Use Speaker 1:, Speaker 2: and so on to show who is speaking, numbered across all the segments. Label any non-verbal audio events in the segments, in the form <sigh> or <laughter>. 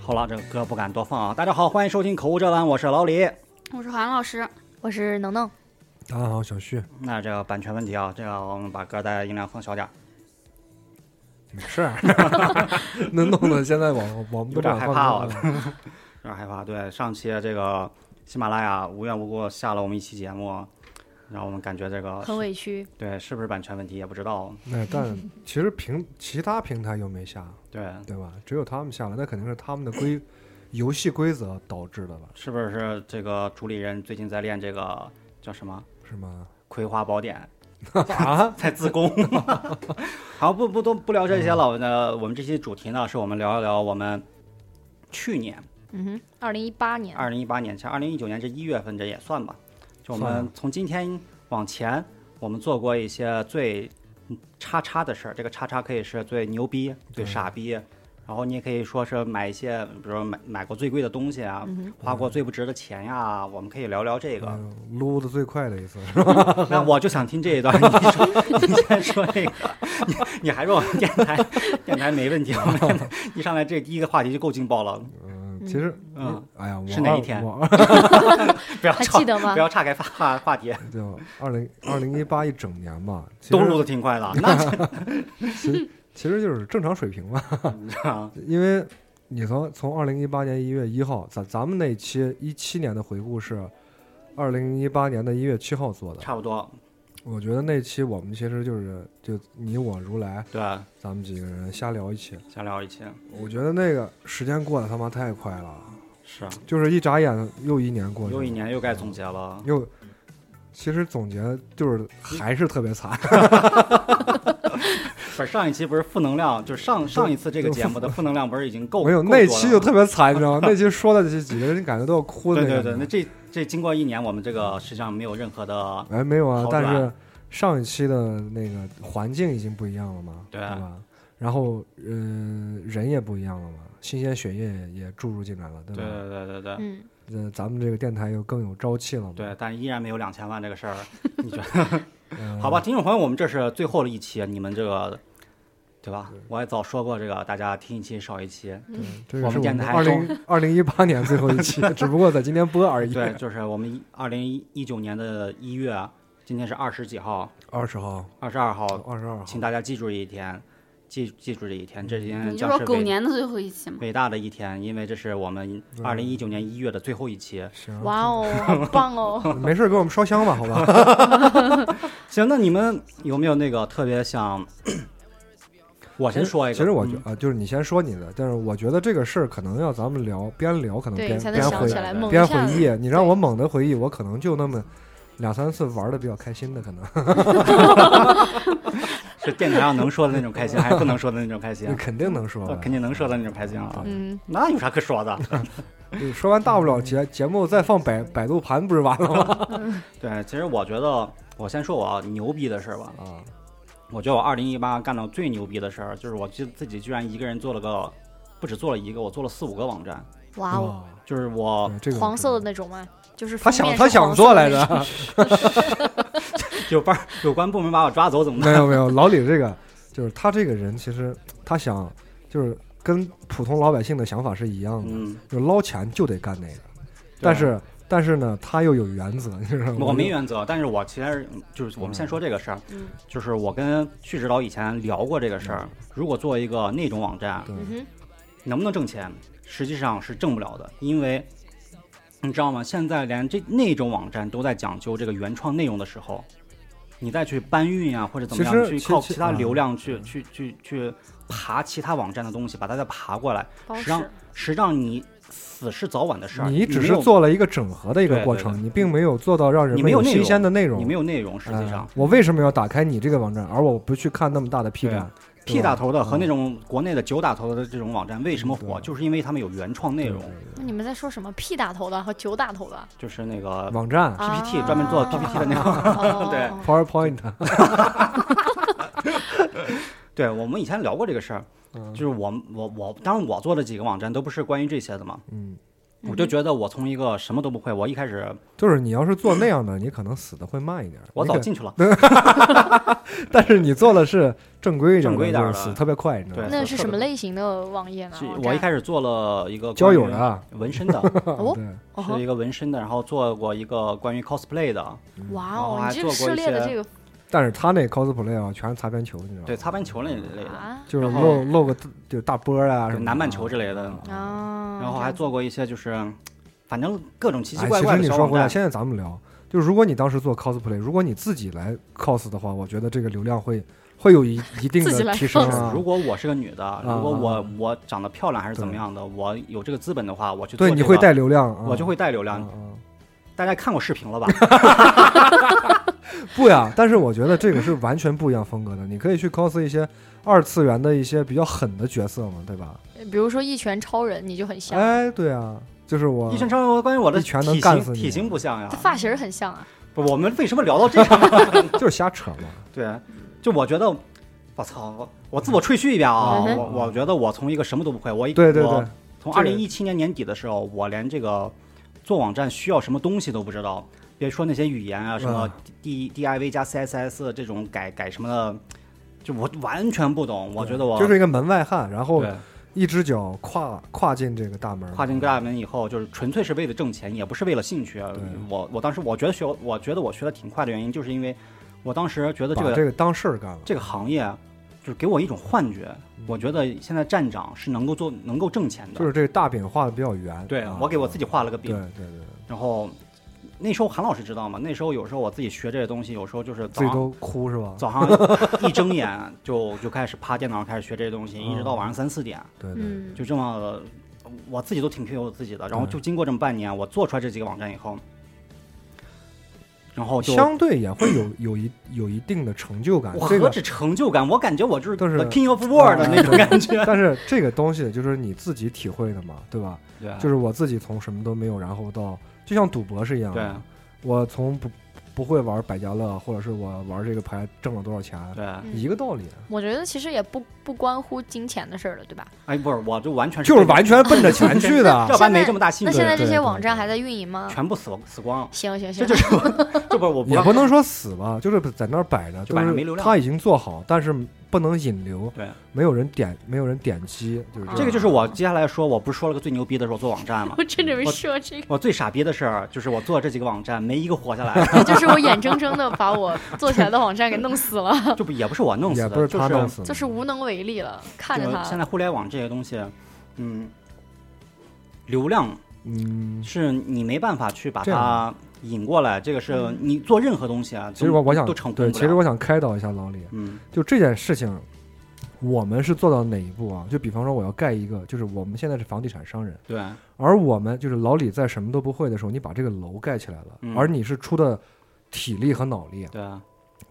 Speaker 1: 好了，这个歌不敢多放啊。大家好，欢迎收听《口误这栏》，我是老李。
Speaker 2: 我是韩老师，
Speaker 3: 我是能能，
Speaker 4: 大家好，啊小旭，
Speaker 1: 那这个版权问题啊，这个我们把歌再音量放小点儿，
Speaker 4: 没事 <laughs> 儿，能弄的现在网我们都
Speaker 1: 有点
Speaker 4: 把
Speaker 1: 害
Speaker 4: 放
Speaker 1: 怕
Speaker 4: 开
Speaker 1: 我
Speaker 4: 了。
Speaker 1: 有点害怕。对，上期这个喜马拉雅无缘无故下了我们一期节目，让我们感觉这个
Speaker 3: 很委屈。
Speaker 1: 对是不是版权问题也不知道。
Speaker 4: 那但其实平其他平台又没下，
Speaker 1: 对，
Speaker 4: 对吧？只有他们下了，那肯定是他们的规游戏规则导致的吧？
Speaker 1: 是不是这个主理人最近在练这个叫什么
Speaker 4: 是吗？
Speaker 1: 《葵花宝典》？
Speaker 4: 啊，
Speaker 1: <laughs> 在自宫。好，不不都不聊这些了。那我们这期主题呢，是我们聊一聊我们去年
Speaker 3: 嗯哼，二零一八年，
Speaker 1: 二零一八年，其实二零一九年这一月份这也算吧。就我
Speaker 4: 算
Speaker 1: 们
Speaker 4: 吧
Speaker 1: 从今天往前，我们做过一些最叉叉的事儿。这个叉叉可以是最牛逼、最
Speaker 4: 对
Speaker 1: 傻逼，然后你也可以说是买一些，比如说买买过最贵的东西啊，
Speaker 3: 嗯哼，
Speaker 1: 花过最不值的钱呀、我们可以聊聊这个。
Speaker 4: 嗯撸的最快的一次是吧？
Speaker 1: 那我就想听这一
Speaker 4: <laughs>
Speaker 1: 段，你说，你先说这个，你你还说我们电台电台没问题吗？
Speaker 4: <laughs>
Speaker 1: 一上来这第一个话题就够劲爆了，
Speaker 4: 嗯，其实，
Speaker 1: 嗯，
Speaker 4: 哎呀，我
Speaker 1: 是哪
Speaker 4: 二
Speaker 1: 一天
Speaker 4: 我
Speaker 1: <laughs>
Speaker 4: 二
Speaker 1: 不要
Speaker 3: 还
Speaker 1: 岔
Speaker 3: 记，得吗
Speaker 1: 不？要岔开话话题，
Speaker 4: 就二零二零一八一整年吧，其
Speaker 1: 都录
Speaker 4: 实
Speaker 1: 的挺
Speaker 4: <laughs>
Speaker 1: 快的，那
Speaker 4: 其实就是正常水平吧。
Speaker 1: 啊
Speaker 4: 因为你从从二零一八年一月一号，咱咱们那期一七年的回顾是二零一八年的一月七号做的，
Speaker 1: 差不多，
Speaker 4: 我觉得那期我们其实就是就你我如来，
Speaker 1: 对，
Speaker 4: 咱们几个人瞎聊一期。
Speaker 1: 瞎聊一期，
Speaker 4: 我觉得那个时间过得他妈太快了，
Speaker 1: 是
Speaker 4: 就是一眨眼又一年过去了，
Speaker 1: 又一年又该总结了，
Speaker 4: 又。其实总结就是还是特别惨，
Speaker 1: 不是上一期不是负能量，就是上上一次这个节目的负能量不是已经够
Speaker 4: 没有
Speaker 1: 够
Speaker 4: 那
Speaker 1: 多
Speaker 4: 期
Speaker 1: 了啊
Speaker 4: 就
Speaker 1: 吗
Speaker 4: 特别惨，你知道吗？那期说的这几个人感觉都要哭的
Speaker 1: 对
Speaker 4: 那
Speaker 1: 对
Speaker 4: 感
Speaker 1: 对，那
Speaker 4: 觉。
Speaker 1: 这这经过一年，我们这个实际上没有任何的
Speaker 4: 哎，没有啊
Speaker 1: 好，
Speaker 4: 但
Speaker 1: 转
Speaker 4: 是上一期的那个环境已经不一样了嘛，
Speaker 1: 对
Speaker 4: 对
Speaker 1: 啊
Speaker 4: 吧？然后嗯、人也不一样了嘛，新鲜血液也也注入进来了，对
Speaker 1: 对
Speaker 4: 吧？
Speaker 1: 对对对对。
Speaker 3: 嗯，
Speaker 4: 呃，咱们这个电台又更有朝气了嘛？
Speaker 1: 对，但依然没有两千万这个事儿，你觉得？
Speaker 4: 嗯
Speaker 1: 好吧，，听众朋友，我们这是最后的一期，你们这个，对吧？我也早说过，这个大家听一期少一期。
Speaker 4: 对这
Speaker 1: 我
Speaker 4: 个
Speaker 1: 们
Speaker 4: 是我
Speaker 1: 电
Speaker 4: 们
Speaker 1: 台
Speaker 4: 二零二零一八年最后一
Speaker 1: <laughs>
Speaker 4: 期，只不过在今天播而已。
Speaker 1: 对，，就是我们二零一九年的一月，今天是二十几号，
Speaker 4: 二十号，
Speaker 1: 二十二号，
Speaker 4: 二十二号
Speaker 1: 请，大家记住这一天，记记住这一天，
Speaker 4: 嗯
Speaker 1: 这一天
Speaker 2: 你就
Speaker 1: 将
Speaker 2: 说
Speaker 1: 是
Speaker 2: 狗
Speaker 1: 伟
Speaker 2: 年的最后一期嘛，
Speaker 1: 伟大的一天，因为这是我们
Speaker 4: 嗯
Speaker 1: 二零一九年一月的最后一期。
Speaker 4: 行，
Speaker 3: 哇哦，好棒
Speaker 4: <laughs>
Speaker 3: 哦！
Speaker 4: 没事儿给我们烧香吧，好
Speaker 1: <laughs>
Speaker 4: 吧？
Speaker 1: 行，那你们有没有那个特别想？我先说一个，
Speaker 4: 其实我觉
Speaker 1: 嗯
Speaker 4: 啊，就是你先说你的，但是我觉得这个事儿可能要咱们聊，边聊可能
Speaker 3: 对，
Speaker 4: 边
Speaker 3: 你才能
Speaker 4: 边
Speaker 3: 想
Speaker 4: 回
Speaker 3: 起来，猛一
Speaker 4: 边
Speaker 3: 下
Speaker 4: 回
Speaker 3: 子
Speaker 4: 忆。啊你让我猛的回忆，我可能就那么两三次玩的比较开心的，可能
Speaker 1: 是电台上能说的那种开心，还是不能说的那种开心
Speaker 4: 你？ <laughs> 肯定能说
Speaker 1: 呃
Speaker 4: 吧，
Speaker 1: 肯定能说的那种开心啊！
Speaker 3: 嗯，
Speaker 1: 那有啥可说的？
Speaker 4: 定。说完大不了
Speaker 1: 嗯
Speaker 4: 节节目再放百百度盘不是完了
Speaker 1: <laughs>
Speaker 4: 吗？
Speaker 1: 对，其实我觉得，我先说我啊牛逼的事儿吧。
Speaker 4: 啊，
Speaker 1: 我觉得我二零一八干到最牛逼的事儿，就是我自自己居然一个人做了个，不止做了一个，我做了四五个网站。
Speaker 3: 哇哦，
Speaker 1: 就是我
Speaker 4: <laughs> 对这个我
Speaker 3: 黄
Speaker 4: 知
Speaker 3: 色
Speaker 4: 道
Speaker 3: 的那种吗？就是
Speaker 4: 他
Speaker 3: 封
Speaker 4: 想
Speaker 3: 面
Speaker 4: 他
Speaker 3: 是
Speaker 4: 想
Speaker 3: 黄色
Speaker 4: 做
Speaker 3: 的
Speaker 4: 来
Speaker 3: 那种，
Speaker 4: 着，
Speaker 1: <laughs> 有班有关部门把我抓走怎么
Speaker 4: <laughs> 没
Speaker 1: 办？
Speaker 4: 有没有，老李这个就是他这个人，其实他想就是跟普通老百姓的想法是一样的，
Speaker 1: 嗯，啊
Speaker 4: 就捞钱就得干那个，但是但是呢，他又有原则，你知道吗？
Speaker 1: 我没原则，但是我其实就是我们先说这个事儿，
Speaker 3: 嗯
Speaker 1: 就是我跟旭指导以前聊过这个事儿。如果做一个那种网站，
Speaker 4: 嗯对
Speaker 3: 嗯哼，
Speaker 1: 能不能挣钱，实际上是挣不了的，因为你知道吗？现在连这那种网站都在讲究这个原创内容的时候，你再去搬运啊，或者怎么
Speaker 4: 其
Speaker 1: 样，
Speaker 4: 实
Speaker 1: 去
Speaker 4: 其
Speaker 1: 靠
Speaker 4: 其
Speaker 1: 其他
Speaker 4: 嗯
Speaker 1: 流量去、去去去爬其他网站的东西，把它再爬过来，
Speaker 3: 包
Speaker 1: 实际上
Speaker 3: 屎
Speaker 1: 实际上你死是早晚的事儿。
Speaker 4: 你只
Speaker 1: 没
Speaker 4: 是
Speaker 1: 有
Speaker 4: 做了一个整合的一
Speaker 1: 对
Speaker 4: 个
Speaker 1: 对
Speaker 4: 过
Speaker 1: 对
Speaker 4: 程，你并没有做到让人
Speaker 1: 你
Speaker 4: 们
Speaker 1: 没有内
Speaker 4: 新鲜的内容。
Speaker 1: 你没有内容，实际上
Speaker 4: 哎。我为什么要打开你这个网站，而我不去看那么大的 P
Speaker 1: 对啊
Speaker 4: 站？
Speaker 1: P 打头的和那
Speaker 4: 种
Speaker 1: 种国内的九打头的这种网站为什么火，
Speaker 4: 嗯对
Speaker 1: 就是因为他们有原创内容，
Speaker 3: 那你们在说什么？P 打头的和九打头
Speaker 4: <laughs>
Speaker 3: 的
Speaker 1: 就是那个
Speaker 4: 网
Speaker 3: 啊
Speaker 4: 站
Speaker 1: PPT 专门做 PPT 的那
Speaker 4: <laughs>
Speaker 1: 种
Speaker 3: 种
Speaker 1: 对
Speaker 4: PowerPoint，
Speaker 1: 对，我们以前聊
Speaker 4: 嗯
Speaker 1: 过这个事儿，就是我们我我，当然我做的几个网站都不是关于这些的嘛。
Speaker 4: <laughs> 嗯，
Speaker 1: 我我就觉得我从一个什么都不会，我一开始
Speaker 4: 就是你要是做那样的，你可能死的会慢一点。
Speaker 1: 我
Speaker 4: 你
Speaker 1: 早
Speaker 4: 可
Speaker 1: 进去了，
Speaker 4: 但是你做的是正规一点
Speaker 1: 正规一
Speaker 4: 的，
Speaker 1: 点
Speaker 4: 就是
Speaker 1: 的
Speaker 4: 死得特别快，你知道
Speaker 1: 对
Speaker 4: 吗？
Speaker 3: 那是什么类型的网页呢哦
Speaker 1: 是？
Speaker 3: 网
Speaker 1: 我一
Speaker 3: 站
Speaker 1: 开始做了一个
Speaker 4: 交
Speaker 1: 关
Speaker 4: 友
Speaker 1: 于
Speaker 4: 的啊，
Speaker 1: 纹身
Speaker 4: <laughs>
Speaker 1: 的，
Speaker 3: 哦
Speaker 4: 对，
Speaker 3: 哦
Speaker 1: 是一个纹身的，然后做过一个关于 cosplay 的，
Speaker 3: 哇
Speaker 1: 然后
Speaker 3: 哦，
Speaker 1: 还
Speaker 3: 你这
Speaker 1: 做
Speaker 3: 个
Speaker 1: 过
Speaker 3: 涉
Speaker 1: 一
Speaker 3: 猎的
Speaker 1: 些
Speaker 3: 这个
Speaker 4: 但是他那 cosplay 啊，全是擦边球，你知道吗？
Speaker 1: 对，擦边球那一类的，
Speaker 3: 啊
Speaker 4: 就是
Speaker 1: 然后
Speaker 4: 露露个就是大波儿啊，
Speaker 1: 对
Speaker 4: 什么
Speaker 1: 南半
Speaker 4: 半
Speaker 1: 球之类的，
Speaker 3: 啊，
Speaker 1: 然后还做过一些就是，反正各种奇奇
Speaker 4: 哎，
Speaker 1: 怪
Speaker 4: 其
Speaker 1: 怪的
Speaker 4: 实你
Speaker 1: 小
Speaker 4: 说
Speaker 1: 网
Speaker 4: 回来，
Speaker 1: 站。
Speaker 4: 现在咱们聊，就如果你当时做 cosplay，如果你自己来 cos 的话，我觉得这个流量会会有一一定
Speaker 3: 自己
Speaker 4: 的
Speaker 3: 来
Speaker 4: 提升
Speaker 1: 就是
Speaker 4: 啊
Speaker 1: 如。果我是个女的，如果
Speaker 4: 啊啊
Speaker 1: 我
Speaker 4: 啊
Speaker 1: 我长得漂亮还是怎么
Speaker 4: 对
Speaker 1: 样的，我有这个资本的话，我去做
Speaker 4: 对，
Speaker 1: 这
Speaker 4: 你会
Speaker 1: 个，
Speaker 4: 带流量，啊
Speaker 1: 我就会带流量。
Speaker 4: 啊啊
Speaker 1: 大家看过视频了吧？
Speaker 4: 不呀，但是我觉得这个是完全不一样风格的。你可以去 cos 一些二次元的一些比较狠的角色嘛，对吧？
Speaker 3: 比如说一拳超人，你就很像，
Speaker 4: 哎，对啊，就是我
Speaker 1: 一拳超人，关于我的
Speaker 4: 一拳能
Speaker 1: 体
Speaker 4: 干
Speaker 1: 型
Speaker 4: 死你
Speaker 1: 体型不像呀
Speaker 3: 这。发型儿很像啊。
Speaker 1: 不，我们为什么聊到这上？
Speaker 4: 就是瞎扯嘛。
Speaker 1: 对，就我觉得，我操，我我自我吹嘘一遍啊，
Speaker 3: 嗯哼
Speaker 1: 我我觉得我从一个什么都不会，我一
Speaker 4: 对对对
Speaker 1: 我，从
Speaker 4: 这
Speaker 1: 二
Speaker 4: 个
Speaker 1: 零一七年年底的时候，我连这个做网站需要什么东西都不知道，别说那些语言啊，什么
Speaker 4: 嗯
Speaker 1: D D I V 加 C S S 这种改改什么的，就我完全不懂。我觉得我
Speaker 4: 就是一个门外汉，然后
Speaker 1: 对
Speaker 4: 一只脚跨跨进这个大门，
Speaker 1: 跨进大门以后，就是纯粹是为了挣钱，也不是为了兴趣。啊我我当时我觉得学，我觉得我学的挺快的原因，就是因为我当时觉得这
Speaker 4: 把
Speaker 1: 个
Speaker 4: 这个当事儿干了。
Speaker 1: 这个行业，就是给我一种幻觉，我觉得现在站长是能够做能够挣钱的。
Speaker 4: 就是这个大饼画的比较圆，
Speaker 1: 对
Speaker 4: 啊、
Speaker 1: 我给我自己画了个
Speaker 4: 对
Speaker 1: 饼，
Speaker 4: 对对，
Speaker 1: 然后那时候韩老师知道吗？那时候有时候我自己学这些东西，有时候就是早
Speaker 4: 自己
Speaker 1: 上
Speaker 4: 都哭是吧？
Speaker 1: 早上一睁眼就就开始趴电脑上开始学这些东西，一直到晚上三四点，
Speaker 4: 对对，
Speaker 3: 嗯，
Speaker 1: 就这么我自己都挺佩服我自己的。然后
Speaker 4: 对
Speaker 1: 就经过这么半年，我做出来这几个网站以后，然后就
Speaker 4: 相对也会有有一有一定的成就感
Speaker 1: 我。
Speaker 4: 这
Speaker 1: 何
Speaker 4: 个，
Speaker 1: 止成就感，我感觉我就是
Speaker 4: 都是啊
Speaker 1: the king of world 的那种感
Speaker 4: <laughs>
Speaker 1: 觉。
Speaker 4: 但是这个东西就是你自己体会的嘛，对吧？
Speaker 1: 对，
Speaker 4: 就是我自己从什么都没有，然后到就像赌博是一样
Speaker 1: 对
Speaker 4: 的，我从不不会玩百家乐，或者是我玩这个牌挣了多少钱，
Speaker 1: 对，
Speaker 4: 一个道理，
Speaker 3: 嗯
Speaker 4: 啊
Speaker 3: 我觉得其实也不不关乎金钱的事儿了，对吧？
Speaker 1: 哎，不是，我就完全
Speaker 4: 就是完全奔着钱
Speaker 3: <laughs>
Speaker 4: 去的。
Speaker 1: 要不然没这么大兴
Speaker 3: 那
Speaker 1: 趣
Speaker 3: 现，在
Speaker 4: 对
Speaker 3: 这些
Speaker 4: 对
Speaker 3: 网站
Speaker 4: 对
Speaker 3: 还在运营吗？
Speaker 1: 全部死死光了。
Speaker 3: <laughs> 行行行，？
Speaker 1: 这就是这不是我
Speaker 4: 也
Speaker 1: 不
Speaker 4: 不能说死吧，就是在那儿摆着，
Speaker 1: 就
Speaker 4: 就
Speaker 1: 摆着
Speaker 4: 是
Speaker 1: 没流量
Speaker 4: 他已经做好，但是不能引流，
Speaker 1: 对，
Speaker 4: 没有人点，没有人点击，就是
Speaker 1: 这
Speaker 4: 样
Speaker 1: 个就是我接下来说，我不是说了个最牛逼的是我做网站吗
Speaker 3: 我真的没说这个，
Speaker 1: 我最傻逼的事儿就是我做这几个网站没一个活下来
Speaker 3: <laughs>
Speaker 1: 的，
Speaker 3: 这就是我眼睁睁的把我做起来的网站给弄死
Speaker 1: <laughs>
Speaker 3: 了，
Speaker 1: 就不也不是我弄死
Speaker 4: 也
Speaker 1: 的，
Speaker 4: 不是他
Speaker 1: 就
Speaker 4: 弄
Speaker 1: 是
Speaker 4: 死的，
Speaker 3: 就是无能为力了，看着
Speaker 1: 就现
Speaker 3: 它
Speaker 1: 在互联网这些东西，嗯，流量
Speaker 4: 嗯，
Speaker 1: 是你没办法去把
Speaker 4: 这样
Speaker 1: 它引过来，这个是
Speaker 3: 嗯
Speaker 1: 你做任何东西啊，
Speaker 4: 其实我我想
Speaker 1: 都成
Speaker 4: 对，
Speaker 1: 功
Speaker 4: 其
Speaker 1: 不
Speaker 4: 实
Speaker 1: 了。
Speaker 4: 我想开导一下老李，
Speaker 1: 嗯，
Speaker 4: 就这件事情，我们是做到哪一步啊？就比方说我要盖一个，就是我们现在是房地产商人，
Speaker 1: 对，
Speaker 4: 而我们就是老李在什么都不会的时候，你把这个楼盖起来了，
Speaker 1: 嗯
Speaker 4: 而你是出的体力和脑力，
Speaker 1: 对，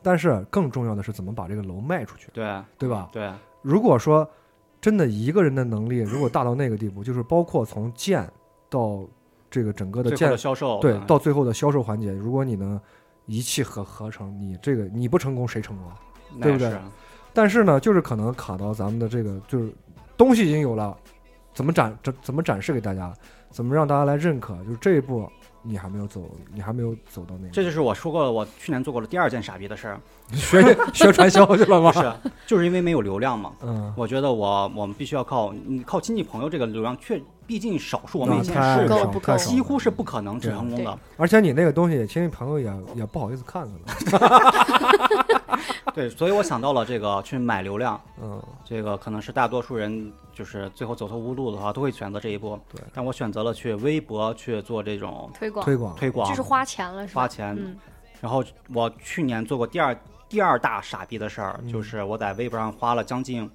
Speaker 4: 但是更重要的是怎么把这个楼卖出去，
Speaker 1: 对，
Speaker 4: 对吧？
Speaker 1: 对，
Speaker 4: 如果说真的一个人的能力如果大到那个地步，就是包括从建到这个整个的
Speaker 1: 最后
Speaker 4: 建
Speaker 1: 的销售，
Speaker 4: 对，到最后的销售环节，如果你能一气呵合成，你这个你不成功谁成功啊？
Speaker 1: 那也
Speaker 4: 对不对
Speaker 1: 是
Speaker 4: 但是呢，就是可能卡到咱们的这个，就是东西已经有了，怎么展怎怎么展示给大家，怎么让大家来认可，就是这一步你还没有走，你还没有走到那个，
Speaker 1: 这就是我说过了，我去年做过的第二件傻逼的
Speaker 4: <laughs>
Speaker 1: 事儿，
Speaker 4: 学学传销去了
Speaker 1: 不
Speaker 4: 吗？
Speaker 1: 是，就是因为没有流量嘛。
Speaker 4: 嗯，
Speaker 1: 我觉得我我们必须要靠你靠亲戚朋友这个流量，却毕竟少数，我们
Speaker 4: 那
Speaker 1: 以前
Speaker 4: 太
Speaker 1: 是
Speaker 3: 够
Speaker 4: 少
Speaker 3: 了不
Speaker 4: 太
Speaker 3: 够
Speaker 4: 少
Speaker 1: 几
Speaker 4: 了
Speaker 1: 乎是不可能去成功的。
Speaker 4: 啊而且你那个东西，亲戚朋友也也不好意思看可
Speaker 1: <laughs>
Speaker 4: 能，
Speaker 1: 对，所以我想到了这个去买流量，
Speaker 4: 嗯，
Speaker 1: 这个可能是大多数人就是最后走投无路的话都会选择这一步。
Speaker 4: 对，
Speaker 1: 但我选择了去微博去做这种
Speaker 3: 推广，
Speaker 4: 推广
Speaker 1: 推广
Speaker 3: 就，是花钱了，是吧？
Speaker 1: 花钱。
Speaker 3: 嗯，
Speaker 1: 然后我去年做过第二第二大傻逼的事儿，
Speaker 4: 嗯
Speaker 1: 就是我在微博上花了将近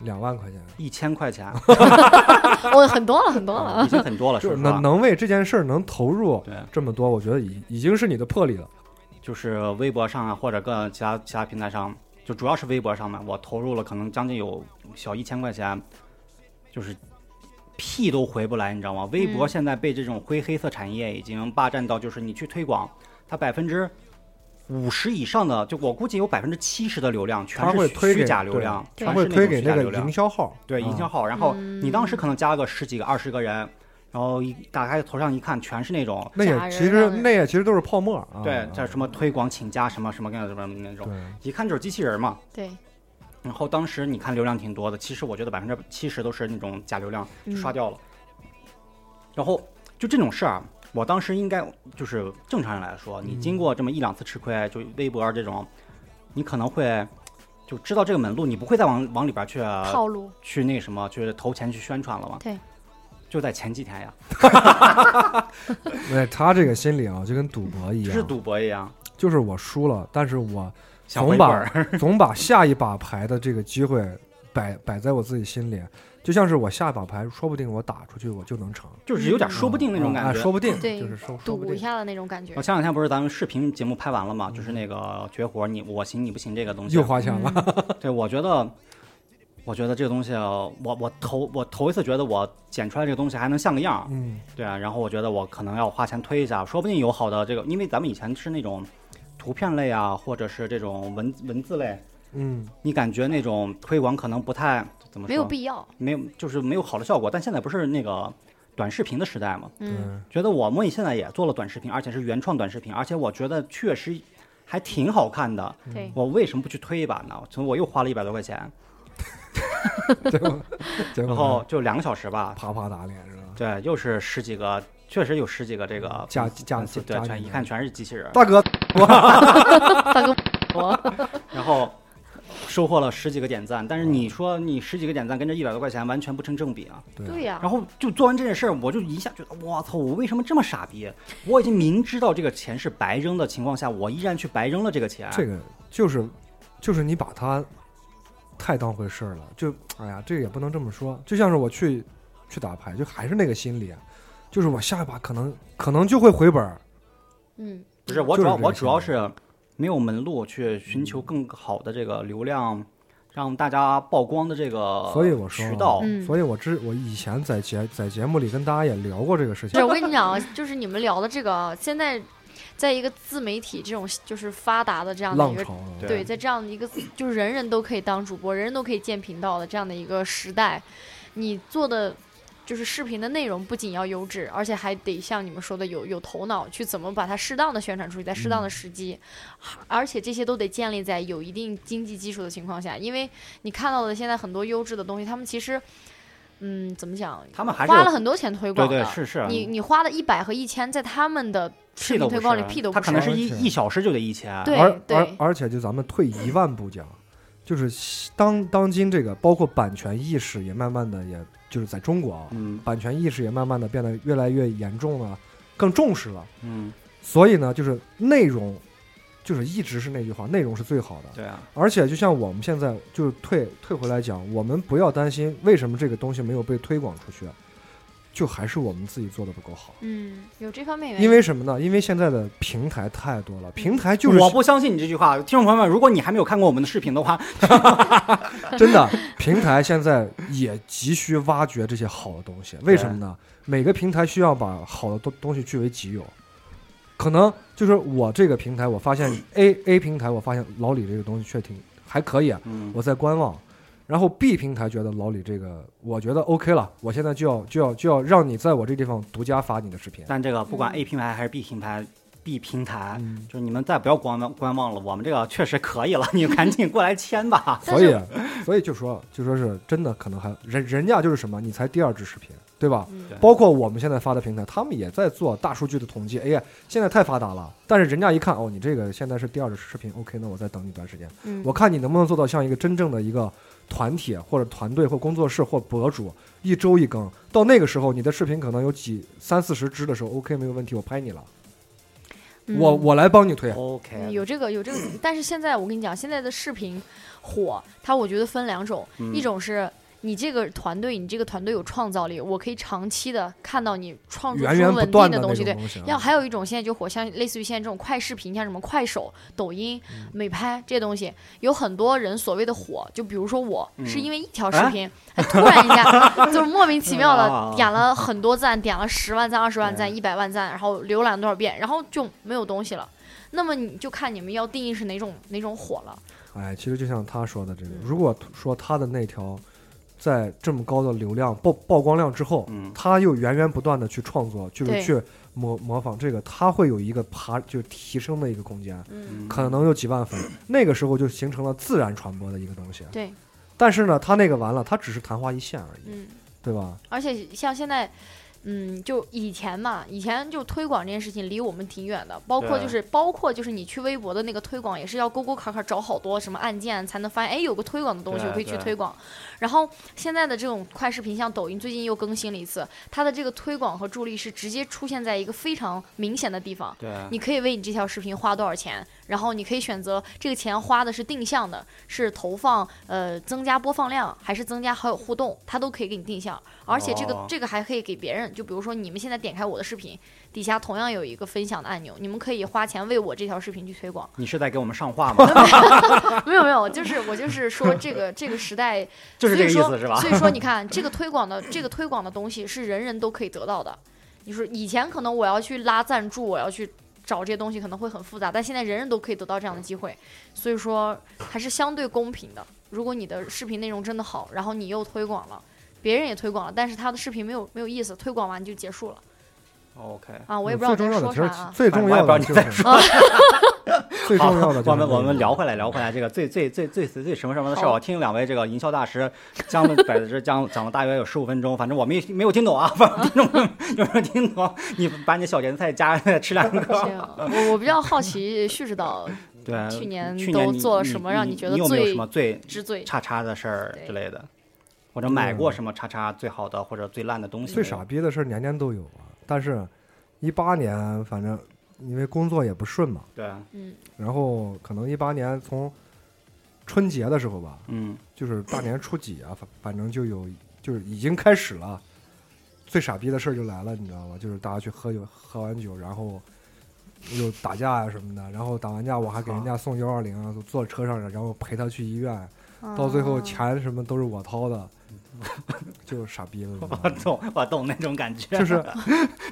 Speaker 4: 两万块钱，
Speaker 1: 一千块
Speaker 3: <laughs>
Speaker 1: 钱，
Speaker 3: 我哦很多了，很多了。
Speaker 1: 已经很多了，
Speaker 4: 就
Speaker 1: 说
Speaker 4: 是
Speaker 1: 实
Speaker 4: 能
Speaker 1: 话。
Speaker 4: 能为这件事儿能投入
Speaker 1: 对，
Speaker 4: 这么多，我觉得已已经是你的魄力了。
Speaker 1: 就是微博上啊，或者各其他其他平台上，就主要是微博上面，我投入了可能将近有小一千块钱，就是屁都回不来，你知道吗？微博
Speaker 3: 嗯
Speaker 1: 现在被这种灰黑色产业已经霸占到，就是你去推广，它百分之五十以上的，就我估计有百分之七十的流量全
Speaker 4: 它
Speaker 1: 是
Speaker 4: 会推
Speaker 1: 虚
Speaker 4: 给
Speaker 1: 假流
Speaker 4: 对
Speaker 1: 量，
Speaker 3: 它
Speaker 1: 全
Speaker 4: 会
Speaker 1: 是
Speaker 4: 推
Speaker 1: 种
Speaker 4: 给
Speaker 1: 虚假
Speaker 4: 那
Speaker 1: 流
Speaker 4: 个
Speaker 1: 量
Speaker 4: 营销号，
Speaker 1: 对
Speaker 4: 啊
Speaker 1: 营销号，然后你当时可能加个十几个、二十个人，然后一打开头上一看，全是那种
Speaker 4: 那也
Speaker 3: 假人
Speaker 4: 其实
Speaker 3: 让人
Speaker 4: 那也其实都是泡沫啊。
Speaker 1: 对
Speaker 4: 啊，
Speaker 1: 叫什么推广请假什么什么什么什么那种，
Speaker 4: 对，
Speaker 1: 一看就是机器人嘛。
Speaker 3: 对，
Speaker 1: 然后当时你看流量挺多的，其实我觉得百分之七十都是那种假流量
Speaker 3: 嗯
Speaker 1: 刷掉了。然后就这种事儿啊，我当时应该就是正常人来说，你
Speaker 4: 嗯
Speaker 1: 经过这么一两次吃亏，就微博啊这种，你可能会就知道这个门路，你不会再往往里边去啊
Speaker 3: 套路
Speaker 1: 去那什么去投钱去宣传了嘛。
Speaker 3: 对，
Speaker 1: 就在前几天呀，
Speaker 4: 那哎他这个心理啊，就跟赌博一
Speaker 1: 就是
Speaker 4: 样，
Speaker 1: 赌博一样，
Speaker 4: 就是我输了，但是我
Speaker 1: 想
Speaker 4: 总
Speaker 1: 回本
Speaker 4: 把
Speaker 1: 儿，
Speaker 4: 总把下一把牌的这个机会摆摆在我自己心里，就像是我下一把牌，说不定我打出去我就能成，
Speaker 1: 就是有点说不定那种
Speaker 4: 啊
Speaker 1: 感觉。
Speaker 4: 说不定，
Speaker 3: 对
Speaker 4: 就是说说
Speaker 3: 赌
Speaker 4: 不
Speaker 3: 一
Speaker 4: 定。
Speaker 3: 下的那种感觉
Speaker 1: 我。前两天不是咱们视频节目拍完了嘛，就是那个绝活，你我行你不行这个东西
Speaker 4: 又，花钱了，
Speaker 3: 嗯
Speaker 1: 对我觉得，我觉得这个东西啊，我我头我头一次觉得我剪出来这个东西还能像个样儿，
Speaker 4: 嗯，
Speaker 1: 对啊，然后我觉得我可能要花钱推一下，说不定有好的这个，因为咱们以前是那种图片类啊，或者是这种文文字类，
Speaker 4: 嗯，
Speaker 1: 你感觉那种推广可能不太怎么说，
Speaker 3: 没有必要。
Speaker 1: 没有就是没有好的效果，但现在不是那个短视频的时代嘛，
Speaker 4: 对，
Speaker 3: 嗯，
Speaker 1: 觉得我们现在也做了短视频，而且是原创短视频，而且我觉得确实还挺好看的。
Speaker 3: 对，
Speaker 1: 我为什么不去推一把呢？所以我又花了一百多块钱，
Speaker 4: 结果结果
Speaker 1: 然后就两个小时吧，
Speaker 4: 啪啪打脸是吧？
Speaker 1: 对，又是十几个，确实有十几个这个
Speaker 4: 加加
Speaker 1: 粉丝对
Speaker 4: 加，
Speaker 1: 全
Speaker 4: 你
Speaker 1: 一看全是机器人，
Speaker 4: 大哥，
Speaker 3: 大哥，
Speaker 1: <laughs>
Speaker 3: 我
Speaker 1: 然后收获了十几个点赞，
Speaker 4: 嗯
Speaker 1: 但是你说你十几个点赞跟这一百多块钱完全不成正比啊！
Speaker 3: 对呀，
Speaker 1: 然后就做完这件事儿，我就一下觉得，我操，我为什么这么傻逼？我已经明知道这个钱是白扔的情况下，我依然去白扔了这个钱，
Speaker 4: 这个就是就是你把它太当回事儿了，就哎呀，这个也不能这么说。就像是我去去打牌，就还是那个心理，啊就是我下一把可能可能就会回本儿。
Speaker 3: 嗯，
Speaker 1: 不是我
Speaker 4: 就是
Speaker 1: 主要
Speaker 4: 这个
Speaker 1: 我
Speaker 4: 情
Speaker 1: 主要
Speaker 4: 况
Speaker 1: 是没有门路去寻求更好的这个流量，让大家曝光的这个
Speaker 4: 所以我说
Speaker 1: 渠道，
Speaker 3: 嗯
Speaker 4: 所以我之我以前在节在节目里跟大家也聊过这个事
Speaker 3: 不
Speaker 4: 情
Speaker 3: 是，我跟你讲啊，就是你们聊的这个啊，现在在一个自媒体这种就是发达的这样的
Speaker 4: 浪
Speaker 3: 一个。
Speaker 4: 潮啊了。
Speaker 1: 对
Speaker 3: 对，在这样的一个就是人人都可以当主播，人人都可以建频道的这样的一个时代，你做的就是视频的内容不仅要优质，而且还得像你们说的有有头脑，去怎么把它适当的宣传出去，在
Speaker 1: 嗯
Speaker 3: 适当的时机，而且这些都得建立在有一定经济基础的情况下，因为你看到的现在很多优质的东西，他们其实，嗯，怎么讲，
Speaker 1: 他们还是
Speaker 3: 花
Speaker 1: 有
Speaker 3: 了很多钱推
Speaker 1: 对
Speaker 3: 广的，
Speaker 1: 对是是，
Speaker 3: 你你花了一百和一千，在他们的视
Speaker 1: 屁
Speaker 3: 频
Speaker 1: 都
Speaker 3: 推
Speaker 1: 不
Speaker 3: 广里
Speaker 1: 是啊
Speaker 3: 屁都
Speaker 1: 他
Speaker 3: 不
Speaker 1: 可
Speaker 3: 是。
Speaker 1: 能是
Speaker 4: 而
Speaker 1: 一
Speaker 4: 且
Speaker 1: 一小时就得一千，
Speaker 3: 对
Speaker 4: 而而
Speaker 3: 对
Speaker 4: 而且就咱们退一万步讲，就是当当今这个包括版权意识也慢慢的，也就是在中国啊，
Speaker 1: 嗯
Speaker 4: 版权意识也慢慢的变得越来越严重了，更重视了。
Speaker 1: 嗯，
Speaker 4: 所以呢，就是内容，就是一直是那句话，内容是最好的。
Speaker 1: 对啊，
Speaker 4: 而且就像我们现在就是退退回来讲，我们不要担心为什么这个东西没有被推广出去，啊就还是我们自己做的不够好。
Speaker 3: 嗯，有这方面原
Speaker 4: 因为什么呢？因为现在的平台太多了，平台就是
Speaker 1: 嗯 <laughs> 我不相信你这句话，听众朋友们，如果你还没有看过我们的视频的话，
Speaker 4: 真的，平台现在也急需挖掘这些好的东西。为什么呢？每个平台需要把好的东东西据为己有。可能就是我这个平台，我发现 A A 平台，我发现老李这个东西确挺还可以，啊
Speaker 1: 嗯，
Speaker 4: 我在观望。然后 B 平台觉得老李这个，我觉得 OK 了，我现在就要就要就要让你在我这地方独家发你的视频。
Speaker 1: 但这个不管
Speaker 3: 嗯
Speaker 1: A 平台还是 B 平台，B 平台。
Speaker 4: 嗯，
Speaker 1: 就是你们再不要观望观望了，我们这个确实可以了， <laughs> 你赶紧过来签吧。
Speaker 3: 但
Speaker 4: 所
Speaker 3: 是
Speaker 4: 以所以就说就说是真的，可能还人人家就是什么，你才第二支视频，对吧？
Speaker 3: 嗯
Speaker 1: 对
Speaker 4: 包括我们现在发的平台，他们也在做大数据的统计。哎呀，现在太发达了，但是人家一看，哦，你这个现在是第二个视频，OK，那我再等你一段时间，
Speaker 3: 嗯
Speaker 4: 我看你能不能做到像一个真正的一个团体或者团队或工作室或博主，一周一更。到那个时候，你的视频可能有几三四十支的时候，OK，没有问题，我拍你了，
Speaker 3: 嗯
Speaker 4: 我我来帮你推。
Speaker 3: 嗯
Speaker 1: OK，
Speaker 3: 有这个有这个，但是现在我跟你讲，现在的视频火，它我觉得分两种，
Speaker 1: 嗯
Speaker 3: 一种是。你这个团队，你这个团队有创造力，我可以长期的看到你创作
Speaker 4: 源
Speaker 3: 出
Speaker 4: 源不
Speaker 3: 稳
Speaker 4: 断
Speaker 3: 定
Speaker 4: 的那
Speaker 3: 东西，
Speaker 4: 种
Speaker 3: 对，
Speaker 4: 东西啊，
Speaker 3: 要还有一种现在就火，像类似于现在这种快视频，像什么快手、抖音、
Speaker 1: 嗯
Speaker 3: 美拍这些东西，有很多人所谓的火，就比如说我、
Speaker 1: 嗯
Speaker 3: 是因为一条视频，哎突然一
Speaker 1: <laughs>
Speaker 3: 下就是莫名其妙
Speaker 1: 啊
Speaker 3: 的点了很多赞，点了十万赞、二十万赞、
Speaker 1: 对
Speaker 3: 一百万赞，然后浏览多少遍，然后就没有东西了。那么你就看你们要定义是哪种哪种火了，嗯
Speaker 4: 哎，其实就像他说的这个，如果说他的那条在这么高的流量曝曝光量之后，
Speaker 1: 嗯
Speaker 4: 他又源源不断的去创作，就是
Speaker 3: 对
Speaker 4: 去模模仿这个，他会有一个爬就提升的一个空间，
Speaker 3: 嗯，
Speaker 4: 可能有几万
Speaker 3: <clears throat>
Speaker 4: 粉，那个时候就形成了自然传播的一个东西。
Speaker 3: 对，
Speaker 4: 但是呢，他那个完了，他只是昙花一现而已，
Speaker 3: 嗯，
Speaker 4: 对吧？
Speaker 3: 而且像现在。嗯，就以前嘛，以前就推广这件事情离我们挺远的，包括
Speaker 1: 对
Speaker 3: 就是包括就是你去微博的那个推广，也是要沟沟坎坎找好多什么按键才能发现，哎，有个推广的东西，
Speaker 1: 对
Speaker 3: 我可以去
Speaker 1: 对
Speaker 3: 推广。然后现在的这种快视频，像抖音最近又更新了一次，它的这个推广和助力是直接出现在一个非常明显的地方，
Speaker 1: 对，
Speaker 3: 你可以为你这条视频花多少钱，然后你可以选择这个钱花的是定向的，是投放呃增加播放量，还是增加好友互动，它都可以给你定向。而且这个、
Speaker 1: 哦
Speaker 3: 这个还可以给别人，就比如说你们现在点开我的视频，底下同样有一个分享的按钮，你们可以花钱为我这条视频去推
Speaker 1: <laughs>
Speaker 3: 广。
Speaker 1: 你是在给我们上话吗？
Speaker 3: 没有没有，就是我就是说这个这个时代，
Speaker 1: 就是这个意
Speaker 3: 所以
Speaker 1: 思
Speaker 3: 说
Speaker 1: 是吧？
Speaker 3: 所以说你看这个推广的这个推广的东西是人人都可以得到的。你说以前可能我要去拉赞助，我要去找这些东西可能会很复杂，但现在人人都可以得到这样的机会，所以说还是相对公平的。如果你的视频内容真的好，然后你又推广了。别人也推广了，但是他的视频没有没有意思，推广完就结束了
Speaker 1: OK，
Speaker 3: 啊！我也不知道
Speaker 4: 最
Speaker 3: 我
Speaker 4: 重
Speaker 3: 在
Speaker 4: 要
Speaker 3: 说
Speaker 4: 的其
Speaker 3: 啥
Speaker 4: 实
Speaker 3: 啊。
Speaker 4: 最重要的就
Speaker 1: 我也
Speaker 4: 是 <laughs> 最重要的就是
Speaker 1: 我们我们
Speaker 4: 这个
Speaker 1: 聊回来聊回来这个最最最最最最什么什么的事儿，
Speaker 3: 好
Speaker 1: 我听两位这个营销大师讲了在这讲讲了大约有十五分钟，反正我们也没有听懂啊，反正听众朋友们有没有听懂？你把你小咸菜加上再吃两
Speaker 3: <laughs> 这
Speaker 1: 个。
Speaker 3: 样，啊我我比较好奇蓄指导
Speaker 1: 对，
Speaker 3: 去年
Speaker 1: 去
Speaker 3: 都
Speaker 1: 年你
Speaker 3: 做了
Speaker 1: 你
Speaker 3: 什么让
Speaker 1: 你
Speaker 3: 你觉得
Speaker 1: 你有没有
Speaker 3: 最
Speaker 1: 什么最
Speaker 3: 之
Speaker 4: <laughs>
Speaker 3: 最
Speaker 1: 叉叉的事儿
Speaker 3: 对
Speaker 1: 之类的，或者买
Speaker 4: 嗯
Speaker 1: 过什么叉叉最好的或者最烂的东西？
Speaker 4: 最傻逼的事儿年年都有啊，但是，一八年反正因为工作也不顺嘛，
Speaker 1: 对，啊
Speaker 3: 嗯
Speaker 4: 然后可能一八年从春节的时候吧，
Speaker 1: 嗯，
Speaker 4: 就是大年初几啊，反反正就有就是已经开始了，最傻逼的事儿就来了，你知道吧？就是大家去喝酒，喝完酒然后又打架啊呀、什么的，然后打完架我还给人家送幺二零啊，坐车上然后陪他去医院，到最后
Speaker 3: 啊
Speaker 4: 钱什么都是我掏的， <laughs> 就傻逼了你知道
Speaker 1: <laughs> 我
Speaker 4: 吗，
Speaker 1: 懂我懂那种感觉，
Speaker 4: 就是。
Speaker 1: <laughs>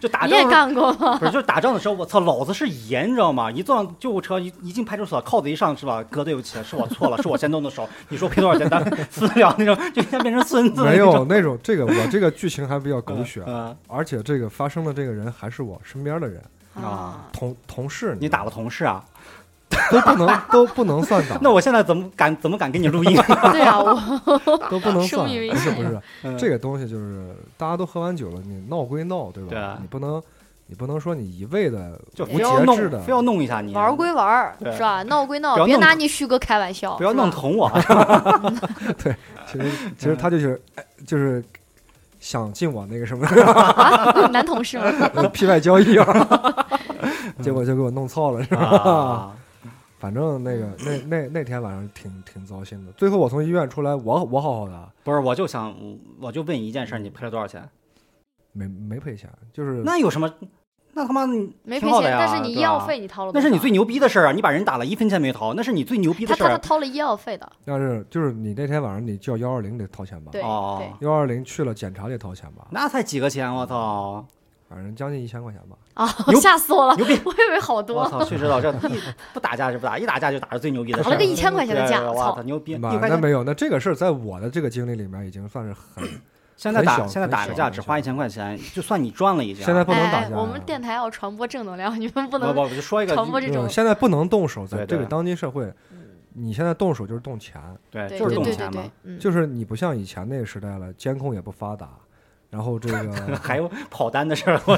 Speaker 1: 就打
Speaker 3: 你
Speaker 1: 仗
Speaker 3: 也
Speaker 1: 的
Speaker 3: 干过吗？
Speaker 1: 不是，就是打仗的时候，我操，老子是爷，你知道吗？一坐上救护车，一一进派出所，铐子一上是吧？哥，对不起，是我错了，是我先动的手。你说赔多少钱？咱们撕了那种， <laughs> 就像变成孙子那
Speaker 4: 没
Speaker 1: 种，
Speaker 4: 有那种这个，我这个剧情还比较狗血
Speaker 1: 嗯，
Speaker 4: 而且这个发生的这个人还是我身边的人，
Speaker 1: 啊
Speaker 4: 同同事，
Speaker 1: 你
Speaker 4: 知道
Speaker 1: 打了同事啊？
Speaker 4: 都不能都不能算打，
Speaker 1: <laughs> 那我现在怎么敢怎么敢给你录音？
Speaker 3: 对啊，我
Speaker 4: 都不能
Speaker 3: 生
Speaker 4: 算，
Speaker 3: 命危
Speaker 4: 不是不是，
Speaker 1: 嗯
Speaker 4: <laughs> 这个东西就是大家都喝完酒了，你闹归闹，对吧？
Speaker 1: 对啊
Speaker 4: 你不能你不能说你一味的
Speaker 1: 嗯就
Speaker 4: 无
Speaker 1: 非要
Speaker 4: 节
Speaker 1: 弄
Speaker 4: 制的
Speaker 1: 非要弄一下你，啊
Speaker 3: 玩儿归玩儿，
Speaker 1: 对
Speaker 3: 是吧？闹归
Speaker 1: 不
Speaker 3: 闹，
Speaker 1: 要
Speaker 3: 别
Speaker 1: 弄
Speaker 3: 拿
Speaker 1: 疼
Speaker 3: 你旭哥开玩笑，
Speaker 1: 不要
Speaker 3: 是吧
Speaker 1: 弄。疼我。<laughs>
Speaker 4: 其实其实他就是
Speaker 1: 嗯
Speaker 4: 哎就是想进我那个什么 <laughs>
Speaker 3: 啊男同事吗？
Speaker 1: <laughs>
Speaker 4: P Y 交易啊， <laughs> 结果就给我弄操了，是吧？ <laughs>
Speaker 1: 啊，
Speaker 4: 反正那个那那那天晚上挺挺糟心的。最后我从医院出来，我我好好的，啊
Speaker 1: 不是，我就想，我就问一件事儿，你赔了多少钱？
Speaker 4: 没没赔钱，
Speaker 3: 嗯
Speaker 4: 就是
Speaker 1: 那有什么？那他妈
Speaker 3: 没赔
Speaker 1: 挺好的
Speaker 3: 钱，但
Speaker 1: 呀
Speaker 3: 是你医
Speaker 1: 对
Speaker 3: 药
Speaker 1: 吧
Speaker 3: 费你掏了
Speaker 1: 那
Speaker 3: 多少，
Speaker 1: 是你最牛逼的事儿啊！你把人打了一分钱没掏，那是你最牛逼的
Speaker 3: 他
Speaker 1: 事
Speaker 3: 他
Speaker 1: 儿啊
Speaker 3: 他。掏了医药费的，
Speaker 4: 但是就是你那天晚上你叫幺二零得掏钱吧？
Speaker 3: 对
Speaker 1: 哦
Speaker 3: 对
Speaker 4: 幺二零去了检查得掏钱吧？
Speaker 1: 那才几个钱，我
Speaker 3: 哦
Speaker 1: 操！
Speaker 4: 反正将近一千块钱吧。
Speaker 3: 啊
Speaker 1: 牛，
Speaker 3: <laughs> 吓死我了，
Speaker 1: 牛逼！
Speaker 3: 我以为好
Speaker 1: 我
Speaker 3: 多，哎
Speaker 1: 操，确实到这一不打架是不打，一打架就打着最牛逼的事
Speaker 3: 打
Speaker 1: 儿。
Speaker 3: 了个一千块钱的
Speaker 1: 对
Speaker 3: 架
Speaker 1: 对对
Speaker 3: 操
Speaker 1: 我操，牛逼！一
Speaker 4: 妈，
Speaker 1: 块
Speaker 4: 那
Speaker 1: 钱。
Speaker 4: 没有，那这个事儿在我的这个经历里面已经算是很，
Speaker 1: 现在
Speaker 4: 很
Speaker 1: 打
Speaker 4: 小
Speaker 1: 现在打
Speaker 4: 很
Speaker 1: 个
Speaker 4: 小
Speaker 1: 架
Speaker 4: 很
Speaker 1: 只
Speaker 4: 小
Speaker 1: 花一千块钱，就算你赚了一下。
Speaker 4: 现在不能打
Speaker 3: 哎哎
Speaker 4: 架
Speaker 3: 我们电台要传播正能量，你们不
Speaker 1: 不
Speaker 3: 能
Speaker 1: 我我就说一个，
Speaker 3: 传播这种
Speaker 4: 嗯，现在不能动手，
Speaker 1: 对对
Speaker 4: 在
Speaker 1: 嗯
Speaker 4: 这个当今社会，你现在动手就是动钱，
Speaker 1: 对，
Speaker 3: 对
Speaker 1: 就是
Speaker 3: 对
Speaker 1: 动
Speaker 3: 对对
Speaker 1: 钱嘛
Speaker 3: 对。，嗯，
Speaker 4: 就是你不像以前那个时代了，监控也不发达，然后这个
Speaker 1: 还有跑单的事儿，我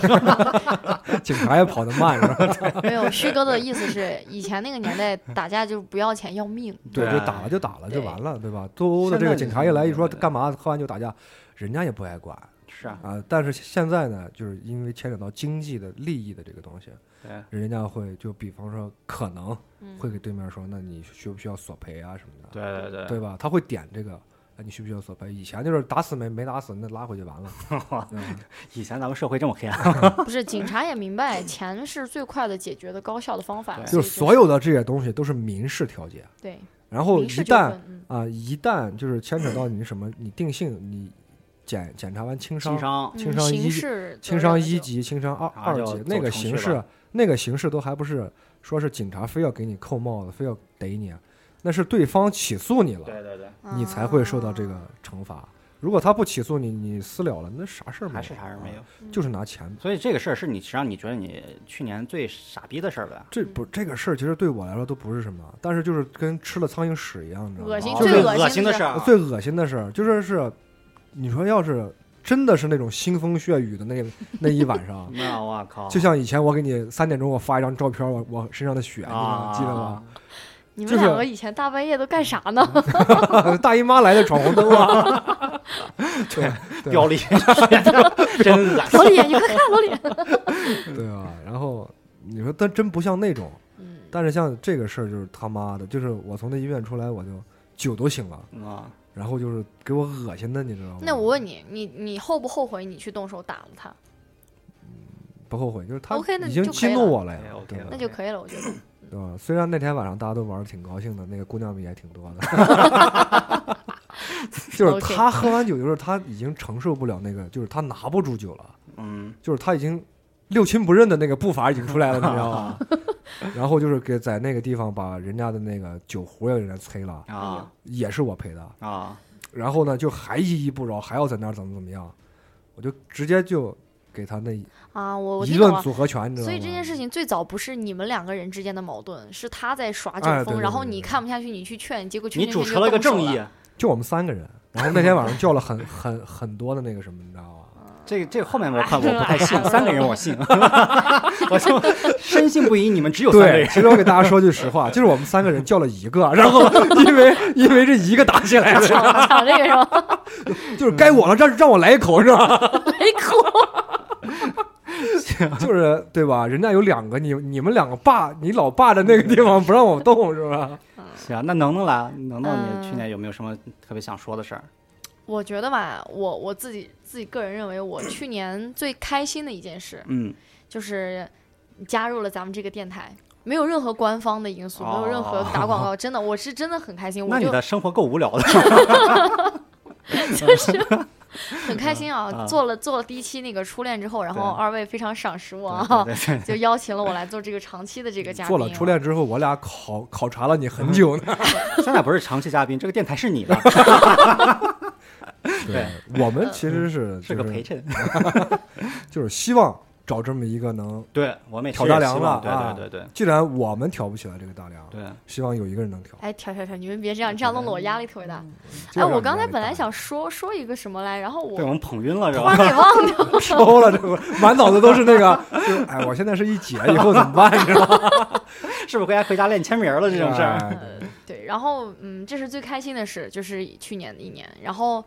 Speaker 4: 警察也跑得慢，是吧？
Speaker 1: <laughs>
Speaker 3: 没有旭哥的意思是，以前那个年代打架就不要钱要命，
Speaker 4: 对，
Speaker 1: 对
Speaker 4: 就打了就打了就
Speaker 3: 对
Speaker 4: 完了，对吧？斗殴的这个警察一来一说干嘛喝完就打架，人家也不爱管
Speaker 1: 是啊，
Speaker 4: 啊。但是现在呢，就是因为牵扯到经济的利益的这个东西，
Speaker 1: 对，
Speaker 4: 人家会就比方说可能
Speaker 3: 嗯
Speaker 4: 会给对面说，那你需不需要索赔啊什么的，
Speaker 1: 对对
Speaker 4: 对吧？他会点这个。哎，你需不需要索赔？以前就是打死没没打死，那拉回去完了。嗯
Speaker 1: 以前咱们社会这么黑暗，
Speaker 3: 不是警察也明白钱是最快的解决的高效的方法，
Speaker 1: 对
Speaker 4: 就是
Speaker 3: 以
Speaker 4: 所有的这些东西都是民事调解，
Speaker 3: 对
Speaker 4: 然后一
Speaker 3: 民事纠
Speaker 4: 旦
Speaker 3: 纷，嗯
Speaker 4: 啊、一旦就是牵扯到你什么，你定性，你检检查完轻
Speaker 1: 情
Speaker 4: 伤，
Speaker 1: 商
Speaker 3: 嗯
Speaker 4: 轻伤一
Speaker 3: 刑事
Speaker 4: 轻
Speaker 3: 责
Speaker 4: 伤
Speaker 3: 任
Speaker 4: 一
Speaker 3: 就
Speaker 4: 级、轻伤二
Speaker 1: 啊
Speaker 4: 二
Speaker 1: 就
Speaker 4: 级
Speaker 1: 走
Speaker 4: 那个
Speaker 1: 程序
Speaker 4: 形式
Speaker 1: 了，
Speaker 4: 那个形式都还不是说是警察非要给你扣帽子，非要啊逮你，那是对方起诉你了，
Speaker 1: 对对对，
Speaker 4: 你才会受到
Speaker 3: 啊
Speaker 4: 这个惩罚。如果他不起诉你，你私了了，那啥事儿没有，啊
Speaker 1: 还是啥事儿没有，。
Speaker 4: 就是拿钱。
Speaker 1: 所以这个事儿是你让你觉得你去年最傻逼的事儿呗？
Speaker 4: 这不这个事儿，其实对我来说都不是什么，但是就是跟吃了苍蝇屎一样，你知道吗
Speaker 3: 恶？心
Speaker 1: 哦
Speaker 3: 最
Speaker 1: 最
Speaker 3: 恶
Speaker 1: 心
Speaker 3: 心
Speaker 1: 的
Speaker 3: 的
Speaker 1: 事
Speaker 3: 事
Speaker 1: 儿
Speaker 4: 呃
Speaker 1: 啊，，
Speaker 4: 最恶心的是，就是是，你说要是真的是那种腥风血雨的那那一晚上
Speaker 1: 那我靠，
Speaker 4: 就像以前我给你三点钟我发一张照片，我我身上的血，
Speaker 1: 啊，
Speaker 4: 你记得吗？？
Speaker 3: 你
Speaker 4: 就
Speaker 3: 们
Speaker 4: 是嗯
Speaker 3: 两个以前大半夜都干啥呢？
Speaker 1: 啊
Speaker 4: <laughs> 大姨妈来的闯红灯啊！
Speaker 1: <laughs>
Speaker 4: 对
Speaker 1: 标 <laughs> 了一圈，真恶心。
Speaker 3: 老李，你快看
Speaker 4: <laughs>
Speaker 3: 老李。
Speaker 4: 对啊，然后你说，但真不像那种，
Speaker 3: 嗯，
Speaker 4: 但是像这个事儿就是他妈的，就是我从那医院出来我就酒都醒了，
Speaker 1: 啊，
Speaker 4: 然后就是给我恶心的，你知道吗？
Speaker 3: 那我问你，你你后不后悔你去动手打了他？
Speaker 4: 不后悔，就是他
Speaker 3: OK，那
Speaker 4: 已经
Speaker 3: 就可
Speaker 4: 激
Speaker 3: 以
Speaker 4: 怒
Speaker 3: 了
Speaker 4: 我了呀，
Speaker 1: OK，OK，
Speaker 4: 对吧
Speaker 1: 哎 OK
Speaker 3: 那就可以了，我觉得。
Speaker 4: 对吧？呃虽然那天晚上大家都玩的挺高兴的，那个姑娘们也挺多的，
Speaker 3: <laughs>
Speaker 4: 就是
Speaker 3: OK
Speaker 4: 他喝完酒，就是他已经承受不了那个，就是他拿不住酒了，
Speaker 1: 嗯，
Speaker 4: 就是他已经六亲不认的那个步伐已经出来了，你知道吗？ <laughs> 然后就是给在那个地方把人家的那个酒壶也给人催了，
Speaker 3: 哎
Speaker 1: 啊
Speaker 4: 也是我赔的。
Speaker 1: 啊，
Speaker 4: 然后呢，就还依依不饶，还要在那儿怎么怎么样，我就直接就给他那
Speaker 3: 啊，我我
Speaker 4: 一
Speaker 3: 听懂
Speaker 4: 顿
Speaker 3: 了。
Speaker 4: 组合拳，你知道
Speaker 3: 所
Speaker 4: 吗？
Speaker 3: 以这件事情最早不是你们两个人之间的矛盾，是他在耍酒
Speaker 4: 哎对
Speaker 3: 疯，
Speaker 4: 对
Speaker 3: 然后
Speaker 4: 对对
Speaker 3: 你看不下去，你去劝，结果圈
Speaker 1: 你
Speaker 3: 圈圈
Speaker 1: 主
Speaker 3: 就
Speaker 1: 持了一个
Speaker 3: 动手
Speaker 1: 正义 <laughs>
Speaker 3: 了。，
Speaker 4: 就我们三个人，然后那天晚上叫了很 <laughs> 很很多的那个什么，你知道吗？
Speaker 1: 这个这个后面我
Speaker 3: 哎
Speaker 1: 看我不太信，三个人我信， <laughs> 我
Speaker 3: <laughs>
Speaker 1: 就深信不疑，你们只有三个
Speaker 4: 对，
Speaker 1: 人。
Speaker 4: 其实我给大家说句实话， <laughs> 就是我们三个人叫了一个，然
Speaker 1: <laughs>
Speaker 4: 后因为因为这一个打起来了，
Speaker 3: 抢抢这个是吧？
Speaker 4: 就是该我了，让让我来一口是吧？
Speaker 3: <laughs>
Speaker 4: <laughs>
Speaker 3: 没哭。
Speaker 4: 就是对吧？人家有两个，你你们两个霸，你老霸着那个地方不让我动是吧？
Speaker 1: <laughs> 行，那能能来，能能，
Speaker 3: 嗯
Speaker 1: 你去年有没有什么特别想说的事儿？
Speaker 3: 我觉得吧，我我自己自己个人认为，我去年最开心的一件事
Speaker 1: 嗯，
Speaker 3: 就是加入了咱们这个电台，没有任何官方的因素，没有任何
Speaker 1: 哦
Speaker 3: 打
Speaker 1: <laughs>
Speaker 3: 广告，真的，我是真的很开心，
Speaker 1: 那
Speaker 3: 我
Speaker 1: 你
Speaker 3: 就
Speaker 1: 的生活够无聊的。
Speaker 3: 很开心
Speaker 1: 啊
Speaker 3: 啊。做了做了第一期那个初恋之后，然后
Speaker 1: 对
Speaker 3: 二位非常赏识我啊，
Speaker 1: 对对对，
Speaker 3: 就邀请了我来做这个长期的这个嘉宾。啊
Speaker 4: 做了初恋之后，我俩考考察了你很久呢。
Speaker 1: 现在不是长期嘉宾，这个电台是你 <laughs> 的，嗯对，嗯
Speaker 4: 我们其实是
Speaker 1: 是
Speaker 4: 就
Speaker 1: 个陪
Speaker 4: 是
Speaker 1: 衬。
Speaker 4: 就是希望找这么一个能，
Speaker 1: 对我们也是
Speaker 4: 挑大梁
Speaker 1: 希望
Speaker 4: 了啊
Speaker 1: 对对对
Speaker 4: 既然我们挑不起来这个大梁，
Speaker 1: 对对，
Speaker 4: 希望有一个人能挑。
Speaker 3: 哎，调调调，你们别这样，这样弄得我压力特别
Speaker 1: 嗯
Speaker 3: 大。
Speaker 4: 这
Speaker 3: 哎，
Speaker 4: 样让
Speaker 3: 我
Speaker 4: 你
Speaker 3: 刚
Speaker 4: 压
Speaker 3: 才
Speaker 4: 力
Speaker 3: 本
Speaker 4: 大
Speaker 3: 来想说说一个什么来，然后
Speaker 1: 被我
Speaker 3: 我
Speaker 1: 们捧晕了是
Speaker 3: 突然
Speaker 1: 吧？
Speaker 3: 给忘掉了。
Speaker 4: <laughs> 抽了，这不满脑子都是那个，
Speaker 1: <laughs>
Speaker 4: 就是哎，我现在是一姐，以后怎么办？你知道吗？
Speaker 1: 是不 <laughs> 是回家回家练签名了这种事 <laughs>
Speaker 4: <laughs>
Speaker 1: 儿？
Speaker 4: 哎
Speaker 3: 呃，对，然后嗯，这是最开心的事，就是去年的一年。然后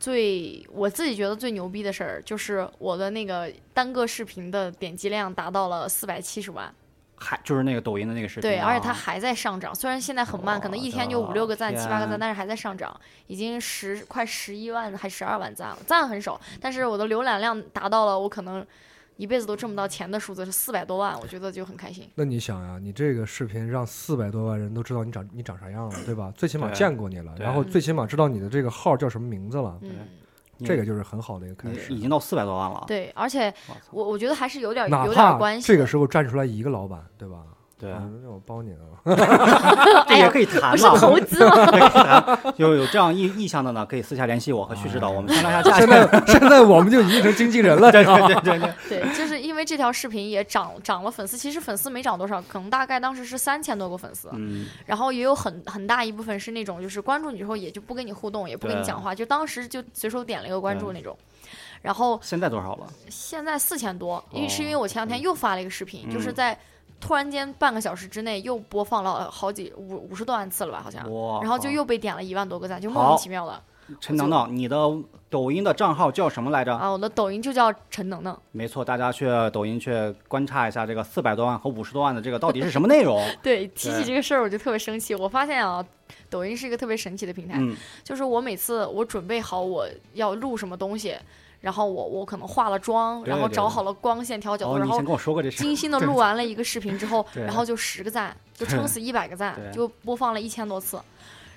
Speaker 3: 最我自己觉得最牛逼的事儿，就是我的那个单个视频的点击量达到了四百七十万，
Speaker 1: 还就是那个抖音的那个视频啊，
Speaker 3: 对，而且它还在上涨，虽然现在很慢，可能一天就
Speaker 1: 我
Speaker 3: 五
Speaker 1: 的
Speaker 3: 六个赞、七八个
Speaker 1: 天
Speaker 4: 啊
Speaker 3: 赞，但是还在上涨，已经十快十一万还十二万赞了，赞很少，但是我的浏览量达到了我可能一辈子都挣不到钱的数字，是四百多万，我觉得就很开心。
Speaker 4: 那你想呀，你这个视频让四百多万人都知道你长你长啥样了，对吧？最起码
Speaker 1: 对啊
Speaker 4: 见过你了，
Speaker 1: 对啊
Speaker 4: 然后最起码知道你的这个号叫什么名字了，
Speaker 3: 嗯，
Speaker 1: 你
Speaker 4: 这个就是很好的一个开
Speaker 1: 你已
Speaker 4: 始。
Speaker 1: 经到四百多万了。
Speaker 3: 对，而且
Speaker 1: 哇
Speaker 3: 我我觉得还是有点
Speaker 4: 哪
Speaker 3: 有点
Speaker 4: 怕
Speaker 3: 关系。
Speaker 4: 这个时候站出来一个老板，对吧？
Speaker 1: 对，
Speaker 4: 嗯那我帮你
Speaker 1: <laughs>
Speaker 4: 了。
Speaker 1: 这
Speaker 3: 哎
Speaker 1: 也
Speaker 3: 呀
Speaker 1: 可以谈
Speaker 3: 不是
Speaker 1: 嘛。 <laughs>
Speaker 3: 投资吗？
Speaker 1: 有有这样意意向的呢，可以私下联系我和旭指导，
Speaker 4: 哎
Speaker 1: 我们商量一下价
Speaker 4: 现
Speaker 1: 钱。
Speaker 4: 在现在我们就已经成经纪人 <laughs> 了，
Speaker 1: 对对对对，
Speaker 3: 对，就是因为这条视频也涨涨了粉丝，其实粉丝没涨多少，可能大概当时是三千多个粉丝，
Speaker 1: 嗯，
Speaker 3: 然后也有很很大一部分是那种就是关注你之后也就不跟你互动，也不跟你
Speaker 1: 对啊
Speaker 3: 讲话，就当时就随手点了一个关注
Speaker 1: 对啊
Speaker 3: 那种。然后
Speaker 1: 现在多少了？
Speaker 3: 现在四千多，因
Speaker 1: 哦
Speaker 3: 为是因为我前两天又发了一个视频，就是
Speaker 1: 嗯
Speaker 3: 在突然间半个小时之内又播放了好几五五十多万次了吧，好像，
Speaker 1: 哇，啊
Speaker 3: 然后就又被点了一万多个赞，就莫名其妙的
Speaker 1: 陈等等，你的抖音的账号叫什么来着？
Speaker 3: 啊！我的抖音就叫陈能能，
Speaker 1: 没错，大家去抖音去观察一下这个四百多万和五十多万的这个到底是什么内
Speaker 3: <laughs>
Speaker 1: 容？
Speaker 3: 对，提
Speaker 1: 对
Speaker 3: 起这个事儿我就特别生气，我发现啊。抖音是一个特别神奇的平台，
Speaker 1: 嗯，
Speaker 3: 就是我每次我准备好我要录什么东西，然后我我可能化了妆，
Speaker 1: 对
Speaker 3: 然后
Speaker 1: 对
Speaker 3: 找
Speaker 1: 对
Speaker 3: 好了光线调角度，
Speaker 1: 哦，你
Speaker 3: 然
Speaker 1: 以
Speaker 3: 后
Speaker 1: 前跟我说过这事。
Speaker 3: 精
Speaker 1: <laughs>
Speaker 3: 心的录完了一个视频之后，
Speaker 1: 对
Speaker 3: 然后就十个赞，就撑死一百个赞
Speaker 1: 对，
Speaker 3: 就播放了一千多次。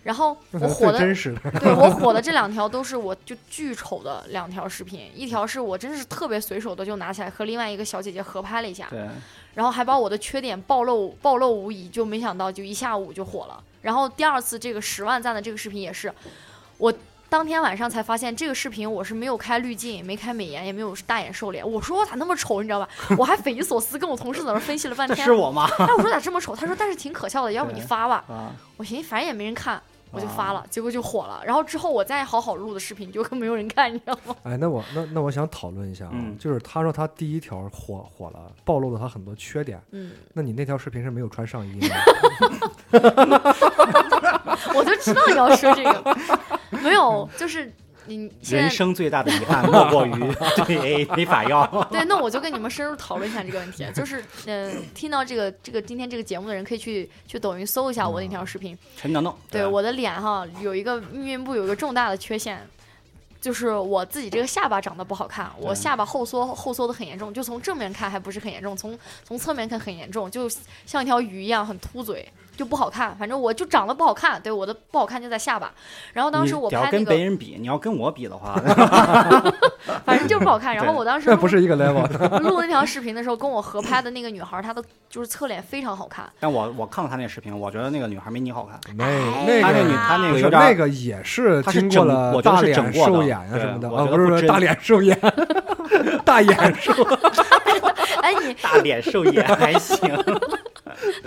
Speaker 3: 然后
Speaker 4: <laughs> 那
Speaker 3: 我
Speaker 4: 才
Speaker 3: 火
Speaker 4: 最
Speaker 3: 的，
Speaker 4: 真实的。
Speaker 1: <laughs>
Speaker 3: 对我火的这两条都是我就巨丑的两条视频，一条是我真是特别随手的就拿起来和另外一个小姐姐合拍了一下，
Speaker 1: 对，
Speaker 3: 然后还把我的缺点暴露暴露无遗，就没想到就一下午就火了。然后第二次这个十万赞的这个视频也是，我当天晚上才发现这个视频我是没有开滤镜，也没开美颜，也没有大眼瘦脸。我说我咋那么丑，你知道吧？ <laughs> 我还匪夷所思，跟我同事在那儿分析了半
Speaker 1: 这
Speaker 3: 天。
Speaker 1: 是我吗？
Speaker 3: 哎，我说咋这么丑？他说但是挺可笑的，要不你
Speaker 1: 对
Speaker 3: 发吧。
Speaker 1: 啊，
Speaker 3: 我寻思反正也没人看，我就发
Speaker 1: 啊
Speaker 3: 了，结果就火了。然后之后我再好好录的视频就 <laughs> 更没有人看，你知道吗？
Speaker 4: 哎，那我那那我想讨论一下啊，
Speaker 1: 嗯
Speaker 4: 就是他说他第一条火火了，暴露了他很多缺点。
Speaker 3: 嗯，
Speaker 4: 那你那条视频是没有穿上衣
Speaker 1: <laughs>
Speaker 4: 吗？
Speaker 3: 我就知道你要说这个， <laughs> 没有，就是你现
Speaker 1: 人
Speaker 3: 在
Speaker 1: 生最大的遗
Speaker 4: <laughs>
Speaker 1: 憾莫过于对 A 没法 <laughs> 要。
Speaker 3: 对，那我就跟你们深入讨论一下这个问题，就是嗯、听到这个这个今天这个节目的人可以去去抖音搜一下我那
Speaker 1: 嗯
Speaker 3: 条视频，
Speaker 1: 陈能弄，
Speaker 3: 对
Speaker 1: 吧
Speaker 3: 我的脸哈，有一个孕运部有一个重大的缺陷，就是我自己这个下巴长得不好看，我
Speaker 1: 对
Speaker 3: 下巴后缩后缩的很严重，就从正面看还不是很严重，从从侧面看很严重，就像一条鱼一样很凸嘴，就不好看。反正我就长得不好看，对我的不好看就在下巴。然后当时
Speaker 1: 你
Speaker 3: 我
Speaker 1: 只要
Speaker 3: 拍那
Speaker 1: 跟别
Speaker 3: 个，
Speaker 1: 人比，你要跟我比的话， <laughs>
Speaker 3: 反正就是不好看。然后我当时
Speaker 4: 这不
Speaker 3: 录
Speaker 4: 是一个 level。
Speaker 3: 录那条视频的时候，跟我合拍的那个女孩，她的就是侧脸非常好看。
Speaker 1: 但我我看了她那视频，我觉得那个女孩 <laughs> 没你好看。
Speaker 4: 那
Speaker 3: 哎
Speaker 1: 她
Speaker 4: 那
Speaker 1: 那女
Speaker 4: 个
Speaker 1: 她那
Speaker 4: 不
Speaker 1: 个
Speaker 4: 是
Speaker 1: 有点
Speaker 4: 那
Speaker 1: 儿，
Speaker 4: 个也是
Speaker 1: 她是
Speaker 4: 经过
Speaker 1: 整
Speaker 4: 了
Speaker 1: 我觉得
Speaker 4: 大
Speaker 1: 是
Speaker 4: 脸
Speaker 1: 整过的
Speaker 4: 瘦眼啊什么的
Speaker 1: 对
Speaker 4: 啊，
Speaker 1: 我觉得
Speaker 4: 不是
Speaker 1: 不
Speaker 4: 说
Speaker 1: 真
Speaker 4: 大脸瘦眼，大
Speaker 1: <laughs>
Speaker 4: 眼 <laughs> 瘦。
Speaker 3: 哎，你
Speaker 1: 大脸瘦也还
Speaker 4: <laughs>
Speaker 1: 行。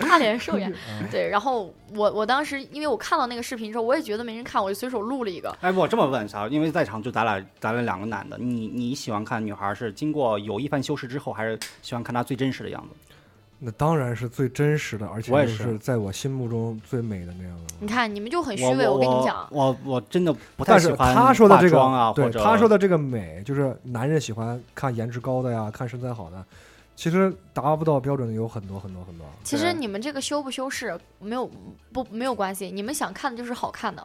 Speaker 3: 大脸
Speaker 1: <laughs>
Speaker 3: 瘦眼，
Speaker 1: 嗯
Speaker 3: 对。然后我我当时因为我看到那个视频之后，我也觉得没人看，我就随手录了一个。
Speaker 1: 哎，我这么问一下，因为在场就咱俩咱俩两个男的，你你喜欢看女孩是经过有一番修饰之后，还是喜欢看她最真实的样子？
Speaker 4: 那当然是最真实的，而且
Speaker 1: 我也
Speaker 4: 就是是在我心目中最美的那样的。
Speaker 3: 你看，你们就很虚
Speaker 1: 我
Speaker 3: 伪。
Speaker 1: 我
Speaker 3: 跟你讲，
Speaker 1: 我我真的不太
Speaker 4: 但
Speaker 1: 喜
Speaker 4: 是
Speaker 1: 欢
Speaker 4: 他说的这
Speaker 1: 化
Speaker 4: 个，
Speaker 1: 妆啊，
Speaker 4: 对
Speaker 1: 或者
Speaker 4: 他说的这个美，就是男人喜欢看颜值高的呀，
Speaker 1: 嗯
Speaker 4: 看身材好的，其实达不到标准的有很多很多很多。
Speaker 3: 其实
Speaker 1: 对
Speaker 3: 你们这个修不修饰没有不没有关系，你们想看的就是好看的，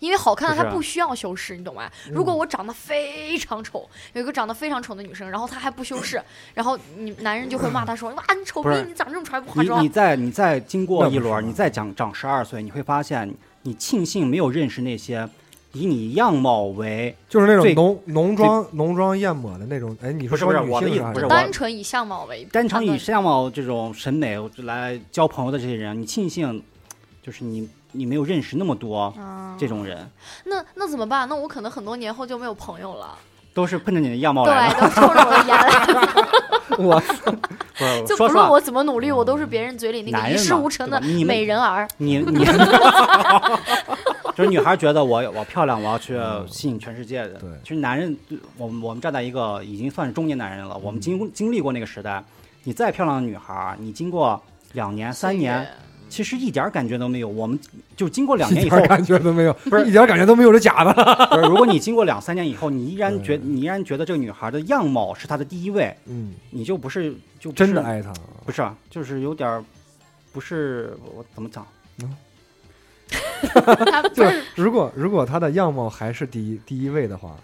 Speaker 3: 因为好看的
Speaker 1: 不是啊嗯
Speaker 3: 它不需要修饰，你懂吗？如果我长得非常丑，有一个长得非常丑的女生，然后她还不修饰，然后你男人就会骂她说：“哇，你丑逼
Speaker 1: 不是，
Speaker 3: 你长这么丑还不化
Speaker 1: 你
Speaker 3: 妆
Speaker 1: 你再你再经过
Speaker 4: 那不
Speaker 1: 一
Speaker 4: 是
Speaker 1: 轮儿，
Speaker 4: 吗
Speaker 1: 你再长长十二岁，你会发现你庆幸没有认识那些以你样貌为
Speaker 4: 就是那种
Speaker 1: 最
Speaker 4: 浓浓妆浓妆艳抹的那种。哎，你
Speaker 1: 不
Speaker 4: 是
Speaker 1: 是
Speaker 4: 说
Speaker 1: 不是
Speaker 4: 女
Speaker 1: 我的
Speaker 4: 性
Speaker 1: 意思
Speaker 4: 还
Speaker 1: 不
Speaker 4: 是
Speaker 1: 是？我
Speaker 3: 单纯以相貌为
Speaker 1: 单纯
Speaker 3: 判断
Speaker 1: 以相貌这种审美来交朋友的这些人，你庆幸就是你你没有认识那么多
Speaker 3: 啊
Speaker 1: 这种人，
Speaker 3: 那那怎么办？那我可能很多年后就没有朋友了，
Speaker 1: 都是奔着你的样貌来的。
Speaker 3: <laughs> 对，都冲着我的
Speaker 1: <laughs>
Speaker 3: 眼来， <laughs>
Speaker 4: 我
Speaker 1: 不是
Speaker 3: 就
Speaker 1: 说
Speaker 3: 不
Speaker 1: 实
Speaker 3: 论
Speaker 1: 话，嗯
Speaker 3: 我怎么努力，我都是别人嘴里那
Speaker 1: 男
Speaker 3: 个一
Speaker 1: 人
Speaker 3: 事
Speaker 1: 嘛
Speaker 3: 无成的
Speaker 1: 对吧你们
Speaker 3: 美人儿。
Speaker 1: 你你，就是女孩觉得我我漂亮，我要去吸引全世界的。
Speaker 4: 嗯对
Speaker 1: 其实男人，我们我们站在一个已经算是中年男人了，我
Speaker 4: 嗯
Speaker 1: 们经经历过那个时代。你再漂亮的女孩，你经过两年、啊三年，其实一点儿感觉都没有。我们就经过两年
Speaker 4: 一
Speaker 1: 以后
Speaker 4: 点，感觉都没有，
Speaker 1: 不是
Speaker 4: 一点感觉都没有，是假的。
Speaker 1: 不
Speaker 4: <laughs>
Speaker 1: 是如果你经过两三年以后，你依然觉
Speaker 4: 对
Speaker 1: 你依然觉得这个女孩的样貌是她的第一位，
Speaker 4: 嗯，
Speaker 1: 你就不是就不是
Speaker 4: 真的哎爱他。
Speaker 1: 不是啊，就是有点儿不是我我怎么讲？
Speaker 3: 他不
Speaker 4: 就是是如果如果他的样貌还是第一第一位的话，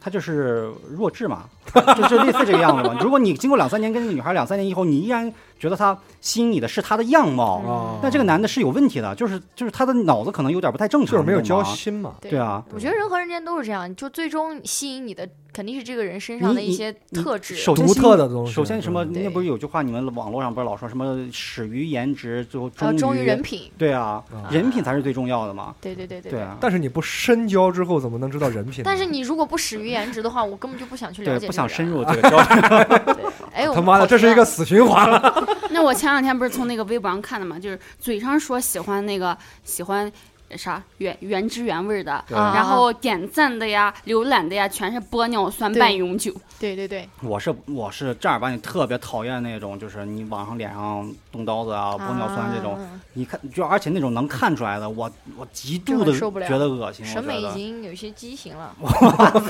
Speaker 1: 她就是弱智嘛， <laughs> 就是类似这个样子嘛。如果你经过两三年跟这个女孩两三年以后，你依然觉得她吸引你的是她的样貌，
Speaker 3: 哦
Speaker 1: 那这个男的是有问题的，就是就是他的脑子可能有点不太正常，
Speaker 4: 就是没有
Speaker 1: 你懂
Speaker 4: 交
Speaker 1: 吗
Speaker 4: 心嘛。
Speaker 1: 对啊，
Speaker 3: 我觉得人和人之间都是这样，就最终吸引你的肯定是这个人身上的
Speaker 1: 你
Speaker 3: 一些
Speaker 1: 你
Speaker 3: 特质。
Speaker 1: 首先
Speaker 4: 独
Speaker 1: 吸
Speaker 4: 特
Speaker 1: 引
Speaker 4: 的东西
Speaker 1: 首先什么？
Speaker 4: 嗯
Speaker 1: 那不是有句话，你们网络上不是老说什么“始于颜值，最后
Speaker 3: 呃，
Speaker 1: 忠
Speaker 3: 忠于人品，
Speaker 1: 对啊，
Speaker 4: 啊
Speaker 1: 人品才是最重要的嘛。
Speaker 3: 对对对对
Speaker 1: 对。啊，
Speaker 4: 但是你不深交之后，怎么能知道人品呢？
Speaker 3: 但是你如果不始于颜值的话，我根本就不想去了
Speaker 1: 对
Speaker 3: 解。
Speaker 1: 不想深。
Speaker 3: 啊
Speaker 1: 入 <laughs> 这个交流。 <laughs>
Speaker 3: 哎，我
Speaker 4: 他
Speaker 3: 们
Speaker 4: 妈的，
Speaker 3: 跑
Speaker 4: 这
Speaker 3: 题
Speaker 4: 是一
Speaker 3: 了
Speaker 4: 个死循环。啊
Speaker 2: 那我前两天不是从那个微博上看的嘛，就是嘴上说喜欢那个喜欢啥原原汁原味的，
Speaker 1: 对
Speaker 3: 啊
Speaker 2: 然后点赞的呀、浏览的呀，全是玻尿酸
Speaker 3: 对
Speaker 2: 半永久。
Speaker 3: 对对对，
Speaker 1: 我是我是正儿八经特别讨厌那种，就是你往上脸上动刀子啊、玻尿酸这种，
Speaker 3: 啊
Speaker 1: 你看就而且那种能看出来的，我我极度
Speaker 3: 这
Speaker 1: 的
Speaker 3: 很受不了
Speaker 1: 觉得恶心。我
Speaker 3: 审美
Speaker 1: 觉
Speaker 3: 已
Speaker 1: 得
Speaker 3: 经有些畸形
Speaker 1: <laughs>
Speaker 3: 了。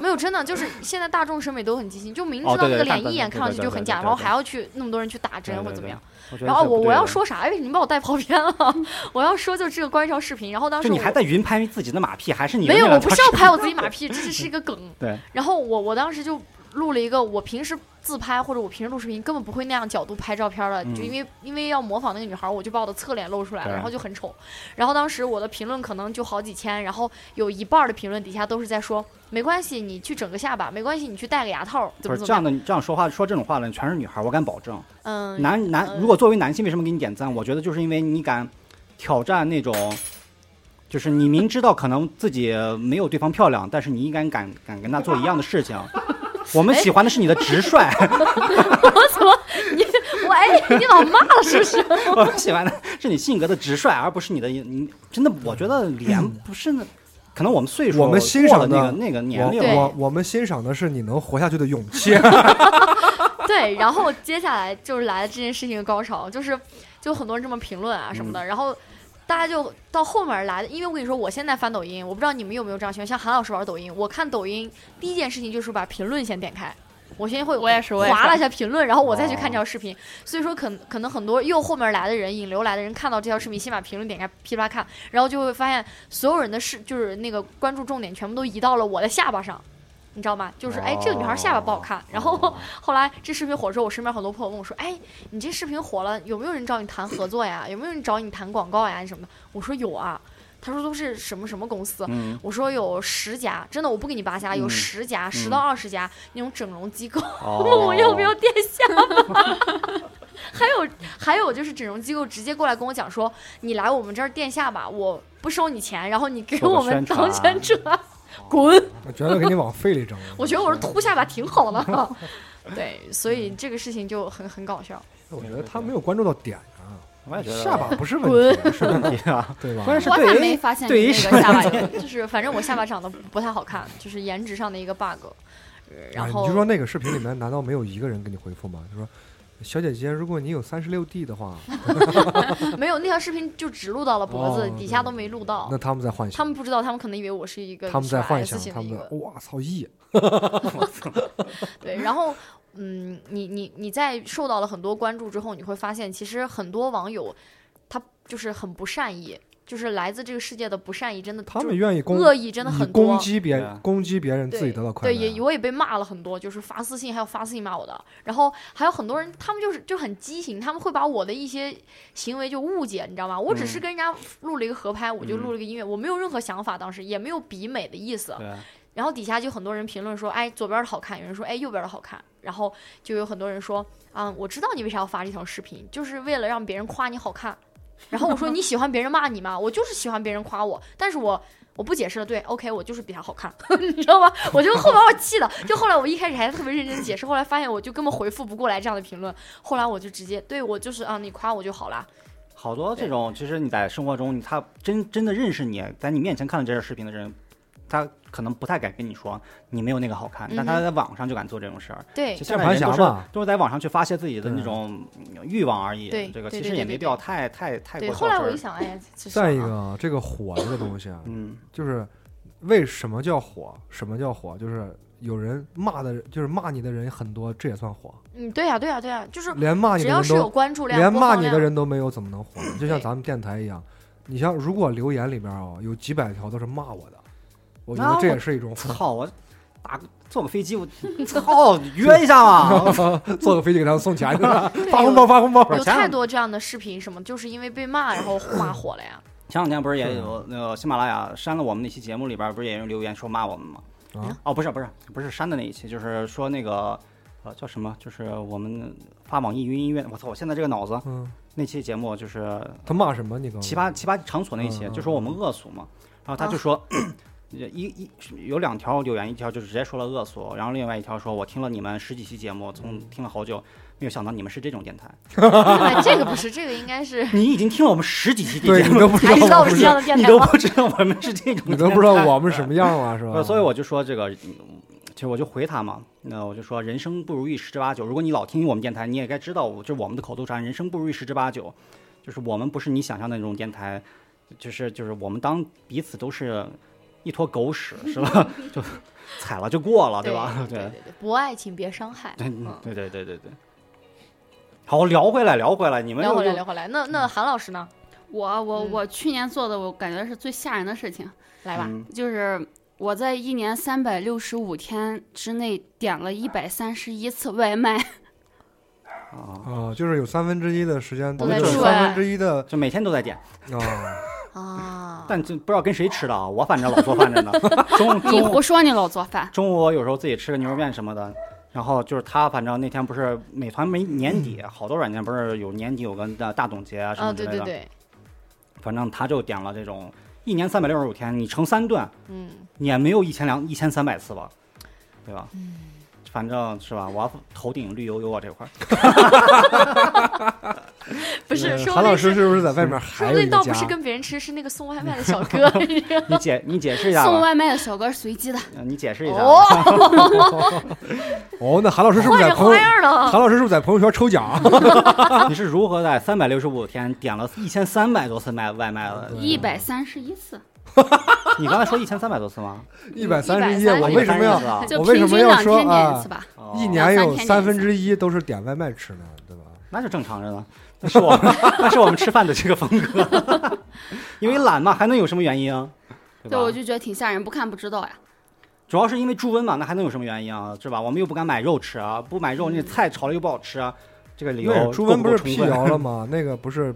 Speaker 3: 没有，真的就是现在大众审美都很畸形，就明知
Speaker 1: 哦
Speaker 3: 道
Speaker 1: 对对
Speaker 3: 那个
Speaker 1: 看
Speaker 3: 脸一
Speaker 1: 对
Speaker 3: 眼
Speaker 1: 对
Speaker 3: 看上
Speaker 1: 对
Speaker 3: 去
Speaker 1: 对
Speaker 3: 就
Speaker 1: 对
Speaker 3: 很
Speaker 1: 对
Speaker 3: 假，
Speaker 1: 对
Speaker 3: 然后
Speaker 1: 对
Speaker 3: 还要去那么多人去打针
Speaker 1: 对
Speaker 3: 或
Speaker 1: 对
Speaker 3: 怎么
Speaker 1: 对
Speaker 3: 样。
Speaker 1: 我觉得
Speaker 3: 然后
Speaker 1: 这不
Speaker 3: 我
Speaker 1: 对
Speaker 3: 我要
Speaker 1: 的，
Speaker 3: 说啥？哎，你把我带跑偏了。 <laughs> 我要说就这个关于这条视频，然后当时
Speaker 1: 就你
Speaker 3: 我
Speaker 1: 还在云拍自己的马屁，还是你
Speaker 3: 没有，
Speaker 1: 那
Speaker 3: 我
Speaker 1: 两
Speaker 3: 不
Speaker 1: 条
Speaker 3: 是要
Speaker 1: 视
Speaker 3: 拍我自己马屁，
Speaker 1: <laughs>
Speaker 3: 这是一个梗。
Speaker 1: 对。
Speaker 3: 然后我我当时就录了一个我平时自拍或者我平时录视频根本不会那样角度拍照片的，
Speaker 1: 嗯
Speaker 3: 就因为因为要模仿那个女孩，我就把我的侧脸露出来了，
Speaker 1: 对
Speaker 3: 然后就很丑。然后当时我的评论可能就好几千，然后有一半儿的评论底下都是在说没关系，你去整个下巴，没关系，你去戴个牙套，怎
Speaker 1: 不
Speaker 3: 么
Speaker 1: 是
Speaker 3: 怎
Speaker 1: 这
Speaker 3: 么
Speaker 1: 样
Speaker 3: 样。
Speaker 1: 的，这样说话说这种话的全是女孩，我敢保证。
Speaker 3: 嗯，
Speaker 1: 男男
Speaker 3: 呃，
Speaker 1: 如果作为男性，为什么给你点赞？我觉得就是因为你敢挑战那种，就是你明知道可能自己没有对方漂亮，但是你依然敢敢跟她做一样的
Speaker 3: <laughs>
Speaker 1: 事情。我们喜欢的是你的直率，
Speaker 3: 我怎么你 <laughs> 我哎，你老骂了是不是？
Speaker 1: <laughs> 我们喜欢的是你性格的直率，而不是你的你真的，我觉得脸不是那，可能我们岁数
Speaker 4: 嗯我们欣赏
Speaker 1: 过了那个
Speaker 4: 的
Speaker 1: 那个年龄，
Speaker 4: 我
Speaker 3: 对
Speaker 4: 我我们欣赏的是你能活下去的勇 <laughs> 气。
Speaker 3: <laughs> 对，然后接下来就是来了这件事情的高潮，就是就很多人这么评论啊什么的，然后大家就到后面来的，因为我跟你说，我现在翻抖音，我不知道你们有没有这样习惯，像韩老师玩抖音，我看抖音第一件事情就是把评论先点开。我先会，
Speaker 2: 我也是我也是
Speaker 3: 划了一下评论，然后我再去看这条视频。所以说可，可能很多又后面来的人，引流来的人看到这条视频，先把评论点开，噼啪看，然后就会发现所有人的视就是那个关注重点全部都移到了我的下巴上，你知道吗？就是哎，这个女孩下巴不好看，然后后来这视频火之后，我身边很多朋友问我说：“哎，你这视频火了，有没有人找你谈合作呀？有没有人找你谈广告呀？什么的？”我说有啊，他说都是什么什么公司。
Speaker 1: 嗯，
Speaker 3: 我说有十家，真的我不给你扒瞎，有
Speaker 1: 嗯
Speaker 3: 十家，十到二十家那种整容机构， <laughs>
Speaker 1: 哦
Speaker 3: 问我要不要垫下巴。 <laughs> 还有还有就是整容机构直接过来跟我讲说，你来我们这儿垫下巴，我不收你钱，然后你给
Speaker 1: 做个
Speaker 3: 我们
Speaker 1: 宣传哦
Speaker 3: 当宣传，滚！
Speaker 4: 我觉得给你往肺里整。
Speaker 3: 我觉得我是凸下巴挺好
Speaker 4: <laughs>
Speaker 3: 的，对，所以这个事情就很很搞笑。
Speaker 4: 我觉得他没有关注到点啊，
Speaker 1: 我也觉得 <laughs>
Speaker 4: 下巴不是问题，
Speaker 1: 是问题啊，
Speaker 4: 对吧？
Speaker 1: 关键是
Speaker 2: 我咋
Speaker 1: 对
Speaker 2: 没
Speaker 1: 于
Speaker 2: 发现
Speaker 1: 对于
Speaker 2: 你
Speaker 4: 嗯
Speaker 2: 那
Speaker 1: 什
Speaker 2: 个
Speaker 1: 么
Speaker 2: 下巴有？
Speaker 3: 就是反正我下巴长得不太好看，就是颜值上的一个 bug。呃然
Speaker 4: 哎
Speaker 3: 后、
Speaker 4: 啊你就说那个视频里面，难道没有一个人给你回复吗？就说小姐姐，如果你有三十六 D 的话，
Speaker 3: 没有那条视频就只录到了脖子，
Speaker 4: 哦
Speaker 3: 底下都没录到
Speaker 4: 那。他们在幻
Speaker 3: 他
Speaker 4: 想，
Speaker 3: 们不知道，他们可能以为我是一个
Speaker 4: 他们在
Speaker 3: 小
Speaker 4: 幻
Speaker 3: S
Speaker 4: 想，
Speaker 3: 型
Speaker 4: 他
Speaker 3: 的一
Speaker 4: 们
Speaker 3: 个
Speaker 4: 在哇操 E，
Speaker 3: 对，然后。嗯，你你你在受到了很多关注之后，你会发现，其实很多网友他就是很不善意，就是来自这个世界的不善意，真的
Speaker 4: 他
Speaker 3: 就
Speaker 4: 们愿意攻
Speaker 3: 恶意真的
Speaker 4: 以
Speaker 3: 很多。
Speaker 4: 攻击别
Speaker 1: 对啊
Speaker 4: 人，攻击别人
Speaker 3: 对
Speaker 4: 自己得到快乐
Speaker 3: 对，
Speaker 4: 啊。
Speaker 3: 也我也被骂了很多，就是发私信，还有发私信骂我的，然后还有很多人，他们就是就很畸形，他们会把我的一些行为就误解，你知道吗？我只是
Speaker 1: 嗯
Speaker 3: 跟人家录了一个合拍，我就
Speaker 1: 嗯
Speaker 3: 录了一个音乐，我没有任何想法，当时也没有比美的意思。
Speaker 1: 对，
Speaker 3: 然后底下就很多人评论说，哎，左边的好看，有人说，哎，右边的好看，然后就有很多人说，啊、我知道你为啥要发这条视频，就是为了让别人夸你好看。然后我
Speaker 4: <laughs>
Speaker 3: 说你喜欢别人骂你吗？我就是喜欢别人夸我，但是我我不解释了，对，OK，我就是比他好看， <laughs> 你知道吗？我就后来我气的，就后来我一开始还特别认真解释，后来发现我就根本回复不过来这样的评论，后来我就直接对我就是啊，你夸我就好啦。
Speaker 1: 好多这种，其实你在生活中，他真真的认识你，在你面前看了这个视频的人，他可能不太敢跟你说你没有那个好看，但
Speaker 3: 嗯
Speaker 1: 他
Speaker 3: 哼
Speaker 1: 在网上就敢做这种事儿。
Speaker 3: 对
Speaker 1: 其，实
Speaker 4: 键
Speaker 1: 现
Speaker 4: 盘
Speaker 1: 在人
Speaker 4: 侠
Speaker 1: 都是
Speaker 4: 嘛，
Speaker 1: 都是在网上去发泄自己的
Speaker 4: 对啊
Speaker 1: 那种嗯欲望而已。
Speaker 3: 对
Speaker 1: 这个
Speaker 3: 对
Speaker 1: 其
Speaker 3: 对
Speaker 1: 实也
Speaker 3: 对
Speaker 1: 没
Speaker 3: 对
Speaker 1: 必要太太太
Speaker 3: 对，
Speaker 1: 过
Speaker 3: 后
Speaker 1: 较
Speaker 3: 来
Speaker 1: 真
Speaker 3: 我
Speaker 1: 儿
Speaker 3: 一。想，哎呀，这
Speaker 4: 再一，
Speaker 3: 这算
Speaker 4: 个
Speaker 3: 了啊
Speaker 4: 啊，这个火这个东西啊，
Speaker 1: 嗯，
Speaker 4: 就是为什么叫火？什么叫火？就是有人骂的，就是骂你的人很多，这也算火。
Speaker 3: 嗯，对呀、对呀、对呀、就是
Speaker 4: 连骂你
Speaker 3: 只
Speaker 4: 的
Speaker 3: 要
Speaker 4: 人
Speaker 3: 是有
Speaker 4: 都，
Speaker 3: 关注量，
Speaker 4: 连
Speaker 3: 播
Speaker 4: 骂
Speaker 3: 放
Speaker 4: 你的
Speaker 3: 量
Speaker 4: 人都没有，怎么能
Speaker 3: <clears throat>
Speaker 4: 火呢？就像
Speaker 3: 对
Speaker 4: 咱们电台一样，你像如果留言里边啊有几百条都是骂我的，我觉
Speaker 1: 那
Speaker 4: 得这
Speaker 1: 我
Speaker 4: 也是一种火。
Speaker 1: <laughs> 操我打坐个飞机，我操约一下 <laughs> 嘛。
Speaker 4: <laughs> 坐个飞机给他们送钱
Speaker 3: <laughs>
Speaker 4: 去了，
Speaker 3: 对
Speaker 4: 发
Speaker 3: 有
Speaker 4: 红包发红包。
Speaker 3: 有
Speaker 1: 前
Speaker 3: 太
Speaker 1: 两
Speaker 3: 多这样的视频，什么就是因为被骂然后骂火了呀。
Speaker 1: 前两天不是也
Speaker 4: 是
Speaker 1: 有那个喜马拉雅删了我们那期节目里边儿，不是也有留言说骂我们吗？
Speaker 4: 啊
Speaker 1: 哦，不是不是不是删的那一期，就是说那个呃叫什么，就是我们发网易云音乐，我操，我现在这个脑子
Speaker 4: 嗯，
Speaker 1: 那期节目就是
Speaker 4: 他骂什么？你告诉我
Speaker 1: 奇葩奇葩场所那一期，
Speaker 4: 嗯啊
Speaker 1: 就说我们恶俗嘛，然后他就说。 <clears throat> 一一有两条留言，一条就直接说了恶俗，然后另外一条说，我听了你们十几期节目，从
Speaker 4: 嗯
Speaker 1: 听了好久，没有想到你们是这种电台。
Speaker 3: 哎这个不是，这个应该是
Speaker 1: 你已经听了我们十几期节
Speaker 4: 对你
Speaker 1: 目，
Speaker 4: 都不知
Speaker 3: 还知
Speaker 4: 道
Speaker 3: 道
Speaker 4: 我
Speaker 3: 我
Speaker 4: 们
Speaker 3: 是
Speaker 4: 是
Speaker 3: 这，样的电
Speaker 1: 你
Speaker 3: 台
Speaker 1: 都
Speaker 3: 吗？
Speaker 1: 不知道我们是这种，
Speaker 4: <laughs> 你都不知道我们什么样了，是吧？
Speaker 1: <laughs> 呃所以我就说这个，嗯其实我就回他嘛，那我就说人生不如意十之八九。如果你老听我们电台，你也该知道，我就是我们的口头禅，人生不如意十之八九，就是我们不是你想象的那种电台，就是就是我们当彼此都是一坨狗屎，是吧？ <laughs> 就踩了就过了，
Speaker 3: 对
Speaker 1: 啊吧？
Speaker 3: 对对，不爱请别伤害。
Speaker 1: 对
Speaker 3: 嗯，
Speaker 1: 对对对对对。好，聊回来，聊回来，你们
Speaker 3: 聊
Speaker 1: 又
Speaker 3: 回来，聊回来。那那韩老师呢？
Speaker 2: 我我
Speaker 3: 嗯
Speaker 2: 我去年做的，我感觉是最吓人的事情，
Speaker 3: 来吧，
Speaker 1: 嗯
Speaker 2: 就是我在一年三百六十五天之内点了一百三十一次外卖，
Speaker 1: 啊，
Speaker 4: 啊，就是有三分之一的时间
Speaker 1: 都
Speaker 4: 就
Speaker 1: 在
Speaker 4: 是
Speaker 1: 吃
Speaker 4: 三分之一
Speaker 1: <laughs>
Speaker 4: 的
Speaker 1: 就每天都在点，
Speaker 4: 啊，
Speaker 3: 啊，
Speaker 1: 但就不知道跟谁吃的啊。我反正老做饭着呢，中
Speaker 2: 你
Speaker 1: 中午
Speaker 2: 胡说，你老做饭。
Speaker 1: 中午我有时候自己吃个牛肉面什么的，然后就是他，反正那天不是美团没年底，好多软件不是有年底有个大大总结啊什
Speaker 3: 啊，
Speaker 1: 么
Speaker 3: 对
Speaker 1: 之类
Speaker 3: 对
Speaker 1: 的，
Speaker 3: 对，
Speaker 1: 反正他就点了这种一年三百六十五天，你乘三顿，
Speaker 3: 嗯，
Speaker 1: 你也没有一千两一千三百次吧，对吧？反正是吧，我要头顶绿油油啊这块儿，
Speaker 3: 不是，说
Speaker 4: 韩
Speaker 3: 不
Speaker 4: 老
Speaker 3: 定
Speaker 4: 师
Speaker 3: 是，
Speaker 4: 是不是在外面
Speaker 3: 说
Speaker 4: 还
Speaker 3: 不
Speaker 4: 有
Speaker 3: 定
Speaker 4: 一个
Speaker 3: 倒不
Speaker 4: 家？
Speaker 3: 是跟别人吃，是那个送外卖的小哥。 <laughs>
Speaker 1: 你解你解释一下
Speaker 2: 送
Speaker 1: 吧，
Speaker 2: 外卖的小哥是随机的，
Speaker 1: 呃你解释一下吧。
Speaker 3: 哦，
Speaker 4: 哦，那韩老师是不
Speaker 3: 换
Speaker 4: 是在
Speaker 3: 着
Speaker 4: 朋友
Speaker 3: 花？样啊了。
Speaker 4: <laughs> 韩老师是不是在朋友圈抽奖？
Speaker 1: <laughs>
Speaker 3: <laughs>
Speaker 1: 你是如何在三百六十五天点了一千三百多次卖外卖的？
Speaker 4: 对
Speaker 2: 一百三十一次，
Speaker 1: 你刚才说一千三百多次吗？
Speaker 4: 一百三十一，我为什么
Speaker 3: 哦
Speaker 4: 要
Speaker 1: 要
Speaker 2: 就
Speaker 4: 我为
Speaker 2: 平
Speaker 4: 什么
Speaker 2: 均
Speaker 4: 要
Speaker 2: 两
Speaker 4: 说
Speaker 2: 天点
Speaker 4: 啊
Speaker 2: 一次吧。
Speaker 4: 一
Speaker 1: 哦
Speaker 2: 两
Speaker 4: 年有
Speaker 2: 三天
Speaker 4: 三分之一都是点外卖吃呢？对吧？
Speaker 1: 那就正常着呢，那是我们那是我们吃饭的这个风格，因为懒嘛，还能有什么原因啊？对
Speaker 2: 对，我
Speaker 1: 吧？
Speaker 2: 就觉得挺吓人，不看不知道呀。
Speaker 1: 主要是因为猪瘟嘛，那还能有什么原因啊？是吧？我们又不敢买肉吃啊，不买肉那菜炒了又不好吃啊，这个理
Speaker 4: 那
Speaker 1: 由
Speaker 4: 朱
Speaker 1: 够
Speaker 4: 温
Speaker 1: 够
Speaker 4: 不是
Speaker 1: 充
Speaker 4: 辟
Speaker 1: 分
Speaker 4: 谣
Speaker 1: <laughs>
Speaker 4: 了吗？那个不是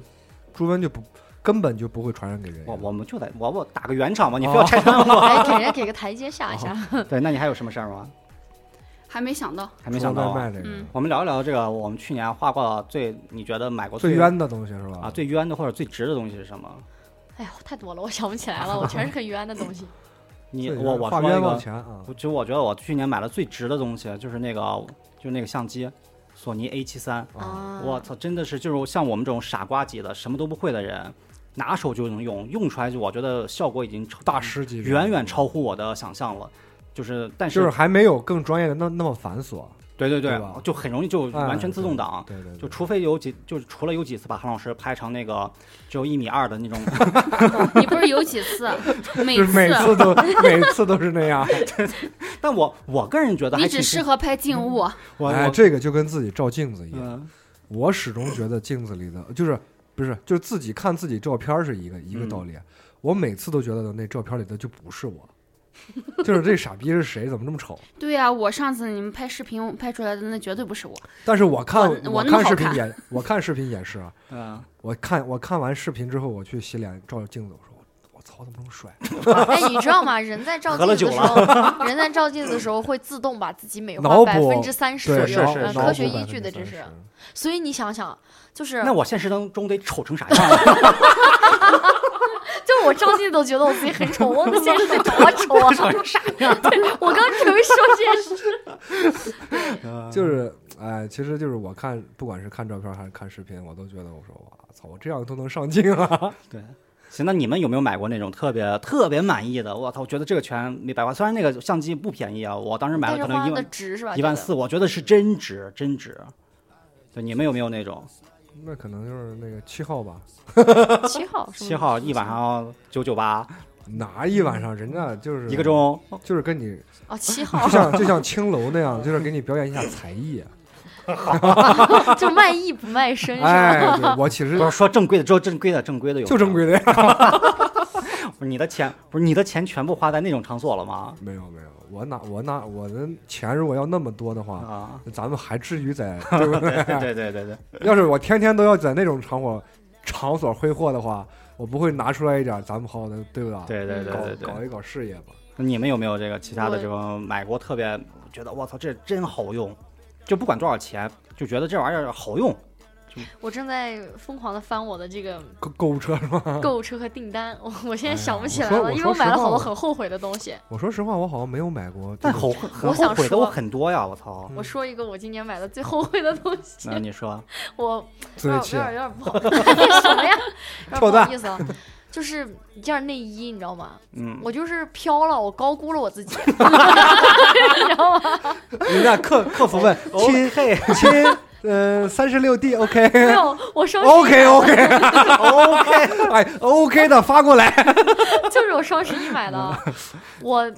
Speaker 4: 朱温就不根本就不会传染给人。
Speaker 1: 我我们就得我我打个圆场嘛，你非要拆穿我。
Speaker 3: 哎，给人家给个台阶下一下。
Speaker 1: <laughs> 对，那你还有什么事儿吗？
Speaker 2: 还没想
Speaker 4: <laughs>
Speaker 2: 到，
Speaker 1: 还没想到
Speaker 4: 外
Speaker 1: 啊、
Speaker 4: 卖这个
Speaker 2: 嗯
Speaker 1: 我们聊一聊这个，我们去年画过最你觉得买过
Speaker 4: 最
Speaker 1: 最
Speaker 4: 冤的东西是吧？
Speaker 1: 啊最冤的或者最值的东西是什么？
Speaker 3: 哎呦，太多了，我想不起来了，我全是很冤的东西。
Speaker 1: 你
Speaker 4: 最
Speaker 1: 我我
Speaker 4: 花
Speaker 1: 说一
Speaker 4: 冤
Speaker 1: 个
Speaker 4: 枉钱啊！
Speaker 1: 我其实我觉得我去年买了最值的东西就是那个就是那个相机，索尼 A 7 3
Speaker 4: 啊，
Speaker 2: 嗯
Speaker 1: 我操，真的是就是像我们这种傻瓜级的什么都不会的人，拿手就能用，用出来就我觉得效果已经超
Speaker 4: 大师级别
Speaker 1: 远远超乎我的想象了。就是，但
Speaker 4: 就是还没有更专业的那那么繁琐，
Speaker 1: 对对对
Speaker 4: 对吧，
Speaker 1: 就很容易就完全自动挡。
Speaker 4: 对对，对
Speaker 1: 就除非有几，就是除了有几次把韩老师拍成那个只有一米二的
Speaker 4: <laughs>
Speaker 1: 那种，
Speaker 2: 你不是有几次？啊每
Speaker 4: 就是每
Speaker 2: 次啊
Speaker 4: 次都每次都是那样。
Speaker 1: 但我我个人觉得还
Speaker 2: 你
Speaker 1: 挺
Speaker 2: 只适合拍静物，
Speaker 1: <laughs> 我
Speaker 4: 哎，
Speaker 1: 我
Speaker 4: 这个就跟自己照镜子一样，
Speaker 1: 嗯
Speaker 4: 我始终觉得镜子里的就是不是就是自己看自己照片是一个一个
Speaker 1: 嗯
Speaker 4: 道理。我每次都觉得那照片里的就不是我，就是这傻逼是谁？怎么这么丑？
Speaker 2: 对呀、我上次你们拍视频拍出来的那绝对不是我，
Speaker 4: 但是我看
Speaker 2: 我我那么
Speaker 4: 看
Speaker 2: 好
Speaker 4: 视频
Speaker 2: 看
Speaker 4: 也我看视频也是啊，
Speaker 1: 嗯，
Speaker 4: 我看我看完视频之后，我去洗脸照镜子，我说我我操，怎么这么帅？
Speaker 1: <laughs>
Speaker 3: 哎，你知道吗？人在照镜子的时候，人在照镜子的时候会自动把自己美化
Speaker 4: 脑
Speaker 3: 百
Speaker 4: 补
Speaker 3: 分之三十
Speaker 4: 对，
Speaker 3: 左
Speaker 1: 是
Speaker 3: 右，
Speaker 1: 是
Speaker 3: 呃
Speaker 1: 是
Speaker 3: 科
Speaker 1: 脑
Speaker 3: 学
Speaker 1: 补
Speaker 3: 依据的，这是。
Speaker 4: 30%
Speaker 3: 所以你想想，就是
Speaker 1: 那我现实当中得丑成啥样啊？
Speaker 3: <laughs> 就是我照镜子都觉得我自己很丑，我那现实得找我丑
Speaker 1: <laughs>
Speaker 3: 啊！对，我刚准备说这件事。
Speaker 4: 就是哎，其实就是我看，不管是看照片还是看视频，我都觉得我说哇操，我这样都能上镜啊！ <laughs>
Speaker 1: 对，行，那你们有没有买过那种特别特别满意的？我操，我觉得这个全没白花。虽然那个相机不便宜啊，我当时买
Speaker 3: 但
Speaker 1: 了
Speaker 3: 是
Speaker 1: 可能
Speaker 3: 花
Speaker 1: 一
Speaker 3: 的
Speaker 1: 万
Speaker 3: 值是吧？
Speaker 1: 一万
Speaker 3: 觉得
Speaker 1: 四，我觉得是真值，真值。对，你们有没有那种
Speaker 4: 那可能就是那个七号吧，
Speaker 3: 七号，
Speaker 1: 七号一晚上九九八
Speaker 4: 哪一晚上人家就是
Speaker 1: 一个，钟？
Speaker 4: 就是跟你
Speaker 3: 哦，七
Speaker 4: 就
Speaker 3: 号
Speaker 4: 像就像青楼那样，就是给你表演一下才艺。
Speaker 3: 就卖艺不卖身是
Speaker 2: 啊
Speaker 3: 吧？
Speaker 4: 哎，对我其实
Speaker 1: 不是说正规的，只有正规的，正规的有。
Speaker 4: 就正。规的呀。
Speaker 1: 不是你的钱，不是你的钱全部花在那种场所了吗？
Speaker 4: <laughs> 没有没有，我哪我哪我的钱如果要那么多的话， <laughs>
Speaker 1: 啊，
Speaker 4: 咱们还至于在对 <laughs> 不对？
Speaker 1: 对对对对对，
Speaker 4: 要是我天天都要在那种场所场所挥霍的话，我不会拿出来一点咱们好好的，对不对？
Speaker 1: 对对对对
Speaker 4: 搞搞
Speaker 1: 对。
Speaker 4: 一搞事业吧。
Speaker 1: 那你们有没有这个其他的
Speaker 3: 我
Speaker 1: 这种买过特别觉得我操这真好用，就不管多少钱，就觉得这玩意儿好用？
Speaker 3: 我正在疯狂的翻我的这个
Speaker 4: 购购物车是吗？ <laughs>
Speaker 1: 嗯
Speaker 3: 购物车和订单，我我现在想不起来
Speaker 4: 哎呀我
Speaker 3: 了，
Speaker 4: 说
Speaker 3: 因为我买了好多
Speaker 4: 我说实话
Speaker 3: 很后悔的东西。
Speaker 4: 我说实话，我好像没有买过这
Speaker 1: 但
Speaker 4: 种。
Speaker 1: 后悔很
Speaker 3: 我想
Speaker 1: 后悔的
Speaker 3: 说
Speaker 1: 我很多呀，我操！
Speaker 3: 我说一个我今年买的最后悔的东西，
Speaker 1: 那你说，
Speaker 3: 我哦有
Speaker 4: 自
Speaker 3: 点
Speaker 4: 慰
Speaker 3: 有
Speaker 4: 器啊
Speaker 3: 点有点不好，
Speaker 4: <laughs>
Speaker 3: 什么呀？有点不
Speaker 4: 跳
Speaker 3: 好
Speaker 4: 蛋
Speaker 3: 意思啊，就是一件内衣，你知道吗？
Speaker 1: 嗯，
Speaker 3: 我就是飘了，我高估了我自
Speaker 4: <laughs>
Speaker 3: 己，你知道吗？
Speaker 4: 人家客客服问亲
Speaker 1: 嘿
Speaker 4: 亲，呃，三十六 D OK
Speaker 3: 没有，我双十一
Speaker 4: OK OK
Speaker 3: <laughs>
Speaker 4: OK，哎 OK 的发过来。
Speaker 3: 就是我双十一买的，啊
Speaker 4: 嗯
Speaker 3: <laughs> 我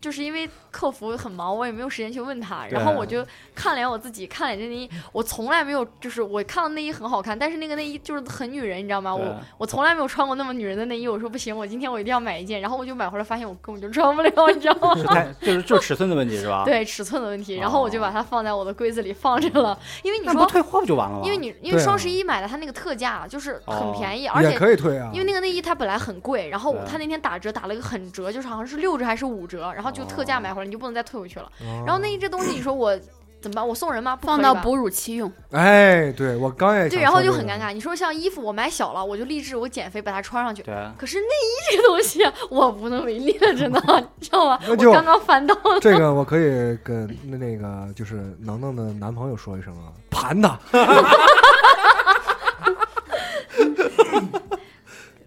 Speaker 3: 就是因为客服很忙，我也没有时间去问他，然后
Speaker 1: 对
Speaker 3: 我就看脸我自己，看脸这内衣，我从来没有就是我看到内衣很好看，但是那个内衣就是很女人，你知道吗？
Speaker 1: 对
Speaker 3: 我我从来没有穿过那么女人的内衣，我说不行，我今天我一定要买一件，然后我就买回来发现我根本就穿不了，你知道吗？
Speaker 1: 是太就是就是尺寸的问题是吧？，
Speaker 4: 啊
Speaker 3: 对尺寸的问题，然后我
Speaker 4: 哦
Speaker 3: 就把它放在我的柜子里放着了，因为你
Speaker 1: 那不
Speaker 3: 说，
Speaker 1: 退货不就完了吗？
Speaker 3: 因为你因为
Speaker 4: 对啊
Speaker 3: 双十一买的它那个特价啊就是很
Speaker 1: 哦
Speaker 3: 便宜，而
Speaker 4: 也
Speaker 3: 且
Speaker 4: 可以退啊，
Speaker 3: 因为那个内衣它本来很贵，然后我
Speaker 1: 对
Speaker 3: 它那天打折打了个很折，就是好像是六折还是五折，然后就特价
Speaker 1: 哦
Speaker 3: 买回来，你就不能再退回去了。
Speaker 4: 哦
Speaker 3: 然后内衣这东西，你说我怎么办？我送人吗？不可以
Speaker 2: 放到
Speaker 3: 吧
Speaker 2: 哺乳期用，
Speaker 4: 哎，对我刚也想
Speaker 3: 对，然后
Speaker 4: 说
Speaker 3: 就
Speaker 4: 这
Speaker 3: 很
Speaker 4: 个
Speaker 3: 尴尬。你说像衣服，我买小了，我就励志我减肥把它穿上去。
Speaker 1: 对，
Speaker 3: 可是内衣这个东西啊，我无能为力了，真的，你知道吗？
Speaker 4: 那
Speaker 3: 我
Speaker 4: 就
Speaker 3: 刚刚翻到，
Speaker 4: 这
Speaker 3: <laughs>
Speaker 4: 个我可以跟那那个就是能能的男朋友说一声啊，盘呐，
Speaker 3: <laughs>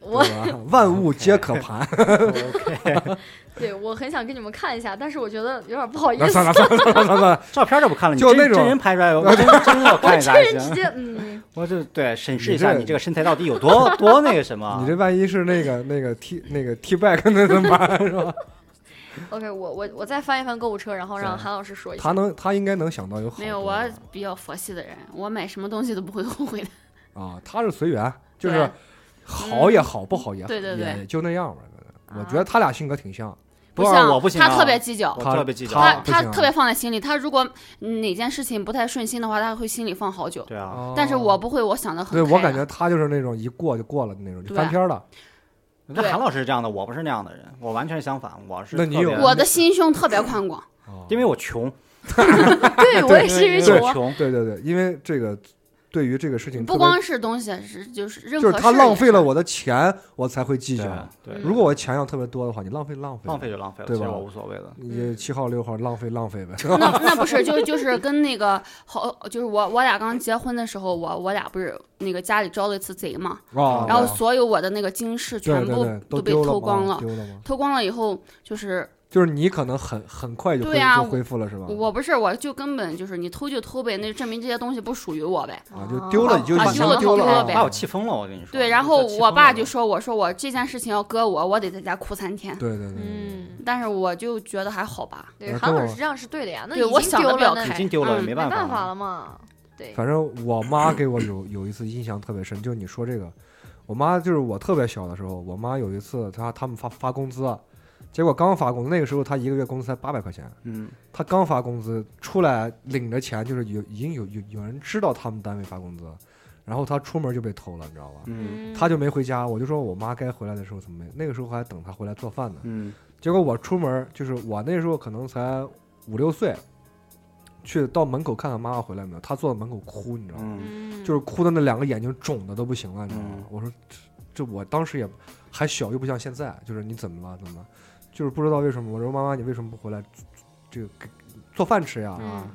Speaker 3: 我
Speaker 4: 对吧万物皆可
Speaker 3: <laughs>
Speaker 4: 盘。
Speaker 3: 对我很想给你们看一下，但是我觉得有点不好意
Speaker 4: 那
Speaker 3: 思
Speaker 4: 算，了算了算了算了，
Speaker 1: 照片这不看了，你
Speaker 4: 就
Speaker 1: 真
Speaker 4: 那种
Speaker 1: 真人拍出
Speaker 4: <laughs>
Speaker 1: 来，我真真要看一
Speaker 3: <laughs>
Speaker 1: 下
Speaker 3: 这人直
Speaker 1: 行。
Speaker 3: 接嗯，
Speaker 1: 我就对审视
Speaker 4: 你
Speaker 1: 一下
Speaker 4: 这
Speaker 1: 你这个身材到底有多多那个什
Speaker 2: 啊
Speaker 1: 么。
Speaker 4: 你这万一是
Speaker 2: <laughs>
Speaker 4: 那个那个 T 那个 T back 那怎么办是吧？
Speaker 3: OK，我我我再翻一翻购物车，然后让
Speaker 1: 行
Speaker 3: 韩老师说一
Speaker 4: 他
Speaker 3: 下。
Speaker 4: 能他应该能想到有好
Speaker 2: 没有，
Speaker 4: 多
Speaker 2: 我
Speaker 4: 的
Speaker 2: 比较佛系的人，我买什么东西都不会后悔的。
Speaker 4: 啊，他是随缘，就是
Speaker 2: 对嗯
Speaker 4: 好也好，不好也好
Speaker 2: 对对对
Speaker 4: 也就那样吧。可能我
Speaker 3: 啊
Speaker 4: 觉得他俩性格挺像，
Speaker 1: 不是
Speaker 2: 像
Speaker 1: 我不行啊
Speaker 2: 他特别计较
Speaker 1: 我，
Speaker 4: 他
Speaker 1: 特别计较
Speaker 2: 他
Speaker 4: 他不
Speaker 2: 他
Speaker 4: 行啊
Speaker 2: 特别放在心里。他如果哪件事情不太顺心的话，他会心里放好久。
Speaker 1: 对啊，
Speaker 4: 哦
Speaker 2: 但是我
Speaker 4: 不
Speaker 2: 不会，我想的很
Speaker 4: 对我
Speaker 2: 开
Speaker 4: 感
Speaker 2: 朗
Speaker 4: 觉他就是那种一过就过了的那种，就
Speaker 2: 对啊
Speaker 4: 翻篇了。
Speaker 1: 那
Speaker 2: 对
Speaker 1: 韩老师是这样的，我不是那样的人，我完全是相反，我是
Speaker 4: 那你
Speaker 1: 特别
Speaker 4: 有
Speaker 2: 我的心胸特别宽广。
Speaker 4: 啊
Speaker 1: 因为我穷，
Speaker 3: 对我也是因
Speaker 1: 因
Speaker 3: 为
Speaker 1: 为
Speaker 3: 酒
Speaker 1: 我
Speaker 3: 啊，
Speaker 1: 穷，
Speaker 4: 对对对，因为这个对于这个事情特别，
Speaker 2: 不光是东西，是就是任
Speaker 4: 就
Speaker 2: 何
Speaker 4: 是他
Speaker 2: 事
Speaker 4: 浪
Speaker 2: 也
Speaker 4: 费
Speaker 2: 是
Speaker 4: 了我的钱，我才会计
Speaker 1: 对
Speaker 4: 较。
Speaker 1: 对，
Speaker 3: 嗯
Speaker 4: 如果我钱要特别多的话，你浪费浪费
Speaker 1: 浪费就浪费了，
Speaker 4: 对
Speaker 1: 其
Speaker 4: 吧
Speaker 1: 实我无所谓的。
Speaker 4: 你七号六号浪费浪
Speaker 1: <laughs>
Speaker 4: 费呗。
Speaker 2: 那那不是就就是跟那个好，就是我我俩刚结婚的时候，我我俩不是那个家里招了一次贼嘛，
Speaker 1: 哦
Speaker 4: 啊
Speaker 2: 然后所有我的那个金饰
Speaker 4: 对
Speaker 2: 全
Speaker 4: 对
Speaker 2: 部
Speaker 4: 对，
Speaker 2: 都被
Speaker 4: 丢了
Speaker 2: 偷光
Speaker 4: 吗
Speaker 2: 了。
Speaker 4: 丢了吗？
Speaker 2: 偷光了以后，就是
Speaker 4: 就是你可能很很快就恢
Speaker 2: 对啊
Speaker 4: 就恢复了是吧？
Speaker 2: 我不是我就根本就是你偷就偷呗，那就证明这些东西不属于我呗。
Speaker 3: 哦
Speaker 4: 啊，就丢了，你就
Speaker 2: 啊丢
Speaker 4: 把全部
Speaker 2: 了
Speaker 4: 丢
Speaker 2: 丢
Speaker 4: 了
Speaker 2: 了
Speaker 4: 啊，
Speaker 2: 呗
Speaker 1: 把我气疯了，我跟你说。
Speaker 2: 对，然后
Speaker 1: 这气疯
Speaker 2: 我爸
Speaker 1: 了
Speaker 2: 就说我说我这件事情要搁我，我得在家哭三天。
Speaker 4: 对对对，对
Speaker 3: 嗯，
Speaker 2: 但是我就觉得还好吧，
Speaker 3: 对，
Speaker 4: 然后
Speaker 3: 韩
Speaker 4: 跟
Speaker 3: 老师
Speaker 4: 我
Speaker 3: 这样是对的呀，那
Speaker 2: 对
Speaker 3: 已
Speaker 2: 我
Speaker 3: 经
Speaker 2: 想得
Speaker 3: 丢
Speaker 2: 比较
Speaker 3: 了，那
Speaker 2: 开
Speaker 1: 已经丢了，
Speaker 2: 嗯
Speaker 1: 没
Speaker 3: 哎没办
Speaker 1: 法
Speaker 3: 法
Speaker 1: 了。
Speaker 3: 了嘛。对，
Speaker 4: 反正我妈给我有有一次印象特别深，就是你说这个，我妈就是我特别小的时候，我妈有一次她他们发发工资啊，结果刚发工资，那个时候她一个月工资才八百块钱，
Speaker 1: 嗯，
Speaker 4: 她刚发工资出来领着钱，就是有已经有有有人知道他们单位发工资，然后她出门就被偷了，你知道吧？
Speaker 1: 嗯
Speaker 4: 她就没回家，我就说我妈该回来的时候怎么没？那个时候还等她回来做饭呢。
Speaker 1: 嗯
Speaker 4: 结果我出门就是我那时候可能才五六岁，去到门口看看妈妈回来没有，她坐在门口哭，你知道吗？
Speaker 1: 嗯，
Speaker 3: 嗯
Speaker 4: 就是哭的那两个眼睛肿的都不行了，你知道吗
Speaker 1: 嗯？
Speaker 4: 我说这这我当时也还小，又不像现在，就是你怎么了？怎么了？就是不知道为什么。我说妈妈，你为什么不回来？这个给做饭吃呀？
Speaker 3: 嗯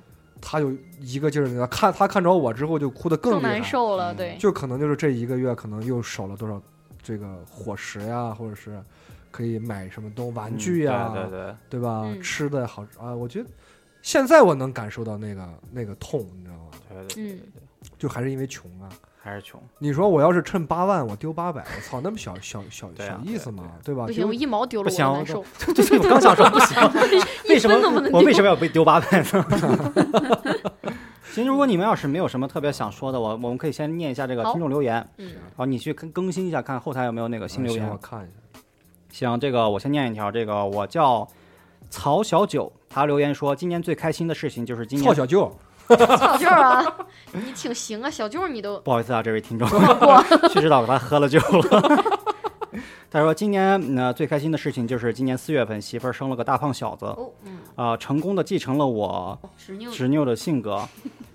Speaker 4: 她就一个劲儿的看，她看着我之后就哭得
Speaker 3: 更
Speaker 4: 厉害
Speaker 3: 难，受了，
Speaker 1: 嗯
Speaker 3: 对，
Speaker 4: 就可能就是这一个月可能又少了多少这个伙食呀，或者是可以买什么东玩具
Speaker 1: 嗯
Speaker 4: 呀，
Speaker 1: 对对对，
Speaker 4: 对吧？
Speaker 3: 嗯
Speaker 4: 吃的好啊，我觉得现在我能感受到那个那个痛，你知道吗？
Speaker 1: 对对
Speaker 3: 嗯，
Speaker 4: 就还是因为穷啊。
Speaker 1: 还是 <laughs> 穷。
Speaker 4: 你说我要是趁八万我丢八百，我操，那么小小小
Speaker 1: 对
Speaker 4: 小
Speaker 1: 啊
Speaker 4: 意思嘛，对吧？哎
Speaker 3: 不行，我
Speaker 4: 丢
Speaker 3: 一毛丢了
Speaker 1: 不
Speaker 3: 我
Speaker 1: 行
Speaker 3: 都难受，
Speaker 1: 对，我刚想说不行，
Speaker 3: <laughs>
Speaker 1: <laughs> 为什么
Speaker 3: 都不能
Speaker 1: 我
Speaker 3: 丢
Speaker 1: 为什么要被丢八百呢？
Speaker 3: <laughs>
Speaker 1: 其实，如果你们要是没有什么特别想说的，我我们可以先念一下这个
Speaker 3: 好
Speaker 1: 听众留言，
Speaker 3: 嗯
Speaker 1: 然后你去更更新一下，看后台有没有那个新留
Speaker 4: 行
Speaker 1: 言
Speaker 4: 我。看一下。
Speaker 1: 行，这个我先念一条，这个我叫曹小九，他留言说，今年最开心的事情就是今
Speaker 4: 操
Speaker 1: 年。
Speaker 4: 小舅，
Speaker 3: 小舅儿啊，你挺行啊，小舅儿你都
Speaker 1: 不好意思啊，这位听众， <laughs> 去指导给他喝了酒了。 <laughs> 他说，今年呃最开心的事情就是今年四月份媳妇儿生了个大胖小子，
Speaker 3: 哦，嗯，
Speaker 1: 啊、成功的继承了我
Speaker 2: 执拗
Speaker 1: 执拗的性格，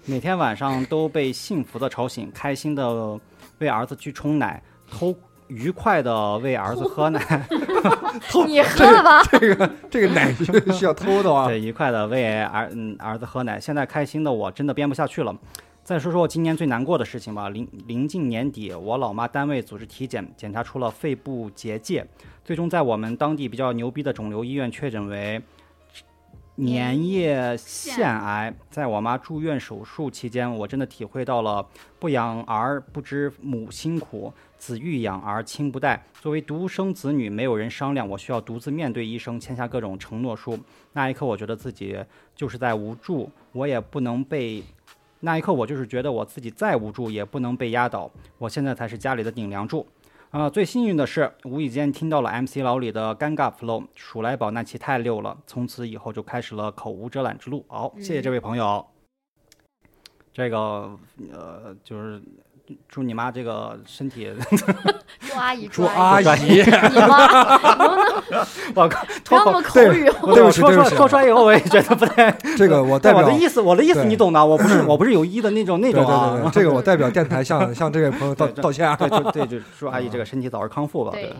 Speaker 1: 每天晚上都被幸福的吵醒，开心的为儿子去冲奶，偷愉快的为儿子喝奶，哦
Speaker 3: 你喝了吧？
Speaker 4: 这个
Speaker 1: <laughs>
Speaker 4: 奶 <laughs> 是要偷的啊！
Speaker 1: 对，愉快的为儿嗯儿子喝奶。现在开心的我真的编不下去了。再说说我今年最难过的事情吧，临临近年底，我老妈单位组织体检，检查出了肺部结节，最终在我们当地比较牛逼的肿瘤医院确诊为粘液腺癌。在我妈住院手术期间，我真的体会到了不养儿不知母辛苦，子欲养而亲不待。作为独生子女，没有人商量，我需要独自面对医生，签下各种承诺书。那一刻，我觉得自己就是在无助，我也不能被。那一刻，我就是觉得我自己再无助，也不能被压倒。我现在才是家里的顶梁柱。啊，最幸运的是，无意间听到了 MC 老李的尴尬 flow，鼠来宝那期太溜了，从此以后就开始了口无遮拦之路。好、谢谢这位朋友。这个呃，就是祝你妈这个身
Speaker 4: <laughs>
Speaker 1: 体，
Speaker 3: 祝阿姨，
Speaker 4: 说
Speaker 3: 阿
Speaker 4: 阿
Speaker 3: 姨，
Speaker 4: 姨，
Speaker 3: 你妈，能不能
Speaker 1: 我靠，
Speaker 3: 不
Speaker 1: 脱
Speaker 3: 要
Speaker 1: 口
Speaker 3: 那么口语？
Speaker 1: 我
Speaker 4: 对不
Speaker 1: 我
Speaker 4: 起
Speaker 1: 说
Speaker 4: 对
Speaker 1: 说
Speaker 4: 不起
Speaker 1: 说出来以后，我也觉得不太。
Speaker 4: 这个我代
Speaker 1: 但我
Speaker 4: 表
Speaker 1: 的意思，我的意思
Speaker 4: 对
Speaker 1: 你懂的，我不是我不是有意的那种那
Speaker 4: 对
Speaker 1: 种
Speaker 4: 对
Speaker 1: 啊。
Speaker 4: 对对，这个我代表电台向向这位朋友道
Speaker 1: 对
Speaker 4: 道歉啊。
Speaker 1: <laughs> 对，就对，就祝阿姨这个身体早日康复吧。对
Speaker 3: 对。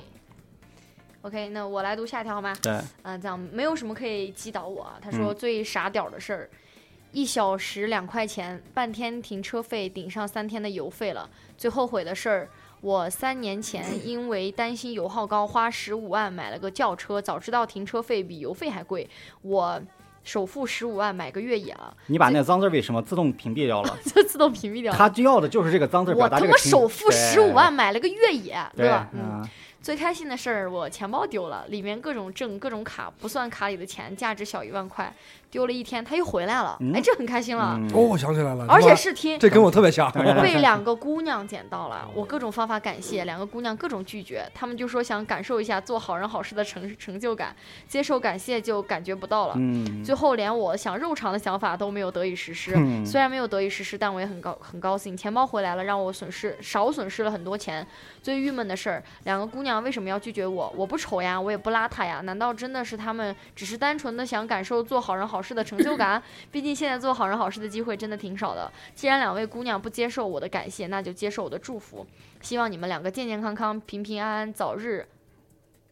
Speaker 3: OK，那我来读下一条好吗？
Speaker 1: 对，
Speaker 3: 啊，这样没有什么可以击倒我啊。他
Speaker 1: 嗯
Speaker 3: 说最傻屌的事儿，一小时两块钱，半天停车费顶上三天的油费了。最后悔的事儿，我三
Speaker 1: <laughs>
Speaker 3: 年前因为担心油耗高，花十五万买了个轿车，早知道停车费比油费还贵，我。首付十五万买个越野 <laughs> 了，
Speaker 1: 你把那脏字儿为什么自动屏蔽掉了？
Speaker 3: 就自动屏蔽 <laughs> 掉了。
Speaker 1: 他就要的就是这个脏字儿
Speaker 3: 我
Speaker 1: 表达
Speaker 3: 他
Speaker 1: 这
Speaker 3: 妈
Speaker 1: 个情绪。
Speaker 3: 首付
Speaker 1: 对
Speaker 3: 十五万。买了个越野，
Speaker 1: 对
Speaker 3: 吧？嗯，
Speaker 1: 嗯，
Speaker 3: 最开心的事儿，我钱包丢了，里面各种证、各种卡，不算卡里的钱，价值小一万块，丢了一天，它又回来了，
Speaker 1: 嗯
Speaker 3: 哎，这很开心了，
Speaker 1: 嗯
Speaker 4: 哦，我想起来了，
Speaker 3: 而
Speaker 4: 他
Speaker 3: 且
Speaker 4: 妈
Speaker 3: 是 <laughs> 听
Speaker 4: 这跟我特别像。
Speaker 1: 当然
Speaker 3: 被两个姑娘捡到了，我各种方法感谢，两个姑娘各种拒绝，她们就说想感受一下做好人好事的成成就感，接受感谢就感觉不到了，
Speaker 1: 嗯，
Speaker 3: 最后连我想肉偿的想法都没有得以实施，
Speaker 1: 嗯
Speaker 3: 虽然没有得以实施，但我也很高很高兴，钱包回来了，让我损失少损失了很多钱。最郁闷的事儿，两个姑娘为什么要拒绝我？我不丑呀，我也不邋遢呀，难道真的是她们只是单纯的想感受做好人好事的成就感？毕竟现在做好人好事的机会真的挺少的。既然两位姑娘不接受我的感谢，那就接受我的祝福。希望你们两个健健康康、平平安安，早日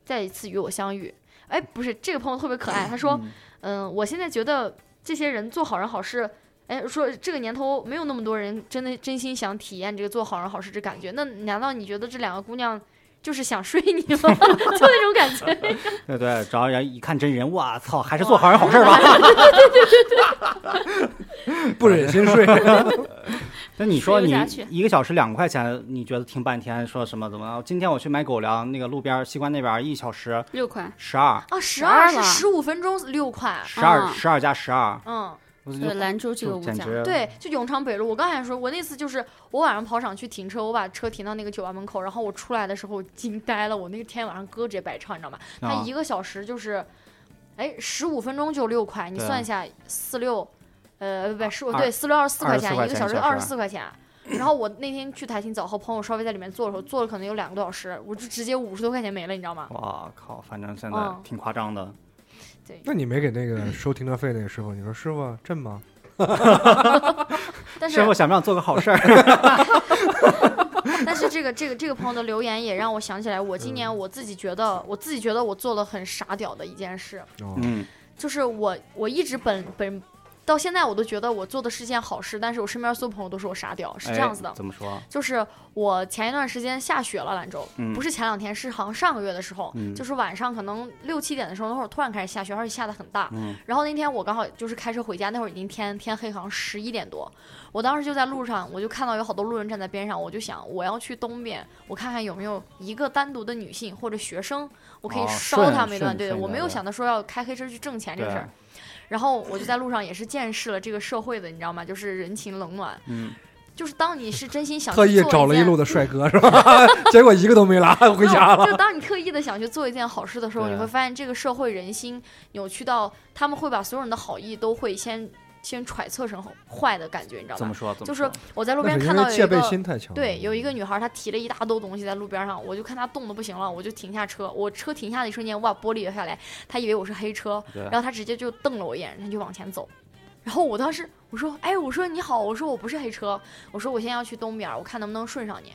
Speaker 3: 再一次与我相遇。哎，不是，这个朋友特别可爱，他说。嗯，我现在觉得这些人做好人好事，哎，说这个年头没有那么多人真的真心想体验这个做好人好事这感觉。那难道你觉得这两个姑娘就是想睡你吗？ <laughs> 就那种感觉。
Speaker 1: 对对，只要人一看真人，我操，还是做好人好事儿
Speaker 3: <laughs>
Speaker 1: 吧。
Speaker 4: 不忍心
Speaker 3: <laughs>
Speaker 4: 睡。 <laughs>
Speaker 1: 那你说
Speaker 2: 睡不
Speaker 1: 你
Speaker 2: 下去
Speaker 1: 一个小时两块钱，你觉得听半天说什么怎么了？今天我去买狗粮，那个路边儿西关那边儿一小时
Speaker 2: 六块，
Speaker 1: 十二，
Speaker 3: <laughs> 啊，十
Speaker 2: 12
Speaker 3: 二是
Speaker 2: 了
Speaker 3: 十五分钟六块。
Speaker 1: 十二
Speaker 2: 啊
Speaker 1: 十二加十二，
Speaker 3: 嗯，
Speaker 1: 我就
Speaker 2: 对兰州这个
Speaker 1: 就
Speaker 2: 物
Speaker 1: 简
Speaker 2: 价， <laughs>
Speaker 1: 直啊
Speaker 3: 对，就永昌北路，我刚才说，我那次就是我晚上跑场去停车，我把车停到那个酒吧门口，然后我出来的时候惊呆了，我那天晚上歌直接白唱，你知道吗？它
Speaker 1: 啊
Speaker 3: 一个小时就是，哎，十五分钟就六块，你
Speaker 1: 对啊
Speaker 3: 算一下四六，呃，不十五
Speaker 1: 二
Speaker 3: 对四六二十四块钱，
Speaker 1: 24块
Speaker 3: 一个小时
Speaker 1: 钱
Speaker 3: 二
Speaker 1: 一
Speaker 3: 十
Speaker 1: 小啊
Speaker 3: 四块钱。然后我那天去台青早和朋友稍微在里面坐的时候，坐了可能有两个多小时，我就直接五十多块钱没了，你知道吗？
Speaker 1: 哇靠，反正现在
Speaker 3: 嗯
Speaker 1: 挺夸张的。
Speaker 3: 对，
Speaker 4: 那你没给那个收停车费那个师傅，你说师傅挣吗？
Speaker 3: 但是
Speaker 1: 师傅想不想做个好
Speaker 3: <laughs>
Speaker 1: 事儿？
Speaker 3: 但是这个这个这个朋友的留言也让我想起来，我今
Speaker 1: 嗯
Speaker 3: 年我自己觉得我自己觉得我做了很傻屌的一件事，
Speaker 4: 哦
Speaker 1: 嗯，
Speaker 3: 就是我我一直本本到现在我都觉得我做的是件好事，但是我身边所有朋友都说我傻屌，是这
Speaker 1: 哎
Speaker 3: 样子的。
Speaker 1: 怎么说？
Speaker 3: 就是我前一段时间下雪了，兰州，
Speaker 1: 嗯
Speaker 3: 不是前两天，是好像上个月的时候，
Speaker 1: 嗯
Speaker 3: 就是晚上可能六七点的时候，那会儿突然开始下雪，而且下的很大。
Speaker 1: 嗯
Speaker 3: 然后那天我刚好就是开车回家，那会儿已经天天黑，好像十一点多。我当时就在路上，我就看到有好多路人站在边上，我就想我要去东边，我看看有没有一个单独的女性或者学生，我可以
Speaker 1: 哦
Speaker 3: 烧
Speaker 1: 顺
Speaker 3: 他们一顿。
Speaker 1: 顺
Speaker 3: 对
Speaker 1: 顺
Speaker 3: 我
Speaker 1: 着
Speaker 3: 没有
Speaker 1: 的
Speaker 3: 想到说要开黑车去挣钱这个事
Speaker 1: 对
Speaker 3: 儿。然后我就在路上也是见识了这个社会的，你知道吗？就是人情冷暖。
Speaker 1: 嗯，
Speaker 3: 就是当你是真心想
Speaker 4: 特
Speaker 3: 去
Speaker 4: 意
Speaker 3: 做
Speaker 4: 找了一
Speaker 3: 件
Speaker 4: 路的帅哥是吧？ <laughs> 结果一个都没
Speaker 3: <laughs>
Speaker 4: 拉回家
Speaker 3: 就
Speaker 4: 了。
Speaker 3: 当你特意的想去做一件好事的时候，
Speaker 1: 对
Speaker 3: 你会发现这个社会人心扭曲到，他们会把所有人的好意都会先先揣测成坏的感觉，你知道
Speaker 1: 怎么
Speaker 3: 吗？
Speaker 1: 说？怎么
Speaker 3: 就是
Speaker 1: 说
Speaker 3: 我在路
Speaker 4: 那
Speaker 3: 边
Speaker 4: 是因
Speaker 3: 看到
Speaker 4: 为
Speaker 3: 有
Speaker 4: 戒
Speaker 3: 一
Speaker 4: 备
Speaker 3: 个。
Speaker 4: 心太
Speaker 1: 嗯
Speaker 4: 强。
Speaker 3: 对，有一个女孩，她提了一大兜东西在路边上，我就看她冻得不行了，我就停下车。我车停下的一瞬间，哇，玻璃摇下来，她以为我是黑车，
Speaker 1: 对
Speaker 3: 然后她直接就瞪了我一眼，她就往前走。然后我当时我说，哎，我说你好，我说我不是黑车，我说我现在要去东边，我看能不能顺上你。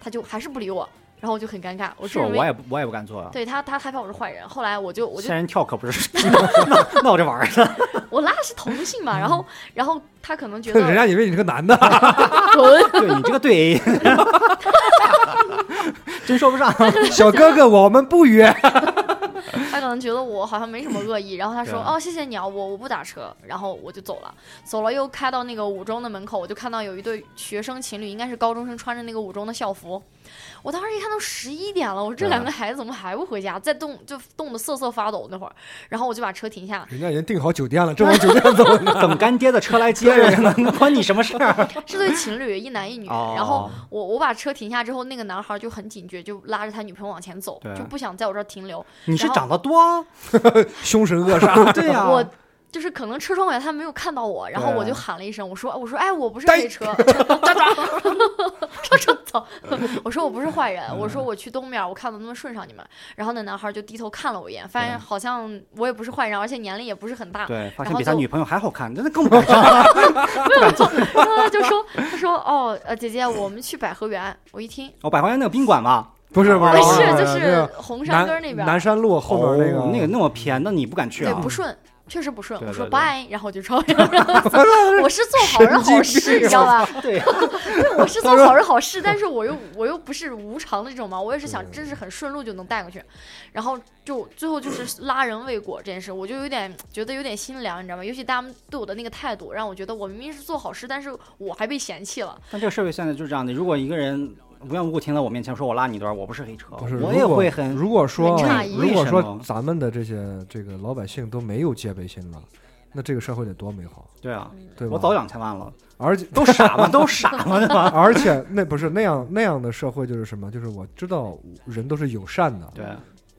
Speaker 3: 她就还是不理我，然后我就很尴尬，我
Speaker 1: 是
Speaker 3: 就认为
Speaker 1: 我也不我也不敢做啊。
Speaker 3: 对他，他害怕我是坏人。后来我就我就
Speaker 1: 仙人跳可不是 <laughs> 闹闹着玩儿的。 <laughs>
Speaker 3: 我拉的是同性
Speaker 1: 嗯
Speaker 3: 嘛，然后然后他可能觉得
Speaker 4: 人家以为你是个
Speaker 3: <laughs>
Speaker 4: 男的，
Speaker 3: 滚，
Speaker 1: 对你这个对 A，真说不上。 <laughs>
Speaker 4: 小哥哥，我们不约。
Speaker 3: 他可能觉得我好像没什么恶意。然后他说
Speaker 1: 对
Speaker 3: 哦，谢谢你啊，我我不打车，然后我就走了。走了又开到那个五中的门口，我就看到有一对学生情侣，应该是高中生，穿着那个五中的校服。我当时一看都十一点了，我说这
Speaker 1: 对啊
Speaker 3: 两个孩子怎么还不回家？再冻就冻得瑟瑟发抖那会儿，然后我就把车停下，
Speaker 4: <laughs> 人家已经订好酒店了，正往酒店走呢。
Speaker 1: 等干爹的车来接着呢， <laughs> 关你什么事儿？啊
Speaker 3: 是对情侣，一男一女。
Speaker 1: <laughs> 哦
Speaker 3: 然后我我把车停下之后，那个男孩就很警觉，就拉着他女朋友往前走，
Speaker 1: 对
Speaker 3: 就不想在我这儿停留。
Speaker 1: 你是
Speaker 3: 然后
Speaker 1: 长得多？啊
Speaker 4: 凶神
Speaker 3: <laughs>
Speaker 4: 恶煞，
Speaker 1: 对呀，
Speaker 3: 我就是可能车窗外他没有看到我，然后
Speaker 1: 对 <laughs>
Speaker 3: 我就喊了一声，我说我说哎，我不是
Speaker 4: 呆
Speaker 3: 黑车，操！我说我不是坏人，我
Speaker 1: 嗯
Speaker 3: 说我去东面，我看能不能顺上你们。然后那男孩就低头看了我一眼，发现
Speaker 1: 嗯
Speaker 3: 好像我也不是坏人，而且年龄也不是很大。
Speaker 1: 对，发现
Speaker 3: 然后
Speaker 1: 比他
Speaker 3: 就
Speaker 1: 女朋友还好看，那那更不敢 <laughs> 上了。
Speaker 3: 然后他就说，他说哦，呃，姐姐，我们去百合园。我一听，
Speaker 1: 哦我百花园那个宾馆吧，
Speaker 4: 不是不
Speaker 1: 啊
Speaker 3: 哎
Speaker 4: 是
Speaker 1: 哦
Speaker 3: 是就
Speaker 4: 不那
Speaker 3: 是
Speaker 4: 个
Speaker 3: 红山
Speaker 4: 南
Speaker 3: 根儿那边儿，
Speaker 4: 南山路后边那个
Speaker 1: 那个那么偏，那你不敢去
Speaker 3: 对
Speaker 1: 啊？
Speaker 3: 不顺，确实不顺。
Speaker 1: 对
Speaker 3: 我
Speaker 1: 对
Speaker 3: 说
Speaker 1: 对
Speaker 3: 拜， <laughs> 然后我就超人，我是做好人好
Speaker 4: 神经病
Speaker 3: 事，你知道吧？
Speaker 1: <laughs> 对，
Speaker 3: <laughs> 我是做好人好事，但是我又我又不是无偿的这种嘛，我也是想真是很顺路就能带过去，然后就最后就是拉人未果这件事，我就有点觉得有点心凉，你知道吗？尤其他们对我的那个态度，让我觉得我明明是做好事，但是我还被嫌弃了。
Speaker 1: 但这个社会现在就是这样的，如果一个人无缘无故停在我面前说我拉你一段，我不是黑车，
Speaker 4: 不是，
Speaker 1: 我
Speaker 4: 如
Speaker 1: 也
Speaker 4: 果
Speaker 1: 会很
Speaker 4: 如果说
Speaker 3: 很
Speaker 4: 啊
Speaker 3: 诧异
Speaker 4: 如果
Speaker 1: 为什
Speaker 4: 说
Speaker 1: 么
Speaker 4: 咱们的这些这个老百姓都没有戒备心了，那这个社会得多美好，
Speaker 1: 对啊，
Speaker 4: 对吧？
Speaker 1: 我早两千万了，
Speaker 4: 而且
Speaker 1: 都傻嘛，都傻嘛，对吧？
Speaker 4: <laughs> 而且那不是那样那样的社会就是什么？就是我知道人都是友善的，
Speaker 1: 对，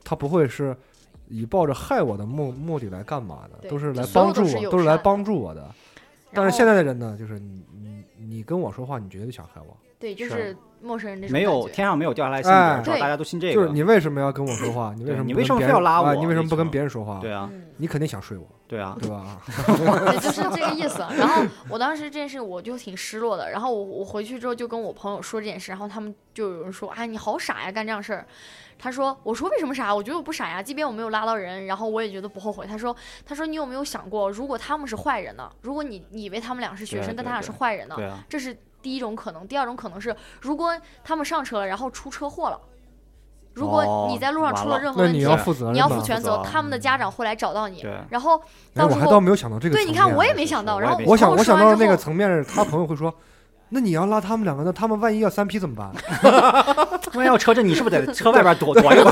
Speaker 4: 他不会是以抱着害我的目目的来干嘛的，
Speaker 3: 对
Speaker 4: 都是来
Speaker 3: 就所有
Speaker 4: 帮助
Speaker 3: 都是
Speaker 4: 我，
Speaker 3: 友
Speaker 4: 都是来
Speaker 3: 善的
Speaker 4: 帮助我的。但
Speaker 3: 然
Speaker 4: 是
Speaker 3: 后
Speaker 4: 现在的人呢，就是你你你跟我说话，你绝对想害我。
Speaker 3: 对，就是是陌生人这种
Speaker 1: 没有
Speaker 3: 感觉
Speaker 1: 天上没有掉下来的星星，
Speaker 4: 哎
Speaker 1: 是吧
Speaker 3: 对
Speaker 1: 大家都信这
Speaker 4: 就是
Speaker 1: 个，
Speaker 4: 你为什么要跟我
Speaker 3: <coughs>
Speaker 4: 说话？你为
Speaker 1: 对
Speaker 4: 什么
Speaker 1: 你
Speaker 4: 不
Speaker 1: 为
Speaker 4: 跟
Speaker 1: 什么
Speaker 4: 别
Speaker 1: 非要
Speaker 4: 人
Speaker 1: 拉
Speaker 4: 哎
Speaker 1: 我
Speaker 4: 你为什么
Speaker 1: 你
Speaker 4: 不跟
Speaker 1: 说
Speaker 4: 别人说话？
Speaker 1: 对啊，
Speaker 3: 嗯
Speaker 4: 你肯定想睡我，
Speaker 1: 对啊，
Speaker 4: 对吧？
Speaker 3: 对，就是这个意思。然后我当时这件事我就挺失落的。然后我我回去之后就跟我朋友说这件事，然后他们就有人说：“哎，你好傻呀，干这样事儿。”他说：“我说为什么傻？我觉得我不傻呀，即便我没有拉到人，然后我也觉得不后悔。”他说：“他说你有没有想过，如果他们是坏人呢？如果你你以为他们俩是学生，
Speaker 1: 对
Speaker 3: 但
Speaker 1: 对
Speaker 3: 他俩
Speaker 1: 对
Speaker 3: 是坏人呢？
Speaker 1: 对啊，
Speaker 3: 这是第一种可能。第二种可能是，如果他们上车了，然后出车祸了。”如
Speaker 1: 哦
Speaker 3: 果你在路上出
Speaker 1: 完
Speaker 3: 了
Speaker 1: 了
Speaker 3: 任何
Speaker 4: 那
Speaker 3: 问
Speaker 4: 你
Speaker 3: 题，
Speaker 4: 要负责任
Speaker 3: 你要
Speaker 4: 吧
Speaker 3: 负全责
Speaker 1: 负，责
Speaker 3: 他们的家长会来找到你。
Speaker 1: 对
Speaker 3: 然后
Speaker 4: 哎，
Speaker 3: 到
Speaker 4: 我
Speaker 3: 时
Speaker 4: 还
Speaker 3: 候
Speaker 4: 倒没有想到这个
Speaker 3: 对，
Speaker 4: 层面。啊
Speaker 3: 你看我也没想到。
Speaker 1: 我
Speaker 3: 然
Speaker 1: 也
Speaker 3: 后
Speaker 1: 没
Speaker 4: 我
Speaker 3: 朋
Speaker 4: 想
Speaker 3: 友
Speaker 4: 我
Speaker 3: 说
Speaker 4: 想
Speaker 3: 完
Speaker 4: 到
Speaker 3: 之
Speaker 4: 那个
Speaker 3: 后
Speaker 4: 层面，他朋友会说：“那你要拉他们两个，那他们万一要三 P 怎么办
Speaker 1: 万一要车震，你是不是得车外边
Speaker 3: <laughs>
Speaker 1: 躲躲一会儿？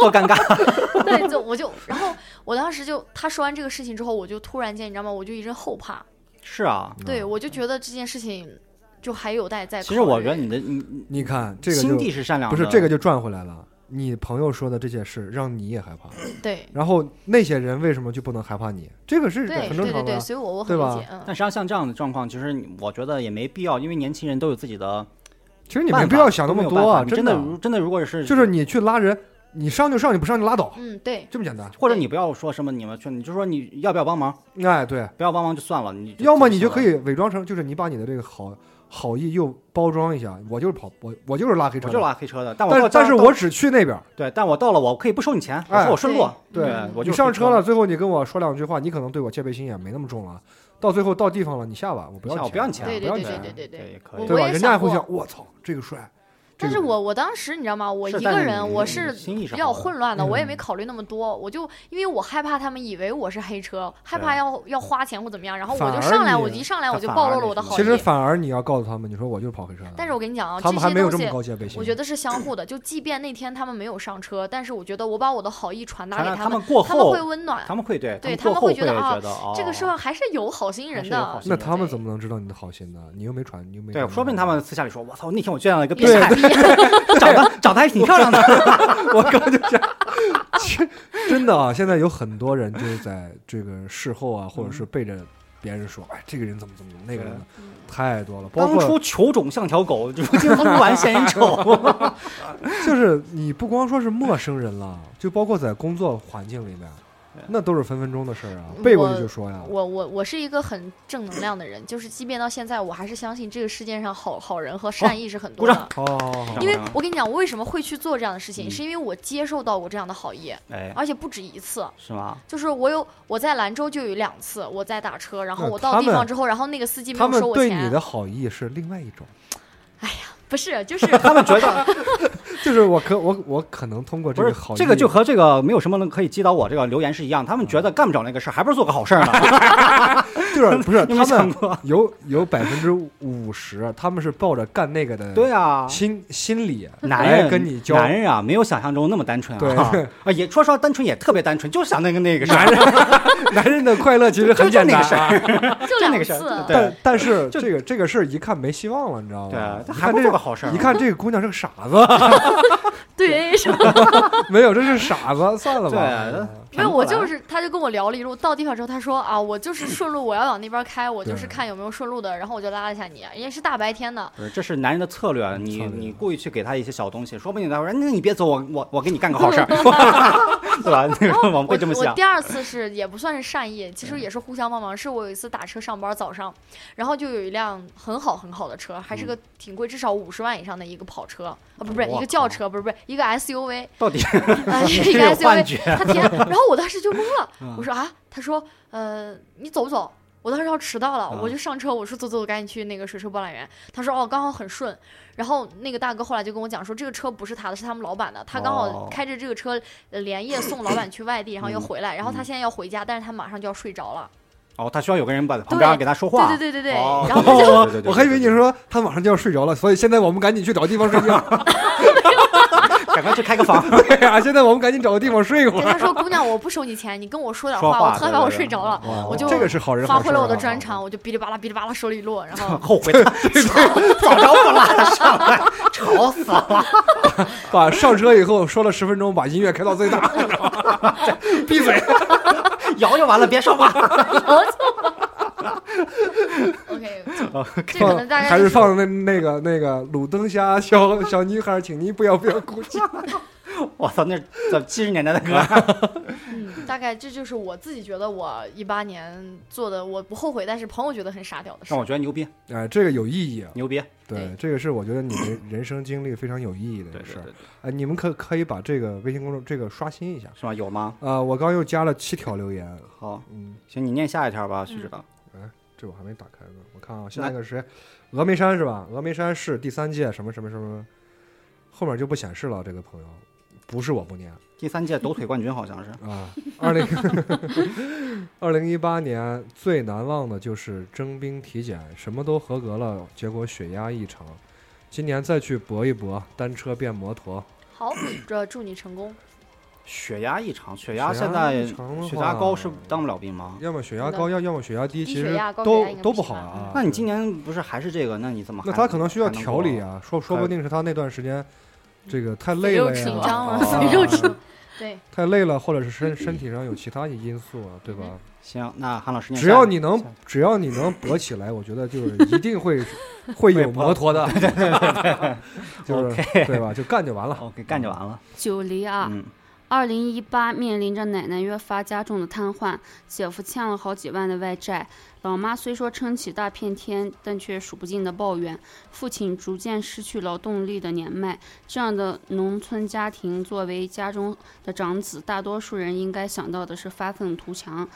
Speaker 1: 多尴尬！
Speaker 3: 对，就我就，然后我当时就他说完这个事情之后，我就突然间，你知道吗？我就一阵后怕，
Speaker 1: 是啊，？”
Speaker 3: 对
Speaker 4: 嗯，
Speaker 3: 我就觉得这件事情就还有待再考虑。
Speaker 1: 其实我觉得你的你你
Speaker 4: 你看这个
Speaker 1: 心
Speaker 4: 就
Speaker 1: 地是善良
Speaker 4: 不
Speaker 1: 的，
Speaker 4: 是这个就转回来了。你朋友说的这些事，让你也害怕。
Speaker 3: 对
Speaker 4: 然后那些人为什么就不能害怕你？这个是
Speaker 3: 对对
Speaker 4: 很正
Speaker 3: 对
Speaker 4: 常的
Speaker 3: 对，
Speaker 4: 呀。
Speaker 3: 所以我我很
Speaker 4: 对吧
Speaker 3: 理解，嗯，
Speaker 1: 但实际上像这样的状况，其实你我觉得也没必要，因为年轻人都有自己的
Speaker 4: 其实你
Speaker 1: 办
Speaker 4: 没
Speaker 1: 法，
Speaker 4: 必要想
Speaker 1: 都
Speaker 4: 那
Speaker 1: 没
Speaker 4: 么
Speaker 1: 有
Speaker 4: 多啊，
Speaker 1: 办法你真
Speaker 4: 的。
Speaker 1: 如真的，如果是
Speaker 4: 就是你去拉人，你上就上，你不上就拉倒，
Speaker 3: 嗯对。
Speaker 4: 这么简单。
Speaker 1: 或者你不要说什么你们去，你就说你要不要帮忙，
Speaker 4: 哎，对，
Speaker 1: 不要帮忙就算了，你
Speaker 4: 要么你就可以伪装成，就是你把你的这个好好意又包装一下，我就是跑，我我就是拉黑车
Speaker 1: 我
Speaker 4: 的，
Speaker 1: 就拉黑车的，但我
Speaker 4: 但
Speaker 1: 到
Speaker 4: 但是
Speaker 1: 到
Speaker 4: 我只去那边儿。
Speaker 1: 对，但我到了我可以不收你钱，我
Speaker 4: 哎
Speaker 1: 说我顺路，
Speaker 4: 对
Speaker 3: 嗯
Speaker 1: 我就
Speaker 4: 你
Speaker 1: 是
Speaker 4: 上
Speaker 1: 黑
Speaker 4: 车了，，最后你跟我说两句话，你可能对我戒备心也没那么重了。到最后到地方了，你下吧，我不要
Speaker 1: 下
Speaker 4: 你
Speaker 1: 我不要你钱
Speaker 4: 我
Speaker 3: 对
Speaker 4: 不
Speaker 3: 对
Speaker 4: 要
Speaker 3: 对
Speaker 4: 你
Speaker 3: 对
Speaker 4: 钱
Speaker 3: 对，对
Speaker 1: 对，也
Speaker 3: 对，
Speaker 1: 可以
Speaker 3: 我
Speaker 4: 对吧？
Speaker 3: 也
Speaker 4: 人家
Speaker 3: 想
Speaker 4: 会
Speaker 3: 过
Speaker 4: 想，我操，这个帅，
Speaker 3: 但
Speaker 4: 这
Speaker 3: 是
Speaker 4: 个
Speaker 3: 我我当时你知道吗？我一
Speaker 1: 是
Speaker 3: 个
Speaker 1: 但是
Speaker 3: 人，
Speaker 1: 你
Speaker 3: 我
Speaker 1: 你
Speaker 3: 是
Speaker 1: 心意是
Speaker 3: 比较
Speaker 1: 好的
Speaker 3: 混乱的，我也没
Speaker 4: 嗯
Speaker 3: 考虑那么多，我就因为我害怕他们以为我是黑车，害怕
Speaker 1: 对
Speaker 3: 要要花钱或怎么样，然后我
Speaker 4: 反
Speaker 3: 就
Speaker 4: 而
Speaker 3: 上来，
Speaker 4: 你
Speaker 3: 我一上来我就
Speaker 1: 反
Speaker 3: 暴
Speaker 1: 而那
Speaker 3: 露了我的
Speaker 1: 什
Speaker 3: 好
Speaker 1: 么
Speaker 3: 意。
Speaker 4: 其实反而你要告诉他们，你说我就是跑黑车的，
Speaker 3: 但是我跟你讲啊，
Speaker 4: 他们
Speaker 3: 这
Speaker 4: 还
Speaker 3: 些
Speaker 4: 没有这
Speaker 3: 东西
Speaker 4: 么高戒备心。
Speaker 3: 我觉得是相互的，就即便那天他们没有上车，但是我觉得我把我的好意传达
Speaker 1: 他
Speaker 3: 给
Speaker 1: 他
Speaker 3: 们，
Speaker 1: 过
Speaker 3: 他们会
Speaker 1: 后，
Speaker 3: 温暖
Speaker 1: 他，们会对，
Speaker 3: 对
Speaker 1: 他们过
Speaker 3: 他们
Speaker 1: 后
Speaker 3: 会觉得啊
Speaker 1: 觉得哦
Speaker 3: 这个社会还是有好心人
Speaker 1: 还是有好
Speaker 3: 的
Speaker 1: 心。
Speaker 4: 那他们怎么能知道你的好心呢？你又没传，你又没
Speaker 1: 对，
Speaker 4: 传
Speaker 1: 说不定他们私下里说，我操，那天我见到一个
Speaker 3: 也
Speaker 1: 变态
Speaker 3: 傻，逼，
Speaker 1: <laughs> 长得长得还挺漂
Speaker 4: <laughs>
Speaker 1: 亮的，
Speaker 4: 我刚就这样，真的啊！现在有很多人就是在这个事后啊，或者
Speaker 1: 嗯
Speaker 4: 是背着别人说，哎，这个人怎么怎么怎么，那个人怎么
Speaker 3: 嗯
Speaker 4: 太多了。包
Speaker 1: 当
Speaker 4: 括
Speaker 1: 初球种像条狗，如今撸完嫌人
Speaker 4: <laughs>
Speaker 1: 丑。
Speaker 4: 就是 <laughs> 你不光说是陌生人了，就包括在工作环境里面，那都是分分钟的事儿啊，背过去就说呀。
Speaker 3: 嗯我我我是一个很正能量的人，就是即便到现在，我还是相信这个世界上好好人和善意是很多
Speaker 1: 鼓
Speaker 3: 的
Speaker 1: 掌。
Speaker 4: 好好好好
Speaker 3: 因为
Speaker 1: 掌声
Speaker 3: 我跟你讲，我为什么会去做这样的事情，
Speaker 1: 嗯
Speaker 3: 是因为我接受到过这样的好意，
Speaker 1: 哎，
Speaker 3: 而且不止一次。
Speaker 1: 是吗？
Speaker 3: 就是我有我在兰州就有两次，我在打车，然后
Speaker 4: 那
Speaker 3: 我
Speaker 4: 他
Speaker 3: 到地
Speaker 4: 们
Speaker 3: 方之后，然后那个司机没
Speaker 4: 他
Speaker 3: 有
Speaker 4: 们
Speaker 3: 收我
Speaker 4: 对
Speaker 3: 钱，
Speaker 4: 你的好意是另外一种，
Speaker 3: 不是就是
Speaker 1: 他们觉得
Speaker 4: 就是我可我我可能通过这
Speaker 1: 不
Speaker 4: 个
Speaker 1: 是
Speaker 4: 好意，
Speaker 1: 这个就和这个没有什么能可以击倒我这个留言是一样，他们觉得干不了那个事儿，还不如做个好事儿
Speaker 4: <laughs>
Speaker 1: 呢。 <laughs>
Speaker 4: 就是不是
Speaker 1: 你们
Speaker 4: 他
Speaker 1: 想
Speaker 4: 们
Speaker 1: 过？
Speaker 4: 有有百分之五十，他们是抱着干那个的
Speaker 1: 对啊，
Speaker 4: 心心理
Speaker 1: 男
Speaker 4: 来
Speaker 1: 人
Speaker 4: 跟你交
Speaker 1: 男人啊，没有想象中那么单纯
Speaker 4: 对
Speaker 1: 啊。 <laughs> 啊，也说实话，单纯也特别单纯，就想那个那个事儿，
Speaker 4: 男人男人的快乐其实很简单啊，
Speaker 3: 就
Speaker 1: 就那
Speaker 3: 两
Speaker 1: 个事儿。
Speaker 3: 次，
Speaker 1: <laughs> 对
Speaker 4: 但但是
Speaker 1: 就
Speaker 4: 这个这个事儿一看没希望了，你知道
Speaker 1: 对
Speaker 4: 吗？，
Speaker 1: 他
Speaker 4: 一
Speaker 1: 还
Speaker 4: 看
Speaker 1: 不
Speaker 4: 这
Speaker 1: 做个好事儿。
Speaker 4: 一看这个姑娘是个傻子，
Speaker 3: 对 <laughs> A 上，
Speaker 4: 没有，这是傻子，算了
Speaker 1: 对啊
Speaker 4: 吧。哦
Speaker 3: 没有，我就是，他就跟我聊了一路，到地方之后，他说啊，我就是顺路，我要往那边开，我就是
Speaker 4: 对
Speaker 3: 看有没有顺路的，然后我就拉了一下你，人家是大白天的，
Speaker 1: 不是，这是男人的策略。你
Speaker 4: 策略
Speaker 1: 你故意去给他一些小东西，说不定他会说：“哎那你别走，我我我给你干个好事
Speaker 4: <laughs>
Speaker 1: 儿， <laughs> 对吧？”那个我们
Speaker 3: 哦我
Speaker 1: 会这么
Speaker 3: 我 <laughs>
Speaker 1: 想嗯
Speaker 3: 第。二次是也不算是善意，其实也是互相帮忙。是我有一次打车上班，早上，然后就有一辆很好很好的车，还是个挺贵，至少五十万以上的一个跑车啊，不是不是
Speaker 1: 嗯哇
Speaker 3: 一个轿车，不是不是
Speaker 1: <laughs>
Speaker 3: 一个 SUV，
Speaker 1: 到底
Speaker 3: 啊，
Speaker 1: 你
Speaker 3: 一
Speaker 1: 是
Speaker 3: 个
Speaker 1: 有幻
Speaker 3: SUV。
Speaker 1: 觉？
Speaker 3: 他天，然后我当时就懵了，
Speaker 1: 嗯
Speaker 3: <laughs> 我说啊，他说呃你走不走？我当时要迟到了，我就上车，我说走走，赶紧去那个水车博览园。他说哦，刚好很顺。然后那个大哥后来就跟我讲说，这个车不是他的，是他们老板的，他刚好
Speaker 1: 哦
Speaker 3: 开着这个车呃连夜送老板去外地，然后又回来，然后他现在要回家，但是他马上就要睡着了。
Speaker 1: 哦，他需要有个人把旁边给他说话。
Speaker 3: 对对对对对，
Speaker 1: 哦
Speaker 3: 然后他就
Speaker 1: 对对对对
Speaker 4: 我还以为你说他马上就要睡着了，所以现在我们赶紧去找地方睡觉。 <laughs>
Speaker 1: 赶快去开个房。
Speaker 4: 对呀、现在我们赶紧找个地方睡一会
Speaker 3: 跟
Speaker 4: 儿。
Speaker 3: 他说姑娘，我不收你钱，你跟我说点
Speaker 1: 说话
Speaker 3: 我特别怕我睡着了。
Speaker 4: 哇
Speaker 3: 啊我就
Speaker 4: 嗯这个是好人
Speaker 3: 发
Speaker 4: 好事
Speaker 3: 挥
Speaker 4: 儿
Speaker 3: 了我的
Speaker 4: 啊
Speaker 3: 专长，我就哔哩吧啦哔哩吧啦说了一摞，
Speaker 1: <laughs>
Speaker 3: 然后
Speaker 1: 后悔，
Speaker 4: <laughs>
Speaker 1: 早着我拉上来，吵死了。 <laughs>
Speaker 4: 把上车以后说了十分钟，把音乐开到
Speaker 3: <laughs>
Speaker 4: 最大，然后闭嘴。
Speaker 1: 摇就完了，别说话。
Speaker 3: OK，
Speaker 1: 啊
Speaker 3: 这可
Speaker 4: 放
Speaker 3: 能大概
Speaker 4: 还
Speaker 3: 就是
Speaker 4: 放那那个那个鲁灯下小小女孩，请您不要不
Speaker 1: <laughs>
Speaker 4: 要哭泣。
Speaker 1: 我操，那早七十年代的
Speaker 4: <laughs>
Speaker 1: 歌，
Speaker 3: 嗯，大概这就是我自己觉得我一八年做的，我不后悔，但是朋友觉得很傻屌的事
Speaker 1: 让。我觉得牛逼，
Speaker 4: 哎，这个有意义啊。
Speaker 1: 牛逼。
Speaker 4: 对
Speaker 3: 对，
Speaker 4: 这个是我觉得你人人生经历非常有意义的一
Speaker 1: 对
Speaker 4: 个
Speaker 1: 对
Speaker 4: 事儿
Speaker 1: 对。对，
Speaker 4: 哎，你们可可以把这个微信公众这个刷新一下。
Speaker 1: 是吧？有吗？
Speaker 4: 呃，我刚又加了七条留言，
Speaker 1: 好，
Speaker 4: 嗯，
Speaker 1: 行，你念下一条吧，徐指导。
Speaker 4: 这我还没打开呢。我看啊，下一个是谁？峨眉山是吧？峨眉山市第三届什么什么什么，后面就不显示了。这个朋友不是我不念，
Speaker 1: 第三届抖腿冠军好像是，
Speaker 4: 啊，二零二零一八年最难忘的就是征兵体检，什么都合格了，结果血压异常。今年再去搏一搏，单车变摩托。
Speaker 3: 好，这祝你成功。
Speaker 1: 血压异常，血压
Speaker 4: 血
Speaker 1: 现
Speaker 4: 压
Speaker 1: 在
Speaker 4: 异常的
Speaker 1: 血压
Speaker 4: 话
Speaker 1: 高是当不了兵吗？
Speaker 4: 要么血压高，要要么血压低，
Speaker 3: 低
Speaker 4: 其
Speaker 3: 血
Speaker 4: 实
Speaker 3: 压高血压
Speaker 4: 都
Speaker 3: 应该
Speaker 4: 都
Speaker 3: 不
Speaker 4: 不
Speaker 3: 行
Speaker 4: 好
Speaker 3: 吧
Speaker 4: 啊
Speaker 3: 嗯。
Speaker 1: 那你今年不是还是这个？那你怎么还？
Speaker 4: 那他可能需要
Speaker 1: 还能
Speaker 4: 调理
Speaker 1: 过。
Speaker 4: 啊，说说不定是他那段时间这个太累
Speaker 3: 肥肉
Speaker 4: 了
Speaker 3: 吃
Speaker 4: 呀，
Speaker 3: 紧张了，
Speaker 4: 啊
Speaker 1: 哦
Speaker 3: <laughs> 肥肉吃。对，
Speaker 4: 太累了，或者是身身体上有其他的因素啊，对吧？
Speaker 1: 行，那韩老师念下
Speaker 4: 只
Speaker 1: 一
Speaker 4: 要
Speaker 1: 个
Speaker 4: 你能
Speaker 1: 下一，
Speaker 4: 只要你能搏起来，我觉得就是一
Speaker 1: <laughs>
Speaker 4: 定会会有摩托的， <laughs> 就是对吧？就干就完了。
Speaker 1: 哦，给干就完了。
Speaker 2: 九黎啊，
Speaker 1: 嗯，
Speaker 2: 二零一八面临着奶奶越发加重的瘫痪，姐夫欠了好几万的外债，老妈虽说撑起大片天，但却数不尽的抱怨，父亲逐渐失去劳动力的年迈。这样的农村家庭，作为家中的长子，大多数人应该想到的是发愤图强。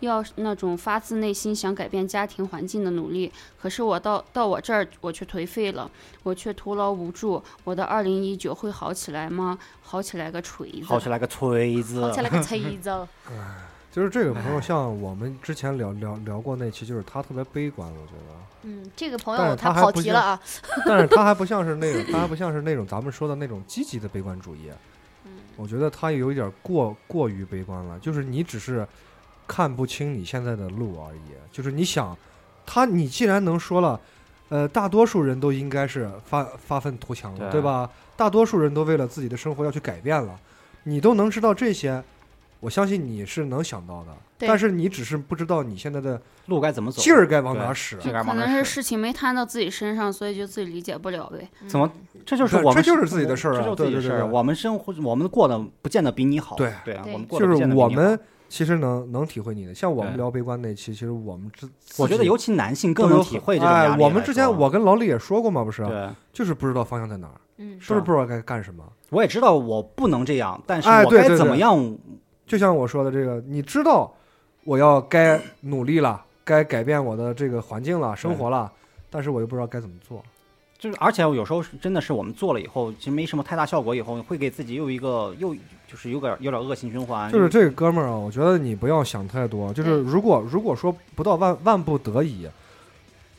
Speaker 2: 要是那种发自内心想改变家庭环境的努力，可是我到到我这儿，我却颓废了，我却徒劳无助。我的二零一九会好起来吗？好起来个锤子！
Speaker 1: 好起来个锤子
Speaker 3: 好，起来
Speaker 1: <laughs>
Speaker 3: 个锤子。
Speaker 4: 就是这个朋友，像我们之前聊聊聊过那期，就是他特别悲观，我觉得，
Speaker 3: 嗯，这个朋
Speaker 4: 但
Speaker 3: 友
Speaker 4: 是他还
Speaker 3: 跑
Speaker 4: 不
Speaker 3: 题
Speaker 4: 像
Speaker 3: 了啊。
Speaker 1: <laughs>
Speaker 4: 但是他还不像是那种，他还不像是那种咱们说的那种积极的悲观主义。
Speaker 3: 嗯，
Speaker 4: 我觉得他有一点过过于悲观了，就是你只是看不清你现在的路而已。就是你想，他你既然能说了，呃，大多数人都应该是发发愤图强了，
Speaker 1: 对啊
Speaker 4: 对吧？大多数人都为了自己的生活要去改变了，你都能知道这些，我相信你是能想到的。
Speaker 3: 对
Speaker 4: 但是你只是不知道你现在的
Speaker 1: 路该怎么走？
Speaker 4: 劲儿该往哪
Speaker 1: 对
Speaker 4: 使。
Speaker 1: 这个
Speaker 2: 可
Speaker 1: 忙着
Speaker 2: 能是
Speaker 1: 事
Speaker 2: 事情没摊到自己身上，所以就自己理解不了呗。
Speaker 1: 怎么这就是
Speaker 4: 对
Speaker 1: 我们，
Speaker 4: 这就是自己的事儿啊
Speaker 1: 这就是自己的
Speaker 4: 对对对
Speaker 1: 事儿。
Speaker 4: 对
Speaker 1: 我们生活，我们过得不见得比你好。
Speaker 4: 对
Speaker 1: 对啊，
Speaker 3: 对
Speaker 1: 我们过
Speaker 4: 就
Speaker 1: 得不见得比
Speaker 4: 是
Speaker 1: 你
Speaker 4: 我
Speaker 1: 好
Speaker 4: 们其实能能体会你的，像我们
Speaker 1: 对
Speaker 4: 聊悲观那期，其实我们之
Speaker 1: 我觉得尤其男性更能体会这种压力
Speaker 4: 哎
Speaker 1: 来，说。啊
Speaker 4: 我们之前我跟老李也说过嘛，不是？
Speaker 1: 对，啊
Speaker 4: 就是不知道方向在哪儿，
Speaker 3: 嗯，
Speaker 1: 哦
Speaker 4: 就是不知道该干什么。
Speaker 1: 我也知道我不能这样，但是
Speaker 4: 哎
Speaker 1: 我
Speaker 4: 对
Speaker 1: 该
Speaker 4: 对
Speaker 1: 怎么
Speaker 4: 对
Speaker 1: 样？
Speaker 4: 就像我说的这个，你知道我要该努力了，该改变我的这个环境了、生活了，但是我又不知道该怎么做。
Speaker 1: 就是而且有时候是真的是我们做了以后，其实没什么太大效果，以后会给自己又一个又就是有点有点恶性循环。
Speaker 4: 就是这个哥们儿啊，我觉得你不要想太多。就是
Speaker 1: 嗯
Speaker 4: 如果如果说不到万万不得已，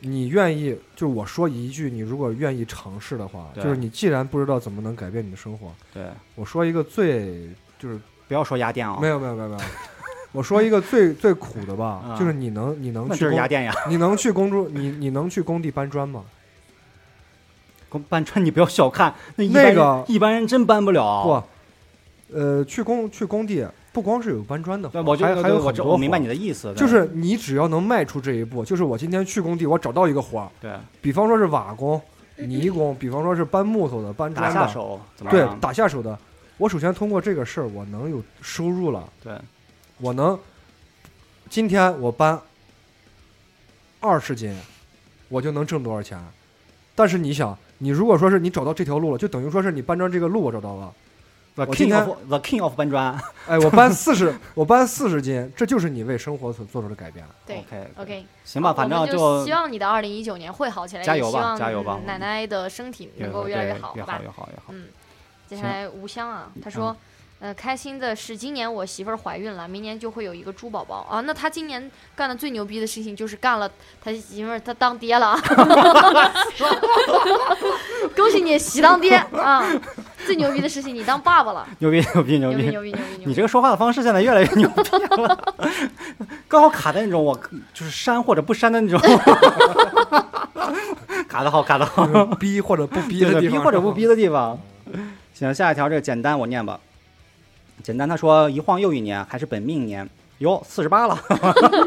Speaker 4: 你愿意，就是我说一句，你如果愿意尝试的话，
Speaker 1: 对
Speaker 4: 就是你既然不知道怎么能改变你的生活，
Speaker 1: 对，
Speaker 4: 我说一个最就是
Speaker 1: 不要说压电啊
Speaker 4: 没，有没有没有没有，我说一个最最苦的吧
Speaker 1: 啊，
Speaker 4: 就是你能你能
Speaker 1: 那
Speaker 4: 去
Speaker 1: 就是
Speaker 4: 工
Speaker 1: 压电呀。
Speaker 4: 你能去工作，你你能去工地搬砖吗？
Speaker 1: 搬砖你不要小看，那一
Speaker 4: 那
Speaker 1: 般人
Speaker 4: 个
Speaker 1: 一般人真搬不了。
Speaker 4: 不，呃，去工去工地不光是有搬砖的活
Speaker 1: 对，
Speaker 4: 儿，
Speaker 1: 我就
Speaker 4: 还还有
Speaker 1: 我
Speaker 4: 很
Speaker 1: 知
Speaker 4: 多
Speaker 1: 我明白
Speaker 4: 活
Speaker 1: 你
Speaker 4: 儿
Speaker 1: 的意思，对
Speaker 4: 就是你只要能迈出这一步，就是我今天去工地，我找到一个活儿，
Speaker 1: 对
Speaker 4: 比方说是瓦工、泥工，比方说是搬木头的、搬
Speaker 1: 打
Speaker 4: 砖
Speaker 1: 下
Speaker 4: 的，
Speaker 1: 手怎么啊
Speaker 4: 对
Speaker 1: 样，
Speaker 4: 打下手的。我首先通过这个事儿，我能有收入了，
Speaker 1: 对
Speaker 4: 我能今天我搬二十斤，我就能挣多少钱？但是你想，你如果说是你找到这条路了，就等于说是你搬砖这个路我找到了。
Speaker 1: ，the
Speaker 4: 今
Speaker 1: king
Speaker 4: 天
Speaker 1: of the king of 搬砖。
Speaker 4: 哎，我搬
Speaker 1: <laughs>
Speaker 4: 四十，我搬四十斤，这就是你为生活所做出的改变。
Speaker 3: 对
Speaker 1: OK
Speaker 3: OK，
Speaker 1: 行吧，
Speaker 3: 好
Speaker 1: 反正
Speaker 3: 我们就希望你的二零一九年会好起来，
Speaker 1: 加
Speaker 3: 也
Speaker 1: 油
Speaker 3: 希
Speaker 1: 吧
Speaker 3: 望
Speaker 1: 加油吧我们
Speaker 3: 奶奶的身体能够越来
Speaker 1: 越
Speaker 3: 越好，
Speaker 1: 越
Speaker 3: 好吧
Speaker 1: 好？越好越好。
Speaker 3: 嗯，接下来吴香啊，她
Speaker 1: 嗯
Speaker 3: 说，呃，开心的是今年我媳妇儿怀孕了，明年就会有一个猪宝宝啊。那她今年干的最牛逼的事情就是干了她媳妇儿，她当爹了啊！ <laughs> 恭喜你喜当爹啊！最牛逼的事情你当爸爸了，
Speaker 1: 牛逼牛逼牛
Speaker 3: 牛逼
Speaker 1: 逼！
Speaker 3: 牛逼牛逼牛
Speaker 1: 你
Speaker 3: 逼！
Speaker 1: 这个说话的方式现在越来越牛逼了， <laughs> 刚好卡在那种我就是删或者不删的那种， <laughs> 卡的好卡的好，
Speaker 4: 就是逼或者不逼
Speaker 1: 对对
Speaker 4: 的地
Speaker 1: 逼
Speaker 4: 方，
Speaker 1: 或者不逼的地方。行，下一条这个简单我念吧。简单他说一晃又一年，还是本命年，哟四十八了。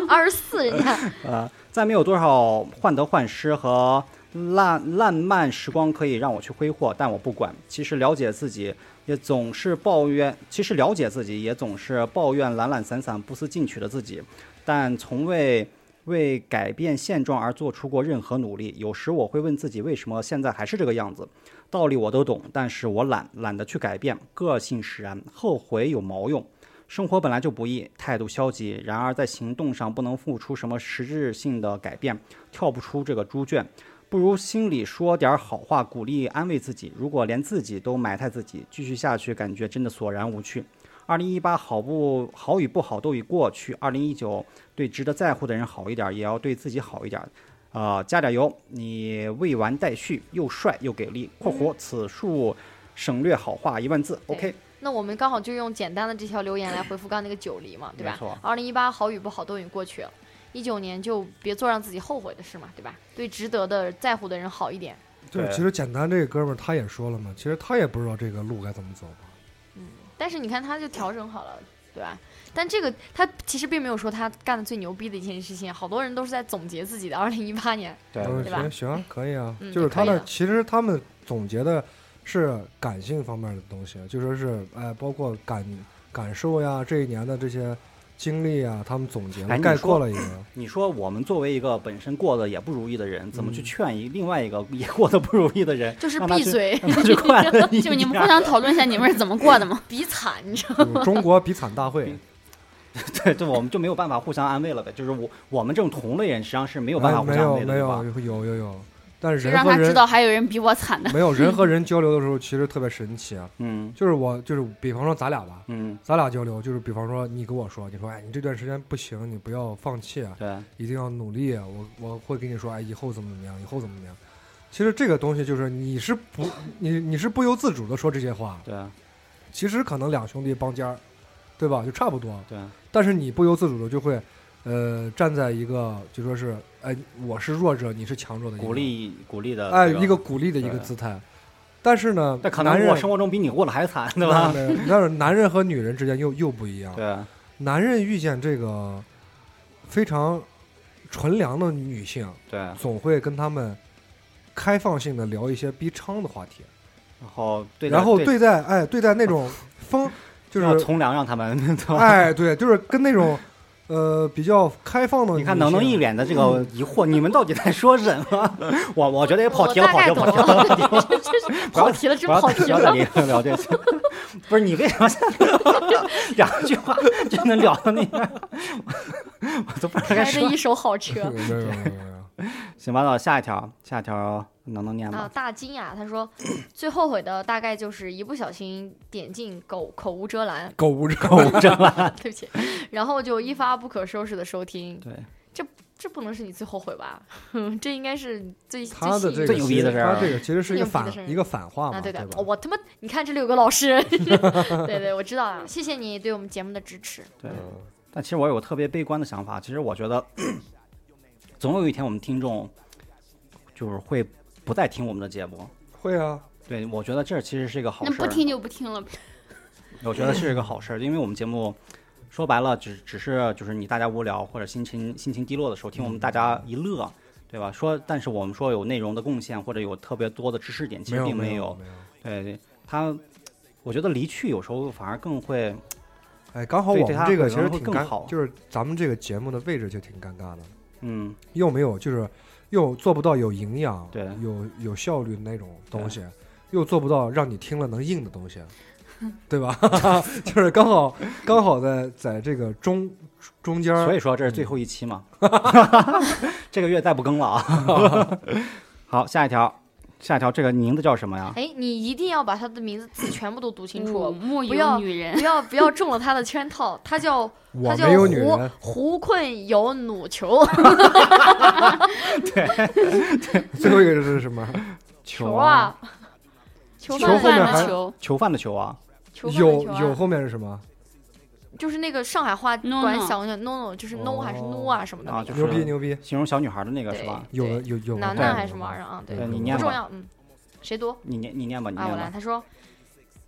Speaker 3: 二十四人家
Speaker 1: 呃，再没有多少患得患失和烂烂漫时光可以让我去挥霍，但我不管。其实了解自己，也总是抱怨；其实了解自己，也总是抱怨懒懒散散、不思进取的自己，但从未。为改变现状而做出过任何努力，有时我会问自己，为什么现在还是这个样子？道理我都懂，但是我懒，懒得去改变，个性使然，后悔有毛用？生活本来就不易，态度消极，然而在行动上不能付出什么实质性的改变，跳不出这个猪圈。不如心里说点好话，鼓励安慰自己。如果连自己都埋汰自己，继续下去，感觉真的索然无趣。二零一八好不好与不好都已过去，二零一九对值得在乎的人好一点，也要对自己好一点。啊、加点油！你未完待续，又帅又给力。（括弧此处省略好话一万字。
Speaker 3: 对
Speaker 1: ）OK，
Speaker 3: 那我们刚好就用简单的这条留言来回复刚那个九黎嘛，对吧
Speaker 1: 没错？
Speaker 3: 二零一八好与不好都已经过去了，一九年就别做让自己后悔的事嘛，对吧？对值得的、在乎的人好一点。
Speaker 4: 对，
Speaker 1: 对
Speaker 4: 其实简单这个哥们儿他也说了嘛，其实他也不知道这个路该怎么走嘛。
Speaker 3: 但是你看，他就调整好了，对吧？但这个他其实并没有说他干的最牛逼的一件事情，好多人都是在总结自己的二零一八年。
Speaker 1: 对
Speaker 4: 我说
Speaker 3: 吧
Speaker 4: 行行可以啊，
Speaker 3: 嗯
Speaker 4: 就是
Speaker 3: 也
Speaker 4: 他
Speaker 3: 可以
Speaker 4: 的
Speaker 3: 的
Speaker 4: 其实他们总结的是感性方面的东西，就说是哎，包括感感受呀，这一年的这些经历啊，他们总结了，
Speaker 1: 哎你
Speaker 4: 概
Speaker 1: 说
Speaker 4: 括了一个。
Speaker 1: 你说我们作为一个本身过得也不如意的人，怎么去
Speaker 4: 嗯
Speaker 1: 劝一另外一个 <laughs> 也过得不如意的人，
Speaker 3: 就是
Speaker 1: 让他
Speaker 3: 闭
Speaker 1: 去，
Speaker 3: 嘴，
Speaker 1: 让他去快
Speaker 2: <laughs>
Speaker 1: 乐一
Speaker 2: 就你们
Speaker 1: 点
Speaker 2: 互
Speaker 1: 儿。
Speaker 2: 相讨论一下你们是怎么过的嘛？
Speaker 3: 比惨，你知道吗？
Speaker 4: 就是中国比惨
Speaker 1: <laughs>
Speaker 4: 大会
Speaker 1: 对，就我们就没有办法互相安慰了呗。就是我我们这种同类人，实际上是没有办
Speaker 4: 哎
Speaker 1: 法互
Speaker 4: 没
Speaker 1: 相
Speaker 4: 有
Speaker 1: 安慰的，
Speaker 4: 没
Speaker 1: 对
Speaker 4: 有
Speaker 1: 吧？
Speaker 4: 有有有有，但是
Speaker 2: 就
Speaker 4: 人
Speaker 2: 让
Speaker 4: 和
Speaker 2: 他知
Speaker 4: 人
Speaker 2: 道还有人比我惨的。
Speaker 4: <laughs> 没有人和人交流的时候，其实特别神奇啊。
Speaker 1: 嗯
Speaker 4: 就是我就是比方说咱俩吧，
Speaker 1: 嗯，
Speaker 4: 咱俩交流就是比方说你跟我说，你说哎你这段时间不行，你不要放弃啊，
Speaker 1: 对
Speaker 4: 一定要努力啊！我我会跟你说，哎，以后怎么怎么样，以后怎么怎么样。其实这个东西就是你是不你你是不由自主的说这些话，
Speaker 1: 对
Speaker 4: 其实可能两兄弟帮尖儿，对吧？就差不多，
Speaker 1: 对
Speaker 4: 但是你不由自主的就会，呃，站在一个就说是，哎，我是弱者，你是强者的一个
Speaker 1: 鼓，励鼓励的，
Speaker 4: 哎，
Speaker 1: 这
Speaker 4: 一个鼓励的一个
Speaker 1: 对
Speaker 4: 姿态。但是呢，
Speaker 1: 但可
Speaker 4: 男
Speaker 1: 能
Speaker 4: 人
Speaker 1: 我生活中比你过得还惨，对吧？
Speaker 4: 那那是男人和女人之间又又不一样。
Speaker 1: 对
Speaker 4: 男人遇见这个非常纯良的女性，
Speaker 1: 对，然
Speaker 4: 总会跟他们开放性的聊一些逼娼的话题，
Speaker 1: 后对待
Speaker 4: 然后
Speaker 1: 对
Speaker 4: 对待哎对待那
Speaker 1: <laughs>
Speaker 4: 种风就
Speaker 1: 要
Speaker 4: 是
Speaker 1: 从良，让他们对吧？
Speaker 4: 哎对，就是跟那种呃比较开放的女
Speaker 1: 你
Speaker 4: 性，
Speaker 1: 看，能能一脸的这个疑惑，你们到底在说什么？ <laughs> 我我觉得也跑
Speaker 3: 我
Speaker 1: 题了，
Speaker 3: 大
Speaker 1: 跑题了，
Speaker 3: 概懂
Speaker 1: 跑题了。
Speaker 3: 了， <laughs> 就是跑题了，真
Speaker 1: <laughs> 不要
Speaker 3: 跑题
Speaker 1: 不要
Speaker 3: 了
Speaker 1: 再。聊聊这些，不是你为什么现在 <laughs> 两句话就能聊到那边儿？ <laughs> 我都不知道该
Speaker 3: 开着
Speaker 1: 说。
Speaker 3: 一手好
Speaker 4: <laughs>
Speaker 3: 车
Speaker 4: 没有没有没有没有
Speaker 1: 行吧，那下一条，下一条能能念
Speaker 3: 啊！
Speaker 1: 吗？
Speaker 3: 大金呀，他说最后悔的大概就是一不小心点进狗口无遮拦， <laughs>
Speaker 4: 狗无
Speaker 1: <laughs>
Speaker 4: 人
Speaker 1: 狗真了，
Speaker 3: 对不起，然后就一发不可收拾的收听，
Speaker 1: 对，
Speaker 3: 这不能是你最后悔吧？ <laughs> 这应该是最
Speaker 4: 他
Speaker 3: 最
Speaker 4: 的
Speaker 3: 吸
Speaker 4: 这
Speaker 1: 最
Speaker 3: 引
Speaker 4: 个
Speaker 1: 牛
Speaker 4: 其
Speaker 1: 逼的
Speaker 4: 实
Speaker 1: 事儿啊
Speaker 4: 他这个其实是一个
Speaker 3: 最牛逼的事
Speaker 4: 反
Speaker 3: 儿
Speaker 4: 一个反话嘛，
Speaker 3: 啊，对的，
Speaker 4: 吧
Speaker 3: 哦？我他妈，你看这里有个老师， <laughs> 对对，我知道啊，谢谢你对我们节目的支持。
Speaker 1: 对。
Speaker 4: 嗯
Speaker 1: 但其实我有个特别悲观的想法，其实我觉得， <coughs> 总有一天我们听众就是会不再听我们的节目，
Speaker 4: 会啊，
Speaker 1: 对，我觉得这其实是一个好
Speaker 2: 那
Speaker 1: 事
Speaker 2: 不
Speaker 1: 儿。
Speaker 2: 听就不听了呗。
Speaker 1: 我觉得是一个好事儿，因为我们节目说白了，只只是就是你大家无聊或者心情心情低落的时候，听我们大
Speaker 4: 嗯
Speaker 1: 家一乐，对吧？说，但是我们说有内容的贡献或者有特别多的知识点，其
Speaker 4: 没
Speaker 1: 实
Speaker 4: 有
Speaker 1: 并
Speaker 4: 没
Speaker 1: 有。
Speaker 4: 没有。
Speaker 1: 对他，我觉得离去有时候反而更会
Speaker 4: 哎，刚好
Speaker 1: 对
Speaker 4: 我
Speaker 1: 对
Speaker 4: 们
Speaker 1: 他
Speaker 4: 这个
Speaker 1: 可
Speaker 4: 其
Speaker 1: 能
Speaker 4: 实
Speaker 1: 会
Speaker 4: 挺
Speaker 1: 更
Speaker 4: 尴，
Speaker 1: 好
Speaker 4: 就是咱们这个节目的位置就挺尴尬的，
Speaker 1: 嗯
Speaker 4: 又没有就是又做不到有营养，
Speaker 1: 对
Speaker 4: 有有效率的那种东西，又做不到让你听了能硬
Speaker 1: <laughs>
Speaker 4: 的东西，对吧？ <laughs> 就是刚好刚好在在这个中中间儿，
Speaker 1: 所以说这是最
Speaker 4: 嗯
Speaker 1: 后一期嘛， <laughs> 这个月再不更了 <laughs> 啊。好，下一条，下一条这个名字叫什么呀？
Speaker 3: 哎，你一定要把他的名字字全部都读清
Speaker 2: 我
Speaker 3: 楚，
Speaker 2: 木
Speaker 3: 嗯不要
Speaker 2: 有女人
Speaker 3: <laughs> 不，要不要中了他的圈套。他叫
Speaker 4: 我
Speaker 3: 他叫
Speaker 4: 没有女人
Speaker 3: 胡，胡困有弩球
Speaker 4: <laughs> 最后一个是什
Speaker 3: <laughs>
Speaker 4: 么？
Speaker 3: 球啊，球
Speaker 4: 球
Speaker 3: 饭
Speaker 4: 后面
Speaker 3: 饭
Speaker 4: 还
Speaker 3: 的球，
Speaker 2: 球
Speaker 1: 囚犯的囚啊，
Speaker 3: 球饭的
Speaker 4: 有
Speaker 3: 球啊
Speaker 4: 有后面是什么？
Speaker 3: 就是那个上海话
Speaker 2: No,
Speaker 3: 管
Speaker 2: no
Speaker 3: 小 no no 就是 no 还是
Speaker 4: 哦
Speaker 3: no 啊什么的
Speaker 1: 啊
Speaker 3: 那
Speaker 1: 就
Speaker 3: 个
Speaker 4: 牛逼
Speaker 1: 是
Speaker 4: 牛逼！
Speaker 1: 形容小女孩的那个
Speaker 3: 对
Speaker 1: 是吧？
Speaker 4: 有了
Speaker 3: 对
Speaker 4: 有有
Speaker 3: 男
Speaker 1: 对
Speaker 3: 的还是什么玩意儿啊？对，
Speaker 1: 对你念
Speaker 3: 不重
Speaker 1: 吧，
Speaker 3: 要，嗯，谁读
Speaker 1: 你念你念吧，你
Speaker 3: 啊？
Speaker 1: 念
Speaker 3: 我来，
Speaker 1: 吧。
Speaker 3: 他说。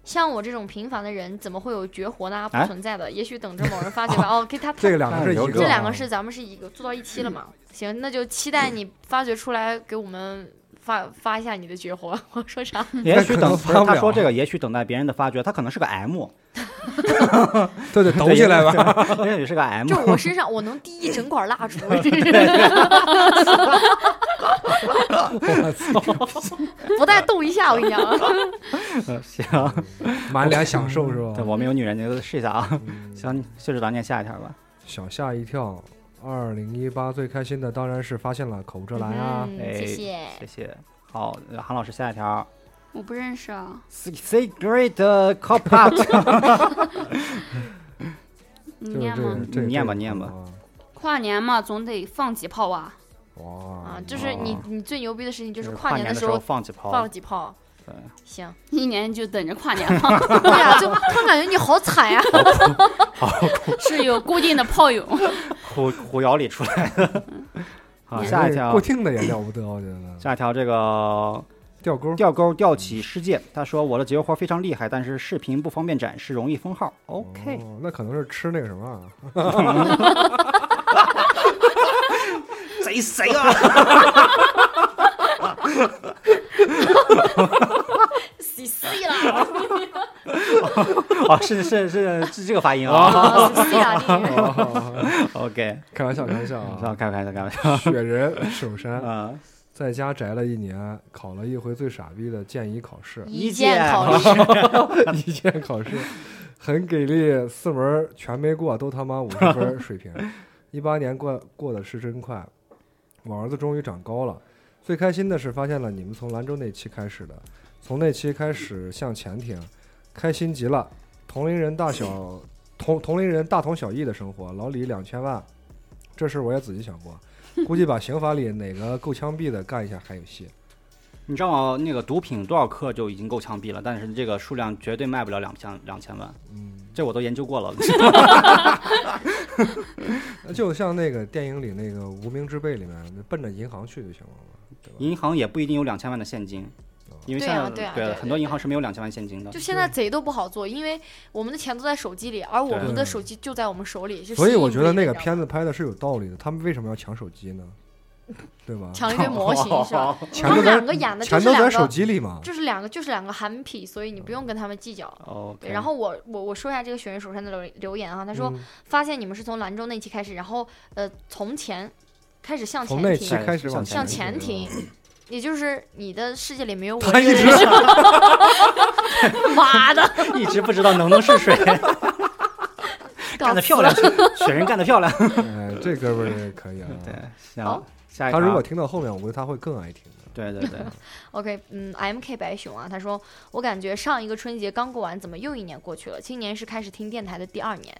Speaker 3: 像我这种平凡的人，怎么会有绝活呢？不
Speaker 1: 哎
Speaker 3: 存在的，也许等着某人发掘吧。哦，给他
Speaker 4: 这个两个是一
Speaker 1: 这
Speaker 4: 个，
Speaker 3: 这两个是咱们是一个做到一期了嘛？行，那就期待你发掘出来，给我们发发一下你的绝活。 <laughs> 我说啥？
Speaker 1: 嗯也许等
Speaker 4: 那可
Speaker 1: 不是
Speaker 4: 能发不
Speaker 1: 他
Speaker 4: 了
Speaker 1: 说这个，也许等待别人的发掘，他可能是个 M，
Speaker 4: <laughs> 对
Speaker 1: <laughs>
Speaker 4: 对，抖起来吧。
Speaker 1: 吧，也许是个 <laughs> M。
Speaker 3: 就我身上，我能滴一整管蜡烛。
Speaker 4: 我操，
Speaker 3: 不带动一下，我跟你讲啊，
Speaker 1: <laughs> 行，
Speaker 4: <laughs> 满脸享受是吧？
Speaker 1: 对，我们有女人，你就试一下啊。
Speaker 4: 嗯
Speaker 1: 行，谢指导念下一条吧。
Speaker 4: 小吓一跳。二零一八最开心的当然是发现了口无遮拦啊！
Speaker 3: 嗯
Speaker 1: 哎
Speaker 3: 谢谢。
Speaker 1: 谢谢。好，呃韩老师下一条。
Speaker 2: 我不认识啊，
Speaker 1: Secret cop
Speaker 3: <laughs>
Speaker 1: out，
Speaker 2: 你
Speaker 4: 就
Speaker 2: 嗯念
Speaker 4: 是这
Speaker 2: 吗
Speaker 4: 个？，这个
Speaker 1: 念吧
Speaker 4: 这个
Speaker 1: 念吧
Speaker 4: 啊
Speaker 2: 跨年嘛，总得放几炮啊。
Speaker 4: 哇
Speaker 3: 啊，就是你
Speaker 1: 哦
Speaker 3: 你最牛逼的事情就是
Speaker 1: 嗯跨
Speaker 3: 年
Speaker 1: 年
Speaker 3: 的
Speaker 1: 时
Speaker 3: 时
Speaker 1: 候
Speaker 3: 候
Speaker 1: 放几炮，
Speaker 3: 放了几炮。
Speaker 1: 对
Speaker 3: 行， <laughs>
Speaker 2: 一年就等着跨年放，
Speaker 3: 对呀，就 <laughs> 突然感觉你好惨呀。
Speaker 2: <laughs>
Speaker 3: <laughs>
Speaker 2: 是有固定的炮友。
Speaker 1: 虎虎窑里出来 <laughs> 的。
Speaker 3: 嗯
Speaker 1: 好，
Speaker 4: 你
Speaker 1: 下一
Speaker 4: 这
Speaker 1: 条
Speaker 4: 固，定的也了不得，我觉 <laughs> 得
Speaker 1: 下一条这个
Speaker 4: 吊钩
Speaker 1: 吊钩吊起世界，他说我的绝活非常厉害，但是视频不方便展示，容易封号。OK，
Speaker 4: 哦那可能是吃那个什么 <laughs> 啊，
Speaker 1: 贼谁啊？ <laughs>
Speaker 3: C C 了，
Speaker 1: 哦，是是是是这个发
Speaker 4: 哦
Speaker 1: 音啊。
Speaker 3: 啊，C C 了，
Speaker 1: OK，
Speaker 4: 开玩笑开玩笑 <laughs> 啊！
Speaker 1: 开玩笑，开玩笑。
Speaker 4: 雪人 <laughs> 守山
Speaker 1: 嗯，
Speaker 4: 在家宅了一年，考了一回最傻逼的建议考试，
Speaker 3: 一
Speaker 1: 一
Speaker 3: 键
Speaker 1: 键
Speaker 3: 考 <laughs> 试。
Speaker 4: <laughs> 一建考试很给力，四门儿全没过，都他妈五十分儿水平。一八年过过得是真快，我儿子终于长高了。最开心的是发现了你们从兰州那期开始的，从那期开始向前听，开心极了。同龄人大小同同龄人大同小异的生活，老李两千万，这事儿我也仔细想过，估计把刑法里哪个够枪毙的干一下还有戏。
Speaker 1: 你知道吗？那个毒品多少克就已经够枪毙了，但是这个数量绝对卖不了两千两千万，
Speaker 4: 嗯，
Speaker 1: 这我都研究过了。 <laughs>
Speaker 4: 就像那个电影里那个《无名之辈》里面，奔着银行去就行了嘛，对吧？
Speaker 1: 银行也不一定有两千万的现金，因为
Speaker 3: 对
Speaker 1: 现在
Speaker 3: 啊对啊对
Speaker 1: 很多
Speaker 3: 对
Speaker 1: 银行是没有两千万现金的
Speaker 3: 就。现在贼都不好做，因为我们的钱都在手机里，而我们的手机就在我们手里。就
Speaker 4: 所以
Speaker 3: 是
Speaker 4: 我
Speaker 3: 一
Speaker 4: 觉得
Speaker 3: 模一
Speaker 4: 那个
Speaker 3: 样
Speaker 4: 片子拍的是有道理的，他们为什么要抢手机呢？对吧？
Speaker 3: 抢一堆模型是
Speaker 4: <laughs>
Speaker 3: 吧？
Speaker 4: 钱
Speaker 3: 他
Speaker 4: 都
Speaker 3: 们
Speaker 4: 在
Speaker 3: 两个演的就
Speaker 4: 钱
Speaker 3: 是
Speaker 4: 都
Speaker 3: 两
Speaker 4: 在手
Speaker 3: 个，
Speaker 4: 机里嘛。
Speaker 3: 就是两个就是两个韩痞，所以你不用跟他们计较。
Speaker 1: <laughs> 哦，
Speaker 3: 对，然后我我我说一下这个雪人手上的留留言啊，他说、
Speaker 4: 嗯
Speaker 3: 发现你们是从兰州那期开始，然后呃从前开始向
Speaker 4: 从
Speaker 3: 前
Speaker 4: 那期
Speaker 3: 挺，
Speaker 1: 前
Speaker 4: 开始往
Speaker 3: 向前
Speaker 4: 前
Speaker 3: 挺，也就是你的世界里
Speaker 4: <laughs>
Speaker 3: 没有我
Speaker 4: 他
Speaker 3: 这
Speaker 4: 一
Speaker 3: 个
Speaker 4: 直
Speaker 3: 人， <laughs> 妈
Speaker 4: <laughs>
Speaker 3: 的，
Speaker 1: <laughs> 一直不知道能不能是
Speaker 3: <laughs>
Speaker 1: 水，干得漂亮，雪人干得
Speaker 3: <laughs>
Speaker 1: 漂亮。
Speaker 4: 哎，这哥们儿可以啊。
Speaker 1: <laughs> 对，行
Speaker 3: 好，
Speaker 1: 下一
Speaker 4: 他如
Speaker 1: 条
Speaker 4: 果听到后面，我估计他会更爱听的。
Speaker 1: 对对对，
Speaker 3: OK，嗯，M K 白熊啊，他说我感觉上一个春节刚过完，怎么又一年过去了？今年是开始听电台的第二年，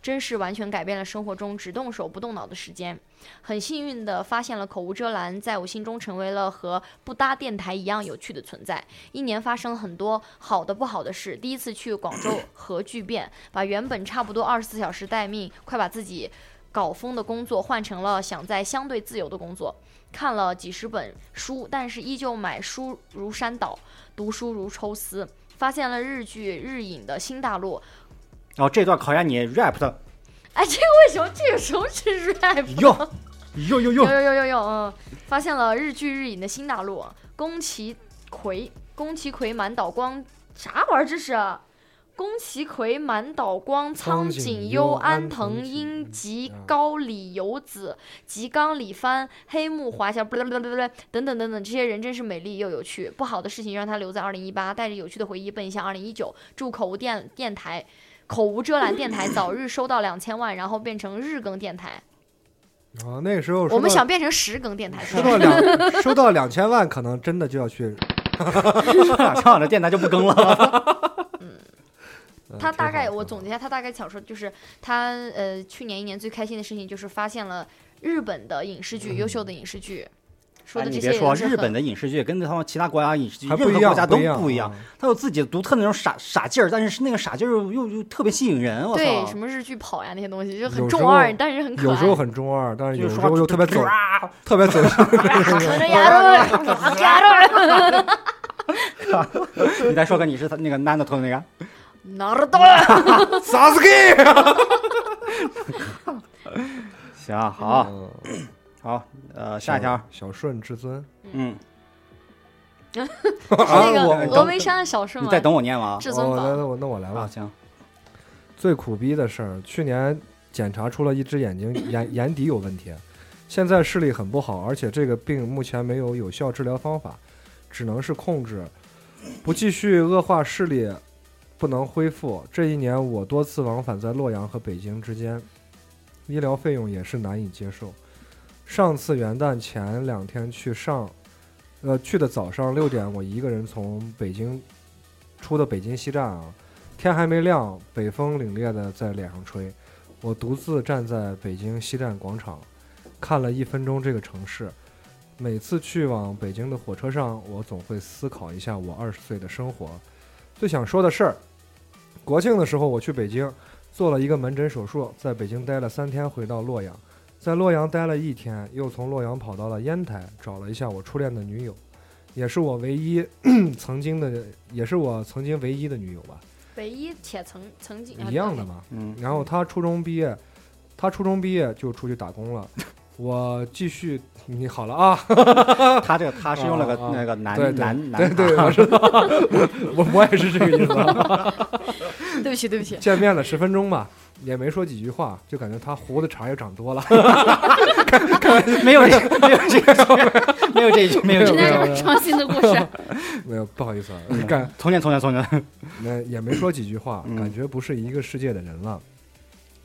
Speaker 3: 真是完全改变了生活中只动手不动脑的时间。很幸运的发现了口无遮拦，在我心中成为了和不搭电台一样有趣的存在。一年发生了很多好的不好的事，第一次去广州核聚变，把原本差不多二十四小时待命，快把自己搞疯的工作换成了想在相对自由的工作。看了几十本书，但是依旧买书如山倒，读书如抽丝，发现了日剧日影的新大陆。
Speaker 1: 然后哦这段考验你 rap 的，
Speaker 3: <laughs> 哎，这个为什么这个时候是 rap？呢
Speaker 1: 哟哟哟
Speaker 3: 有
Speaker 1: 哟，
Speaker 3: 有有有有，嗯，发现了日剧日影的新大陆。宫崎葵，宫崎葵满岛光，啥玩意儿这是？宫崎葵满岛光、
Speaker 4: 苍
Speaker 3: 苍
Speaker 4: 井
Speaker 3: 井
Speaker 4: 优
Speaker 3: 优、
Speaker 4: 安
Speaker 3: 安
Speaker 4: 藤
Speaker 3: 藤
Speaker 4: 英
Speaker 3: 英、吉
Speaker 4: 啊
Speaker 3: 高里由子、吉冈里帆、黑木华夏，不不不不不，等等等等，这些人真是美丽又有趣。不好的事情让他留在二零一八，带着有趣的回忆奔向二零一九。祝口无电电台，口无遮拦电台早日收到两千万，然后变成日更电台。
Speaker 4: 啊，那时候
Speaker 3: 我们
Speaker 4: 收到
Speaker 3: 想变成十更电台， <laughs>
Speaker 4: 收到两收到两千万，可能真的就要去。
Speaker 1: <laughs> 上啊好的电台就不更了。
Speaker 4: 呃
Speaker 3: 他
Speaker 4: 挺
Speaker 3: 大
Speaker 4: 好
Speaker 3: 概
Speaker 4: 挺
Speaker 3: 我
Speaker 4: 好
Speaker 3: 总结一下，他大概想说就是他呃去年一年最开心的事情就是发现了日本的影视剧，优秀的影视剧。说
Speaker 1: 哎
Speaker 3: 的
Speaker 1: 你
Speaker 3: 这些
Speaker 1: 别
Speaker 3: 也
Speaker 1: 说，
Speaker 3: 都是
Speaker 1: 日
Speaker 3: 很
Speaker 1: 本的影视剧跟他们其他国家影视剧
Speaker 4: 还
Speaker 1: 任
Speaker 4: 不
Speaker 1: 何
Speaker 4: 一
Speaker 1: 国
Speaker 4: 样，啊
Speaker 1: 家都不
Speaker 4: 一
Speaker 1: 一样，。它有自己独特的那种傻傻劲儿，但是是那个傻劲儿又又又特别吸引人。我
Speaker 3: 对
Speaker 1: 操，
Speaker 3: 什么日剧跑呀那些东西就
Speaker 4: 有
Speaker 3: 很
Speaker 4: 时
Speaker 3: 中
Speaker 4: 候
Speaker 3: 二，但是很可爱。
Speaker 4: 有时候很中二，但是
Speaker 1: 就
Speaker 4: 有
Speaker 1: 是
Speaker 4: 时
Speaker 1: 说话
Speaker 4: 候哎
Speaker 1: 就
Speaker 4: 又特别
Speaker 1: 就
Speaker 4: 走，
Speaker 1: 啊
Speaker 4: 特别走 <laughs> 心。
Speaker 3: 扯着牙都牙都
Speaker 1: 你再说个你是他那个男的头那
Speaker 3: <laughs>
Speaker 1: 个，
Speaker 3: 哪儿到？
Speaker 4: 啥子给？
Speaker 1: <laughs> 行， <laughs> 好
Speaker 4: 嗯
Speaker 1: 好，呃，下一条，
Speaker 4: 小顺至尊。
Speaker 1: 嗯，
Speaker 3: 那
Speaker 4: 啊
Speaker 3: 个 <laughs>
Speaker 4: 我
Speaker 3: 峨眉山的小顺
Speaker 1: 你
Speaker 3: 嘛，
Speaker 1: 再等我念完啊。
Speaker 3: 至尊
Speaker 4: 哦，那
Speaker 3: 宝
Speaker 4: 那我那我来
Speaker 1: 啊，
Speaker 4: 吧。
Speaker 1: 行，
Speaker 4: 最苦逼的事儿，去年检查出了一只眼睛眼眼底有问题，现在视力很不好，而且这个病目前没有有效治疗方法，只能是控制，不继续恶化视力，不能恢复。这一年我多次往返在洛阳和北京之间，医疗费用也是难以接受。上次元旦前两天去上，呃，去的早上六点，我一个人从北京出的北京西站啊，天还没亮，北风凛冽的在脸上吹。我独自站在北京西站广场，看了一分钟这个城市。每次去往北京的火车上，我总会思考一下我二十岁的生活，最想说的事儿。国庆的时候，我去北京做了一个门诊手术，在北京待了三天，回到洛阳，在洛阳待了一天，又从洛阳跑到了烟台，找了一下我初恋的女友，也是我唯一 <clears throat> 曾经的，也是我曾经唯一的女友吧。
Speaker 3: <laughs> 唯一且曾曾经
Speaker 4: 一样的？嘛。
Speaker 1: 嗯，
Speaker 4: 然后他初中毕业，他初中毕业就出去打工了。我继续，你好了啊，
Speaker 1: 他这个他是用了个
Speaker 4: 啊啊
Speaker 1: 那个
Speaker 4: 对
Speaker 1: 男
Speaker 4: 对
Speaker 1: 男
Speaker 4: 对
Speaker 1: 男，啊
Speaker 4: 对，我知道，我我也是这个意思啊。
Speaker 3: 啊对不起对不起，
Speaker 4: 见面了十分钟吧，也没说几句话，就感觉他胡子茬又长多了。 <laughs>
Speaker 1: 没有这个没有这个没有这一句，没有这
Speaker 2: 真
Speaker 1: 一
Speaker 4: 没有
Speaker 1: 句。
Speaker 2: 的是伤心的故事。
Speaker 4: 没有，不好意思啊，
Speaker 1: 嗯
Speaker 4: 感
Speaker 1: 从前从前从
Speaker 4: <laughs>
Speaker 1: 前，
Speaker 4: 那也没说几句话，
Speaker 1: 嗯
Speaker 4: 感觉不是一个世界的人了。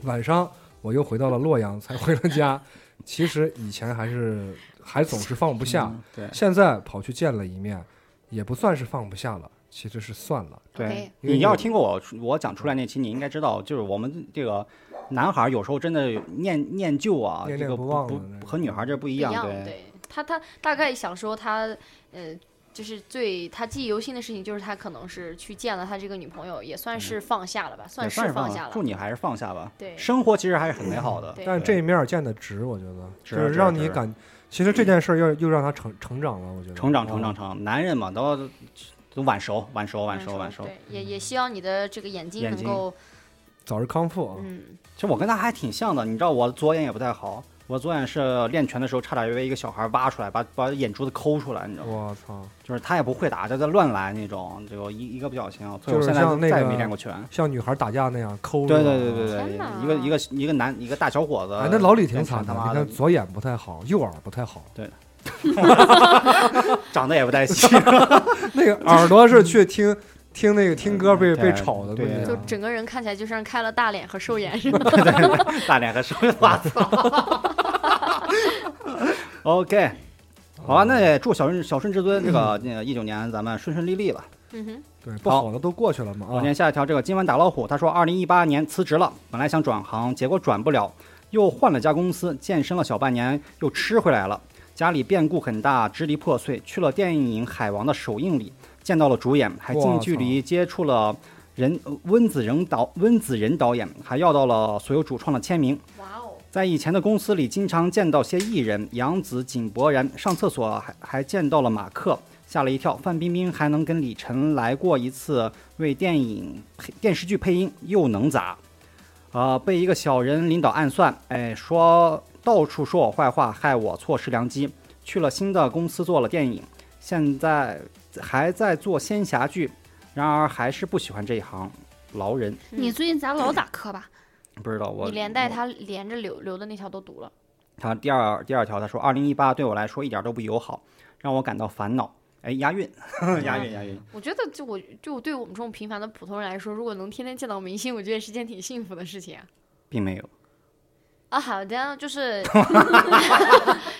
Speaker 4: 晚上我又回到了洛阳，才回了家。其实以前还是还总是放不下。
Speaker 1: <laughs> 嗯对
Speaker 4: 现在跑去见了一面，也不算是放不下了，其实是算了。
Speaker 1: 对
Speaker 3: OK，
Speaker 4: 因为
Speaker 1: 你要
Speaker 4: 我
Speaker 1: 是听过我我讲出来那期，你应该知道，就是我们这个男孩儿有时候真的有念念旧啊，
Speaker 4: 念
Speaker 1: 这
Speaker 4: 念
Speaker 1: 个
Speaker 4: 不
Speaker 1: 不
Speaker 4: 忘
Speaker 1: 不
Speaker 4: 的那种
Speaker 1: 和女孩儿这不一
Speaker 3: 一
Speaker 1: 样，
Speaker 3: 对。他他大概想说他呃，就是最他记忆犹新的事情，就是他可能是去见了他这个女朋友，也算是放下了吧，
Speaker 1: 也
Speaker 3: 是
Speaker 1: 是
Speaker 3: 放
Speaker 1: 下
Speaker 3: 了
Speaker 1: 祝。你还是放下吧。
Speaker 3: 对
Speaker 1: 生活其实还是很美好的。
Speaker 3: 对
Speaker 4: 但这一面见的值，我觉得
Speaker 1: 值
Speaker 4: 就是
Speaker 1: 值
Speaker 4: 让你
Speaker 1: 值啊
Speaker 4: 感，其实这件事儿又又让他成成长了，我觉得
Speaker 1: 成长成长
Speaker 4: 嗯
Speaker 1: 成长，男人嘛都都晚熟晚熟晚
Speaker 3: 晚
Speaker 1: 熟晚熟。嗯
Speaker 3: 对，也也希望你的这个眼睛
Speaker 1: 眼
Speaker 3: 能
Speaker 1: 睛哦
Speaker 3: 够，
Speaker 4: 早日康复啊！
Speaker 3: 嗯，
Speaker 1: 其实我跟他还挺像的，你知道我左眼也不太好，我左眼是练拳的时候差点被一个小孩挖出来，把把眼珠子抠出来，你知道吗？
Speaker 4: 我操，
Speaker 1: 就是他也不会打，就在乱来那种，这个一一个不小心，所以
Speaker 4: 就
Speaker 1: 我
Speaker 4: 是
Speaker 1: 现在
Speaker 4: 像那
Speaker 1: 再也
Speaker 4: 个
Speaker 1: 没练过拳。
Speaker 4: 像女孩打架那样抠着
Speaker 1: 对
Speaker 4: 啊。
Speaker 1: 对对对
Speaker 3: 天哪
Speaker 1: 对，一个一个一个男一个大小伙子，
Speaker 4: 哎，那老李挺惨的，
Speaker 1: 呃他
Speaker 4: 你
Speaker 1: 妈
Speaker 4: 看左眼不太好，右耳不
Speaker 1: <laughs>
Speaker 4: 太好，
Speaker 1: 长得也不太
Speaker 4: <laughs>
Speaker 1: 细，
Speaker 4: 那个耳朵是去听听那个听歌被
Speaker 1: 嗯对
Speaker 4: 被吵的，
Speaker 1: 对
Speaker 4: 估计啊
Speaker 3: 就整个人看起来就像开了大脸和瘦眼似的。
Speaker 1: 大脸和手，我操 <laughs> ！OK，好吧，那也祝小顺小顺至尊这
Speaker 4: <laughs>
Speaker 1: 个那个一九年咱们顺顺利利吧。
Speaker 3: <laughs> 嗯哼，
Speaker 4: 对不好的都过去了嘛
Speaker 1: 我
Speaker 4: 啊。
Speaker 1: 念下一条，这个今晚打老虎，他说二零一八年辞职了，本来想转行，结果转不了，又换了家公司，健身了小半年，又吃回来了。家里变故很大，支离破碎。去了电影《海王》的首映礼，见到了主演，还近距离接触了人呃温子仁导温子仁导演，还要到了所有主创的签名。
Speaker 3: 哇哦，
Speaker 1: 在以前的公司里，经常见到些艺人，杨紫、井柏然，上厕所还还见到了马克，吓了一跳。范冰冰还能跟李晨来过一次为电影配电视剧配音，又能咋？呃，被一个小人领导暗算，哎，说到处说我坏话，害我错失良机。去了新的公司做了电影，现在还在做仙侠剧，然而还是不喜欢这一行，劳人。
Speaker 2: <laughs> 你最近咋老打磕巴？
Speaker 1: 不知道我
Speaker 3: 你连带
Speaker 1: 我
Speaker 3: 他连着留留的那条都读了，
Speaker 1: 他第二第二条，他说二零一八对我来说一点都不友好，让我感到烦恼。哎，押韵， <laughs> 押韵，押韵。
Speaker 3: 我觉得就我就对我们这种平凡的普通人来说，如果能天天见到明星，我觉得也是件挺幸福的事情啊。
Speaker 1: 并没有，
Speaker 3: 啊，好
Speaker 1: <laughs>
Speaker 3: 的，就是，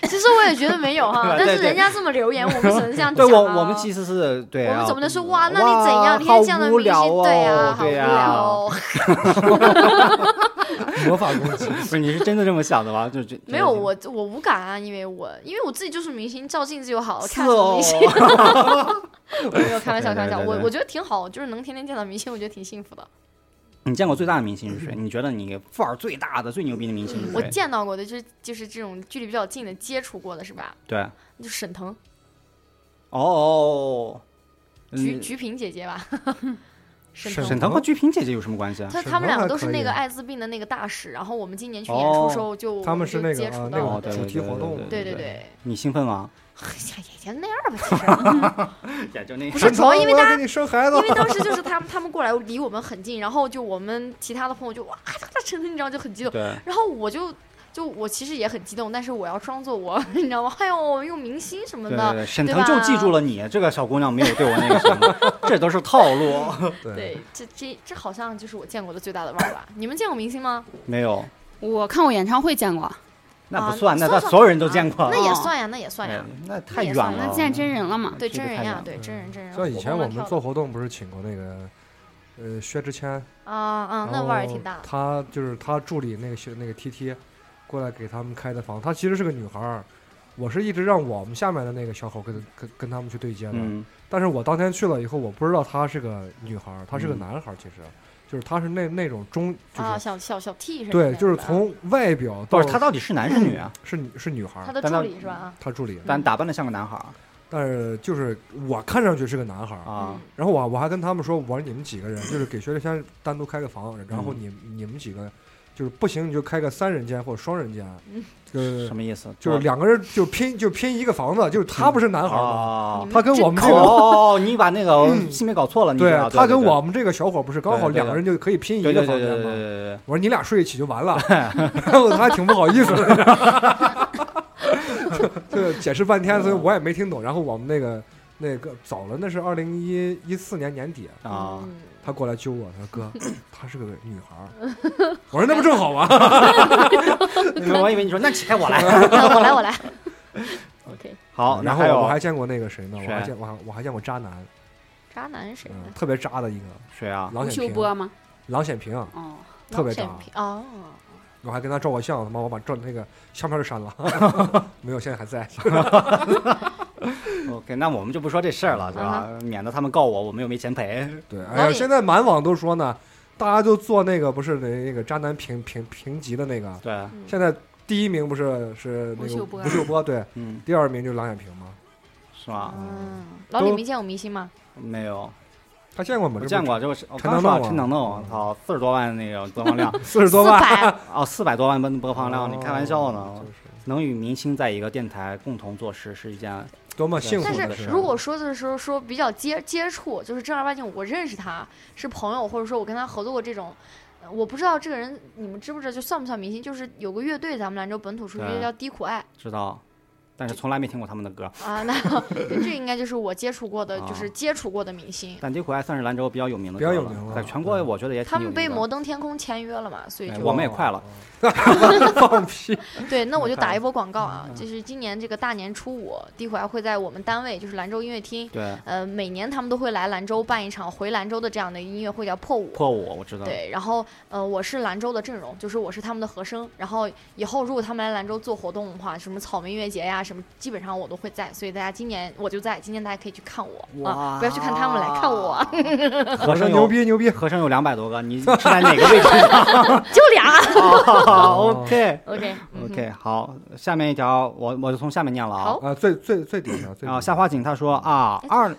Speaker 3: 其实我也觉得没有哈，
Speaker 1: 对
Speaker 3: 但是
Speaker 1: 对
Speaker 3: 人家这么留言，我们只能这样
Speaker 1: 对
Speaker 3: 讲
Speaker 1: 我
Speaker 3: 啊
Speaker 1: 我们其实是对
Speaker 3: 我
Speaker 1: 啊，
Speaker 3: 们总不能说哇，那
Speaker 1: 哇
Speaker 3: 你怎样？你
Speaker 1: 好
Speaker 3: 看这样的
Speaker 1: 无
Speaker 3: 明星，
Speaker 1: 聊哦
Speaker 3: 对呀，好无
Speaker 1: 对呀
Speaker 3: 聊哦。
Speaker 4: 魔法攻击，
Speaker 1: 不是你是真的这么想的吗？就就
Speaker 3: 没有我，我无感啊，因为我因为我自己就是明星，照镜子又好
Speaker 1: 是
Speaker 3: 看，什么
Speaker 1: 哦
Speaker 3: 明星，没 <laughs> 有开玩笑，开玩笑，
Speaker 1: 对对对
Speaker 3: 我
Speaker 1: 对
Speaker 3: 我觉得挺好，就是能天天见到明星，我觉得挺幸福的。
Speaker 1: <laughs> 你见过最大的明星是谁？你觉得你范儿最大的、最牛逼的明星是
Speaker 3: 我
Speaker 1: 谁？
Speaker 3: 见到过的就是就是这种距离比较近的接触过的是吧？
Speaker 1: 对，
Speaker 3: 就沈腾、
Speaker 1: 哦哦，
Speaker 3: 菊
Speaker 1: 嗯，
Speaker 3: 菊萍姐姐吧， <laughs> 沈
Speaker 4: 沈
Speaker 3: 腾。
Speaker 1: 沈腾和鞠萍姐姐有什么关系啊？
Speaker 3: 他
Speaker 4: 沈
Speaker 3: 他们
Speaker 4: 腾
Speaker 3: 两个
Speaker 4: 还
Speaker 3: 都是
Speaker 4: 可
Speaker 3: 那
Speaker 4: 以
Speaker 3: 个
Speaker 4: 啊哦
Speaker 3: 艾滋病的那个大使，然后我们今年去演出时候就
Speaker 4: <laughs> 他们
Speaker 3: 就是
Speaker 4: 那个
Speaker 3: 接触到
Speaker 4: 啊那
Speaker 3: 了
Speaker 4: 个
Speaker 1: 哦对
Speaker 4: 主题活动，
Speaker 3: 对
Speaker 1: 对对
Speaker 3: 对对，
Speaker 1: 你兴奋吗？
Speaker 3: <laughs> 哎呀也就那样吧，其实
Speaker 1: <laughs>
Speaker 4: <laughs>
Speaker 1: 也就那
Speaker 3: 不是主要因为
Speaker 4: 我
Speaker 3: 大
Speaker 4: 要
Speaker 3: 家
Speaker 4: 给你生孩子
Speaker 3: 因，为当时就是他们他们过来离我们很近，然后就我们其他的朋友就哇，他真的你知道就很激动，
Speaker 1: 对，
Speaker 3: 然后我就就我其实也很激动，但是我要装作我 <laughs> 你知道吗？哎呦，用明星什么
Speaker 1: 对
Speaker 3: 的，
Speaker 1: 对，沈
Speaker 3: 对
Speaker 1: 腾就
Speaker 3: 吧
Speaker 1: 记住了你这个小姑娘没有对我那个什
Speaker 3: <laughs>
Speaker 1: 么，这都是套路。 <laughs>
Speaker 4: 对，
Speaker 3: 对，这这这好像就是我见过的最大的腕儿吧？你们见过明星吗？
Speaker 1: 没有，
Speaker 2: 我看过演唱会见过，
Speaker 1: 那
Speaker 3: 啊
Speaker 1: 不算，那他
Speaker 3: 算算啊
Speaker 1: 所有人都见过。
Speaker 3: 那也
Speaker 2: 哦
Speaker 3: 算呀，那也算呀
Speaker 1: 哎，那太
Speaker 3: 也
Speaker 1: 远
Speaker 3: 算
Speaker 1: 了。
Speaker 2: 那见真人了嘛？
Speaker 3: 对
Speaker 1: 这个
Speaker 3: 真
Speaker 1: 太
Speaker 3: 人
Speaker 1: 远
Speaker 3: 呀
Speaker 1: 了，
Speaker 3: 对真人真人。
Speaker 4: 像以前
Speaker 3: 蹦蹦
Speaker 4: 我
Speaker 3: 跳
Speaker 4: 们
Speaker 3: 的
Speaker 4: 做活动不是请过那个，呃，薛之谦，
Speaker 3: 啊啊，那腕儿也挺大
Speaker 1: 哦
Speaker 3: 的。
Speaker 4: 他就是他助理那个小那个 TT 过来给他们开的房，她其实是个女孩儿。我是一直让我们下面的那个小伙跟跟跟他们去对接的，
Speaker 1: 嗯，
Speaker 4: 但是我当天去了以后，我不知道他是个女孩儿，他是个
Speaker 1: 嗯
Speaker 4: 男孩儿，其实、就是他是那那种中就是、
Speaker 3: 啊，小小小 T 是
Speaker 4: 对，
Speaker 3: 那
Speaker 4: 就是
Speaker 3: 个
Speaker 4: 从外表
Speaker 1: 不
Speaker 4: 到
Speaker 1: 是他到底是男是女啊？
Speaker 4: 是女是女孩
Speaker 3: 他
Speaker 4: 儿，
Speaker 3: 的
Speaker 1: 但他
Speaker 3: 助理是吧？啊，
Speaker 4: 他助理，
Speaker 1: 但打扮的像个男孩儿
Speaker 4: 但是就是我看上去是个男孩儿，
Speaker 3: 嗯
Speaker 1: 啊。
Speaker 4: 然后我我还跟他们说，我说你们几个人就是给薛之谦单独开个房，然后你、你们几个就是不行你就开个三人间或者双人间，就是
Speaker 1: 什么意思？
Speaker 4: 就是两个人就拼就拼一个房子，就是他不是男孩儿吗？
Speaker 1: 哦
Speaker 3: 嗯
Speaker 4: 他跟我们这
Speaker 1: 哦
Speaker 4: 个
Speaker 1: 哦哦，你把那个性别搞错了，你知
Speaker 4: 对啊
Speaker 1: 道
Speaker 4: 他跟我们这个小伙不是刚
Speaker 1: 对
Speaker 4: 好
Speaker 1: 对对
Speaker 4: 两个人就可以拼一
Speaker 1: 对
Speaker 4: 个
Speaker 1: 对
Speaker 4: 房
Speaker 1: 对对
Speaker 4: 间
Speaker 1: 对对
Speaker 4: 吗？
Speaker 1: 对
Speaker 4: 我说你俩睡一起就
Speaker 1: <laughs>
Speaker 4: 完了，然后他还挺不好意思的， <laughs> 就解释半天，所以我也没听懂。然后我们那个那个早了，那是二零一一四年年底，
Speaker 1: 对啊！
Speaker 3: 嗯
Speaker 4: 他过来揪我，他说哥，
Speaker 2: <laughs>
Speaker 4: 她是个女孩儿。我说那不正好吗？
Speaker 3: 嗯
Speaker 1: 我以为你说那起开我来。
Speaker 3: 那我来我来。OK，
Speaker 1: 好，那
Speaker 4: 嗯 <laughs> 然后
Speaker 1: 还有
Speaker 4: 我还见过那个谁呢？我还
Speaker 1: 谁
Speaker 4: 见我还我还见过渣男，
Speaker 3: 渣男是谁呢？，
Speaker 4: 嗯特别渣的一个
Speaker 1: 谁啊？
Speaker 4: 郎
Speaker 2: 吴秀
Speaker 4: 显
Speaker 2: 波
Speaker 4: 平，
Speaker 2: 吗？
Speaker 4: 郎显平，
Speaker 2: 哦，
Speaker 4: 特
Speaker 3: 老
Speaker 4: 别啊渣
Speaker 3: 沈。平哦，
Speaker 4: 我还跟他照过相，他妈我把照那个相片都删了，
Speaker 1: <laughs>
Speaker 4: 没有，现在还在。
Speaker 1: OK，那我们就不说这事儿了，对
Speaker 3: 啊
Speaker 1: 吧？免得他们告我，我们又没钱赔。
Speaker 4: 对，
Speaker 3: 老
Speaker 4: 哎呀，
Speaker 3: 李
Speaker 4: 现在满网都说呢，大家就做那个不是那那个渣男评评评级的那个，
Speaker 1: 对，
Speaker 3: 嗯
Speaker 4: 现在第一名不是是那
Speaker 2: 吴
Speaker 4: 个
Speaker 2: 秀波
Speaker 4: 吴秀波，对，
Speaker 1: 嗯，
Speaker 4: 第二名就是郎显平吗？
Speaker 1: 是吧？
Speaker 3: 嗯，老李
Speaker 4: 都
Speaker 3: 没见过明星吗？
Speaker 1: 没有，
Speaker 4: 他见过吗？
Speaker 1: 我
Speaker 4: 这不
Speaker 1: 见过，就是我
Speaker 4: 陈
Speaker 1: 刚
Speaker 4: 能
Speaker 1: 说
Speaker 4: 弄啊
Speaker 1: 陈能弄，我操，四十多万那个播放量，
Speaker 4: 四十多
Speaker 1: <laughs>
Speaker 4: 万，
Speaker 3: 400
Speaker 1: 哦，四百多万播播放量，
Speaker 4: 哦
Speaker 1: 你开玩笑呢
Speaker 4: 就？是
Speaker 1: 能与明星在一个电台共同做事是一件，
Speaker 4: 多么幸
Speaker 3: 但
Speaker 4: 福的
Speaker 1: 是
Speaker 4: 事啊
Speaker 3: 是
Speaker 4: 儿。
Speaker 3: 如果说的时候说比较接接触，就是正儿八经我认识他是朋友，或者说我跟他合作过这种。呃我不知道这个人你们知不知道，就算不算明星？就是有个乐队，咱们兰州本土出去
Speaker 1: 对
Speaker 3: 叫低苦爱
Speaker 1: 知道，但是从来没听过他们的歌。
Speaker 3: 啊，那这应该就是我接触过的，
Speaker 1: 啊
Speaker 3: 就是接触过的明星。
Speaker 1: 但迪苦还算是兰州比较有名的
Speaker 4: 比
Speaker 1: 歌
Speaker 4: 较
Speaker 1: 了，
Speaker 4: 有名了
Speaker 1: 在全国
Speaker 4: 嗯
Speaker 1: 我觉得也挺
Speaker 3: 他
Speaker 1: 有
Speaker 3: 们
Speaker 1: 名
Speaker 3: 被
Speaker 1: 的
Speaker 3: 摩登天空签约了嘛，所以
Speaker 1: 哎
Speaker 3: 就
Speaker 1: 我们也快了，哦
Speaker 4: <laughs>
Speaker 1: <laughs>
Speaker 3: 对，那我就打一波广告啊
Speaker 1: 嗯！
Speaker 3: 就是今年这个大年初五，地虎还会在我们单位，就是兰州音乐厅，
Speaker 1: 对
Speaker 3: 呃，每年他们都会来兰州办一场回兰州的这样的音乐会，叫破五。
Speaker 1: 破五我知道，
Speaker 3: 对，然后呃，我是兰州的阵容，就是我是他们的和声。然后以后如果他们来兰州做活动的话，什么草莓音乐节呀、什么，基本上我都会在，所以大家今年我就在，今年大家可以去看我
Speaker 1: 哇哦
Speaker 3: 啊，不要去看他们来看 <laughs> 我，
Speaker 1: 和
Speaker 4: 说
Speaker 1: 尚
Speaker 4: 牛
Speaker 1: 有
Speaker 4: 逼牛逼，
Speaker 1: 和尚有两百多个，你是在哪个位置 <laughs> 上
Speaker 3: 就俩。
Speaker 1: <laughs>
Speaker 4: 哦
Speaker 1: ？OK
Speaker 3: <laughs> OK 嗯哼
Speaker 1: OK，好，下面一条我我就从下面念了啊。
Speaker 3: 好哎
Speaker 4: 啊，最最最顶上，最
Speaker 1: 然后夏
Speaker 4: 顶上
Speaker 1: 花井他说啊，二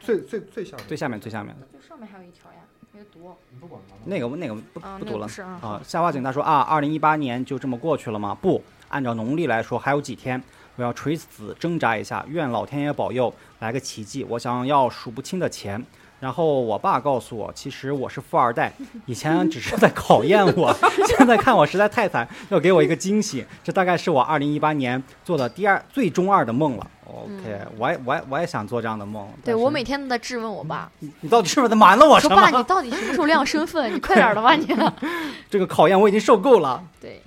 Speaker 4: 最最最下面，
Speaker 1: 最下面最下面
Speaker 3: 就上面还有一条呀，没有读
Speaker 4: 你不管它吗
Speaker 1: 那个那个不
Speaker 3: 啊，
Speaker 1: 不
Speaker 3: 那个
Speaker 1: 读了
Speaker 3: 是啊，
Speaker 1: 啊。夏花井他说啊，二零一八年就这么过去了吗？不，按照农历来说还有几天，我要垂死挣扎一下，愿老天爷保佑来个奇迹。我想要数不清的钱。然后我爸告诉我，其实我是富二代，以前只是在考验我， <laughs> 现在看我实在太惨，要给我一个惊喜。这大概是我二零一八年做的第二最中二的梦了。OK，我也我也我也想做这样的梦。
Speaker 3: 嗯对
Speaker 1: 但是
Speaker 3: 我每天都在质问我爸，
Speaker 1: 你到底是不是瞒了 <laughs> 我什
Speaker 3: 说爸，
Speaker 1: 么？
Speaker 3: 你到底什么时候亮身份？你快点儿的吧你。 <laughs>
Speaker 1: 这个考验我已经受够了。
Speaker 3: 对，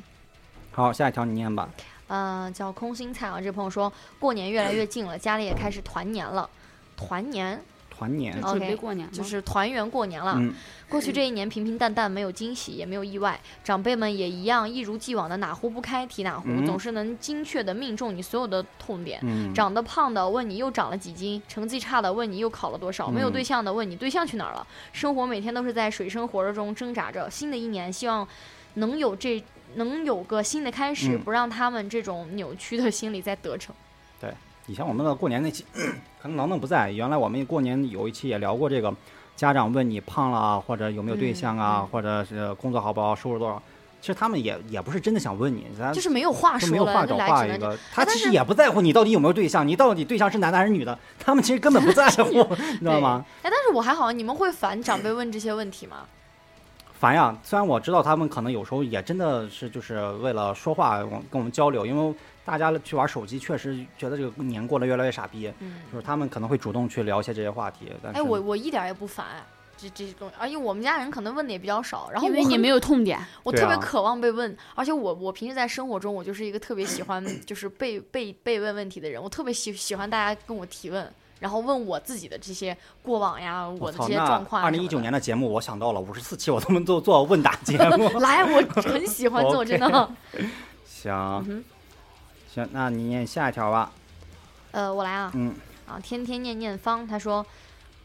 Speaker 1: 好，下一条你念吧。
Speaker 3: 嗯、叫空心菜啊，这朋友说过年越来越近了，家里也开始团年了，团年
Speaker 1: 团年
Speaker 2: 就，准备
Speaker 3: OK，
Speaker 2: 过年嘛，
Speaker 3: 就是团圆过年了。
Speaker 1: 嗯，
Speaker 3: 过去这一年平平淡淡，没有惊喜，也没有意外，长辈们也一样，一如既往的哪壶不开提哪壶，
Speaker 1: 嗯
Speaker 3: 总是能精确的命中你所有的痛点。
Speaker 1: 嗯，
Speaker 3: 长得胖的问你又长了几斤，成绩差的问你又考了多少，没有
Speaker 1: 嗯
Speaker 3: 对象的问你对象去哪儿了。生活每天都是在水深火热中挣扎着。新的一年，希望能有这能有个新的开始，
Speaker 1: 嗯
Speaker 3: 不让他们这种扭曲的心理再得逞。
Speaker 1: 以前我们的过年那期， <clears throat> 可能能能不在。原来我们过年有一期也聊过这个，家长问你胖了啊，或者有没有对象啊，
Speaker 3: 嗯嗯
Speaker 1: 或者是工作好不好，收入多少。其实他们也也不是真的想问你，咱
Speaker 3: 就是没有话
Speaker 1: 就
Speaker 3: 说
Speaker 1: 啊没有话
Speaker 3: 了，
Speaker 1: 找
Speaker 3: 就
Speaker 1: 话
Speaker 3: 来只
Speaker 1: 一
Speaker 3: 能
Speaker 1: 个。他
Speaker 3: 但
Speaker 1: 其实
Speaker 3: 是
Speaker 1: 也不在乎你到底有没有对象，你到底对象是男的还是女的， <laughs> 他们其实根本不在乎， <laughs> 你知道吗？
Speaker 3: 哎，但是我还好，你们会烦长辈问这些问题吗？
Speaker 1: 烦呀！虽然我知道他们可能有时候也真的是就是为了说话我跟我们交流，因为大家去玩手机，确实觉得这个年过得越来越傻逼，
Speaker 3: 嗯，
Speaker 1: 就是他们可能会主动去聊一些这些话题。但是
Speaker 3: 哎，我我一点儿也不烦。这这些东西，而且我们家人可能问的也比较少，然后
Speaker 2: 因
Speaker 3: 我
Speaker 2: 为你
Speaker 3: 很
Speaker 2: 没有痛点，
Speaker 3: 我
Speaker 1: 对
Speaker 3: 特别
Speaker 1: 啊
Speaker 3: 渴望被问，而且我我平时在生活中，我就是一个特别喜欢就是被被被问问题的人，我特别喜喜欢大家跟我提问，然后问我自己的这些过往呀，我的这
Speaker 1: 操，
Speaker 3: 些
Speaker 1: 那
Speaker 3: 状况啊。
Speaker 1: 二零一九，年的节目，我想到了五十四期，我他们都做问答节目。
Speaker 3: <laughs> 来，我很喜欢
Speaker 1: <laughs>
Speaker 3: 做，真的。
Speaker 1: 行、
Speaker 3: 嗯哼
Speaker 1: 行，那你念下一条吧。
Speaker 3: 呃，我来啊
Speaker 1: 嗯，
Speaker 3: 啊，天天念念方，他说，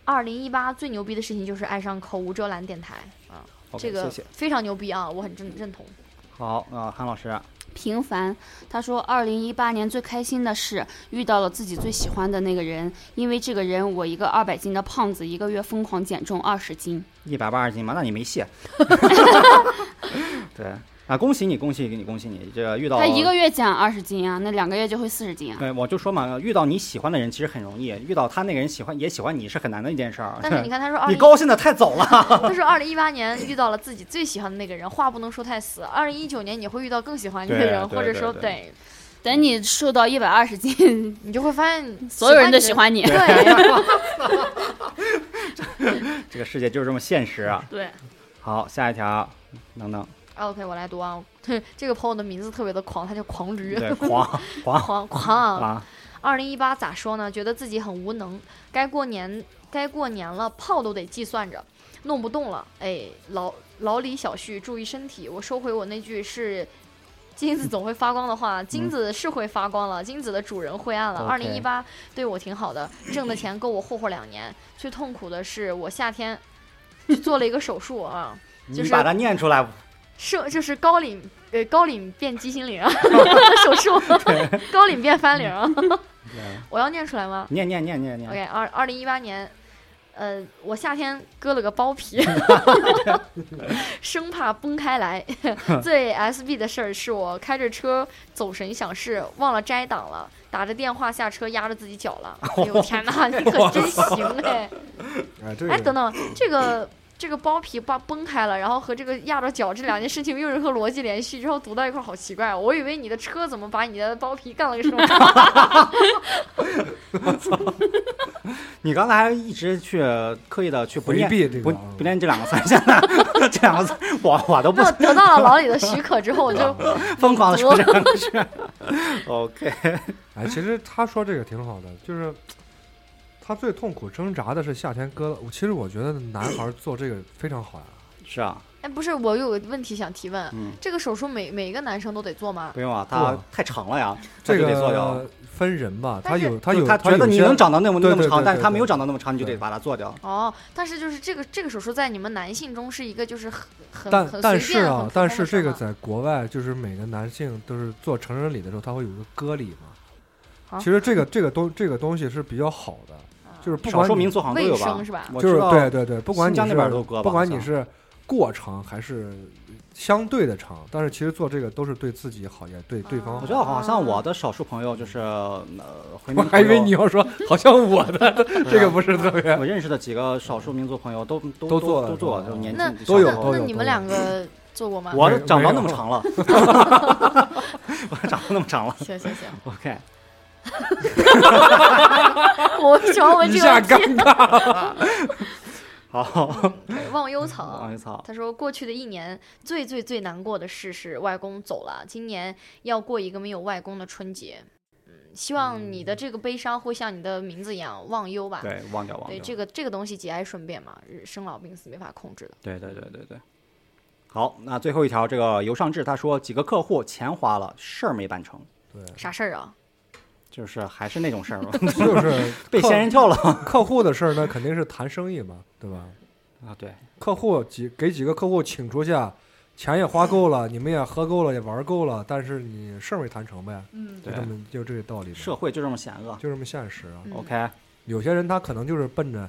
Speaker 3: 二零一八最牛逼的事情就是爱上口无遮拦电台啊，
Speaker 1: OK，
Speaker 3: 这个
Speaker 1: 谢谢。
Speaker 3: 非常牛逼啊，我很认
Speaker 1: <laughs>
Speaker 3: 认同。
Speaker 1: 好啊、呃韩老师，
Speaker 2: 平凡。他说，二零一八年最开心的是遇到了自己最喜欢的那个人，因为这个人，我一个二百斤的胖子，一个月疯狂减重二十斤。
Speaker 1: 一百八十斤嘛，那你没戏。啊
Speaker 3: <laughs>
Speaker 1: 对啊，恭喜你，恭喜你，恭喜你！这个遇到
Speaker 2: 他一个月减二十斤啊，那两个月就会四十斤啊。
Speaker 1: 对，我就说嘛，遇到你喜欢的人其实很容易，遇到他那个人喜欢也喜欢你是很难的一件事儿。
Speaker 3: 但是你看，他说
Speaker 1: <laughs>
Speaker 3: 二
Speaker 1: 你
Speaker 3: 零
Speaker 1: 高兴的太早了。
Speaker 3: 他说，二零一八年遇到了自己最喜欢的那个人，话不能说太死。二零一九年你会遇到更喜欢你的
Speaker 1: 对啊
Speaker 3: 人，
Speaker 1: 对
Speaker 3: 或者
Speaker 1: 对
Speaker 3: 说
Speaker 1: 对
Speaker 3: 对
Speaker 2: 等你瘦到一百二十斤， <laughs>
Speaker 3: 你就会发现
Speaker 2: 嗯所有人都
Speaker 3: 你
Speaker 2: 喜
Speaker 3: 的。
Speaker 2: 欢你。
Speaker 3: 对，
Speaker 1: 这个世界就是这么现实啊。
Speaker 2: 对，
Speaker 1: 好，下一条，等等，
Speaker 3: OK，我来读啊。 <laughs> 这个朋友的名字特别的狂，他叫狂
Speaker 1: <laughs>
Speaker 3: 驴，
Speaker 1: 对，狂狂
Speaker 3: <laughs> 狂狂啊！
Speaker 1: 啊，
Speaker 3: 二零一八咋说呢？觉得自己很无能，该过年该过年了，炮都得计算着，弄不动了。哎，老老李小旭，注意身体。我收回我那句是。金子总会发光的话，金子是会发光了，金子的主人晦暗了。二
Speaker 1: OK
Speaker 3: 零一八对我挺好的，挣的钱够我霍霍两年。最痛苦的是我夏天去做了一个手术啊，就
Speaker 1: 你
Speaker 3: 是
Speaker 1: 把它念出来。
Speaker 3: 是就是高领呃高领变鸡心领啊 <laughs> 手术，高领变翻领啊， <laughs>
Speaker 1: 对
Speaker 3: 我要念出来吗
Speaker 1: 念念念念念。
Speaker 3: ？OK，二二零一八年，呃，我夏天割了个包皮，生怕崩开来。最 SB 的事儿是我开着车走神想事，忘了摘挡了，打着电话下车压着自己脚了。哎呦天哪，你可真行哎！
Speaker 4: 哎，这
Speaker 3: 哎，等
Speaker 4: 个
Speaker 3: 等，这个这个包皮扒崩开了，然后和这个压着脚这两件事情没有任何逻辑联系，之后读到一块儿好奇怪哦。我以为你的车怎么把你的包皮干了个什么？
Speaker 1: 你刚才还一直去刻意的去不
Speaker 4: 回
Speaker 1: 念
Speaker 4: 避这
Speaker 1: 不
Speaker 4: 个啊
Speaker 1: 不念这两个词，现在 <laughs> 这两个词我我都不
Speaker 3: 那我得到了老李的许可之后，我就
Speaker 1: <laughs> 疯狂的说这两个事。OK，
Speaker 4: 哎，其实他说这个挺好的，就是他最痛苦挣扎的是夏天割了。我其实我觉得男孩儿做这个非常好呀，
Speaker 1: 是啊，
Speaker 3: 哎，不是，我有个问题想提问，
Speaker 1: 嗯，
Speaker 3: 这个手术每每个男生都得做吗？
Speaker 1: 不用啊，它
Speaker 4: 哇
Speaker 1: 太长了呀，它
Speaker 4: 这
Speaker 1: 就得做掉。
Speaker 4: 个分人吧，他
Speaker 3: 但是
Speaker 4: 有他
Speaker 1: 就
Speaker 4: 有
Speaker 1: 他觉
Speaker 4: 有
Speaker 1: 得你
Speaker 4: 些
Speaker 1: 能长到那么
Speaker 4: 对
Speaker 1: 那么
Speaker 4: 对
Speaker 1: 长，
Speaker 4: 对
Speaker 1: 但是
Speaker 4: 对
Speaker 1: 他没有
Speaker 4: 对
Speaker 1: 长到那么长，你就得
Speaker 4: 对
Speaker 1: 把它做掉。
Speaker 3: 哦，但是就是这个这个手术在你们男性中是一个就是很很
Speaker 4: 但
Speaker 3: 很
Speaker 4: 但
Speaker 3: 随
Speaker 4: 是
Speaker 3: 便
Speaker 4: 啊
Speaker 3: 很，
Speaker 4: 但
Speaker 3: 普通
Speaker 4: 是
Speaker 3: 的事儿
Speaker 4: 这个
Speaker 3: 吗
Speaker 4: 在国外就是每个男性都是做成人礼的时候，他会有一个割礼
Speaker 3: 啊
Speaker 4: 嘛。其实这个这个东这个东西是比较好的，
Speaker 3: 啊
Speaker 4: 就是不
Speaker 1: 少
Speaker 4: 管
Speaker 1: 说
Speaker 4: 你
Speaker 1: 民族好像都
Speaker 3: 卫
Speaker 1: 有吧
Speaker 3: 生？是吧？
Speaker 1: 我
Speaker 4: 就
Speaker 1: 知
Speaker 4: 是
Speaker 1: 道
Speaker 4: 对对对，不管
Speaker 1: 新
Speaker 4: 你
Speaker 1: 疆那
Speaker 4: 是
Speaker 1: 边儿都割吧
Speaker 4: 不
Speaker 1: 好
Speaker 4: 管你
Speaker 1: 像
Speaker 4: 是过长还是相对的长，但是其实做这个都是对自己好，也对对方
Speaker 3: 啊
Speaker 1: 我
Speaker 4: 好
Speaker 1: 觉。得好像我的少数朋友就是呃回
Speaker 4: 我
Speaker 1: 民
Speaker 4: 还以为你
Speaker 1: 朋友
Speaker 4: 要说，好像我
Speaker 1: <laughs>
Speaker 4: 的
Speaker 1: 啊
Speaker 4: 这个不是特别
Speaker 1: 我认识的几个少数民族朋友都哎都都
Speaker 4: 都做了
Speaker 1: 都
Speaker 4: 是
Speaker 1: 做，
Speaker 4: 吧
Speaker 1: 就年
Speaker 3: 那
Speaker 1: 轻
Speaker 4: 都有
Speaker 1: 小朋
Speaker 4: 都
Speaker 1: 友
Speaker 3: 那
Speaker 4: 有
Speaker 3: 你们
Speaker 4: 都有
Speaker 3: 两个做过吗？
Speaker 1: 我
Speaker 4: 没
Speaker 1: 都长到
Speaker 4: 没
Speaker 1: 那么
Speaker 4: 有
Speaker 1: 长了， <laughs> 我长到那么长了。
Speaker 3: 行行 <laughs> 行，
Speaker 1: OK，
Speaker 3: 我喜欢问
Speaker 4: 一
Speaker 3: 这
Speaker 4: 下
Speaker 3: 个
Speaker 4: 尴尬。
Speaker 1: 好，
Speaker 3: 对忘
Speaker 4: 嗯
Speaker 3: 忧
Speaker 1: 王
Speaker 4: 哎
Speaker 3: 草。
Speaker 1: 一草，
Speaker 3: 他说，过去的一年最最最难过的事是外公走了，今年要过一个没有外公的春节。嗯，希望你的这个悲伤会像你的名字一样忘忧吧。
Speaker 1: 对，忘掉忘
Speaker 3: 对
Speaker 1: 掉，
Speaker 3: 这个这个东西节哀顺变嘛，日生老病死没法控制的。
Speaker 1: 对对对对对。好，那最后一条，这个尤尚志他说几个客户钱花了，事儿没办成，
Speaker 4: 对，
Speaker 1: 嗯
Speaker 3: 啥事儿啊？
Speaker 1: 就是还是那种事儿嘛， <laughs>
Speaker 4: 就是
Speaker 1: 被
Speaker 4: 客
Speaker 1: 仙人跳了
Speaker 4: 客户的事儿呢，肯定是谈生意嘛，对吧？
Speaker 1: <laughs> 啊！对，
Speaker 4: 客户几给几个客户请出下，钱也花够了，你们也喝够了，也玩够了，但是你事儿没谈成呗，
Speaker 3: 嗯
Speaker 4: 就
Speaker 1: 对
Speaker 4: 这么就这个道理呗，
Speaker 1: 社会就这么险恶。
Speaker 4: 就这么现实啊。
Speaker 3: 嗯
Speaker 1: OK，哎
Speaker 4: 有些人他可能就是奔着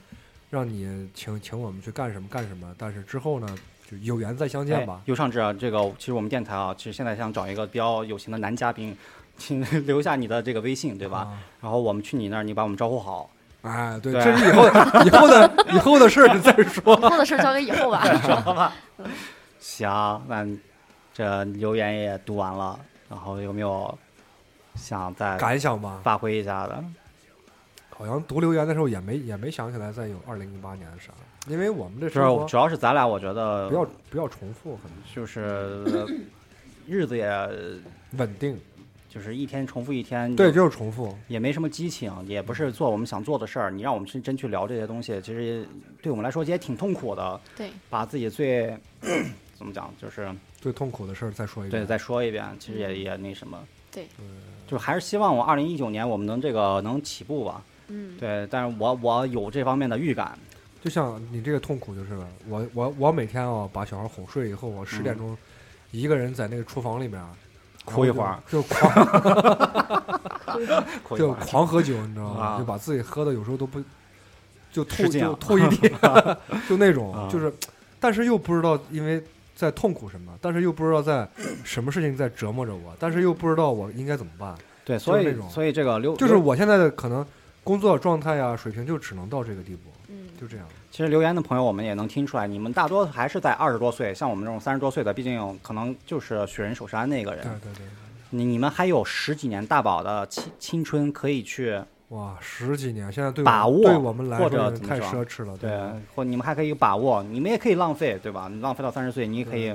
Speaker 4: 让你请请我们去干什么干什么，但是之后呢，就有缘再相见
Speaker 1: 哎
Speaker 4: 吧。
Speaker 1: 尤尚志啊，这个其实我们电台啊，其实现在想找一个比较有型的男嘉宾，请留下你的这个微信，对吧？
Speaker 4: 啊？
Speaker 1: 然后我们去你那儿，你把我们招呼好。
Speaker 4: 哎，对，
Speaker 1: 对哎
Speaker 4: 这是以后以
Speaker 1: <laughs>
Speaker 4: 后的以后的事儿再说。
Speaker 3: 以后的事儿交给以后吧。
Speaker 1: 行，那这留言也读完了，然后有没有想再
Speaker 4: 感想吧，
Speaker 1: 发挥一下的？
Speaker 4: 好像读留言的时候也没也没想起来再有二零一八年的啥，因为我们这
Speaker 1: 主
Speaker 4: 生
Speaker 1: 要
Speaker 4: 活
Speaker 1: 主要是咱俩，我觉得
Speaker 4: 不要不要重复，很
Speaker 1: 就是呃日子也
Speaker 4: 稳定。
Speaker 1: 嗯就是一天重复一天，
Speaker 4: 对，
Speaker 1: 也
Speaker 4: 就是重复。
Speaker 1: 也没什么激情，也不是做我们想做的事儿。你让我们去真去聊这些东西，其实也对我们来说也挺痛苦的。
Speaker 3: 对，
Speaker 1: 把自己最 <clears throat> 怎么讲，就是
Speaker 4: 最痛苦的事儿再说一
Speaker 1: 对
Speaker 4: 遍。
Speaker 1: 再说一遍，其实也也那什么。
Speaker 3: 对，
Speaker 1: 就是还是希望我二零一九年我们能这个能起步吧。
Speaker 3: 嗯，
Speaker 1: 对，但是我我有这方面的预感。
Speaker 4: 就像你这个痛苦就是，我我我每天啊把小孩哄睡以后，我十点钟一个人在那个厨房里面啊
Speaker 1: 嗯哭一会儿，
Speaker 4: 然后
Speaker 1: <laughs> 可
Speaker 4: 就就狂
Speaker 1: 以
Speaker 4: 就
Speaker 1: 吧
Speaker 4: 狂喝酒，你知道吗？
Speaker 1: 啊
Speaker 4: 就把自己喝的有时候都不就吐
Speaker 1: 失禁
Speaker 4: 就
Speaker 1: 了
Speaker 4: 吐一地，
Speaker 1: <laughs>
Speaker 4: 就那种
Speaker 1: 啊
Speaker 4: 就是，但是又不知道因为在痛苦什么，但是又不知
Speaker 1: <laughs>
Speaker 4: 道在什么事情在折磨着我，但是又不知道我应该怎么办。
Speaker 1: 对，所
Speaker 4: 就是那
Speaker 1: 以
Speaker 4: 种
Speaker 1: 所以这个留
Speaker 4: 就是我现在的可能工作状态呀、水平就只能到这个地步，
Speaker 3: 嗯，
Speaker 4: 就这样。
Speaker 1: 其实留言的朋友，我们也能听出来，你们大多还是在二十多岁，像我们这种三十多岁的，毕竟可能就是雪人手山那个
Speaker 4: 对
Speaker 1: 人。
Speaker 4: 对对。
Speaker 1: 你你们还有十几年大把的青青春可以去，
Speaker 4: 哇，十几年，现在对我
Speaker 1: 把握
Speaker 4: 对我们来
Speaker 1: 或者
Speaker 4: 说
Speaker 1: 怎么
Speaker 4: 太奢
Speaker 1: 说
Speaker 4: 侈了。
Speaker 1: 对啊
Speaker 4: 吧，
Speaker 1: 或你们还可以把握，你们也可以浪费，对吧？你浪费到三十岁，你也可以。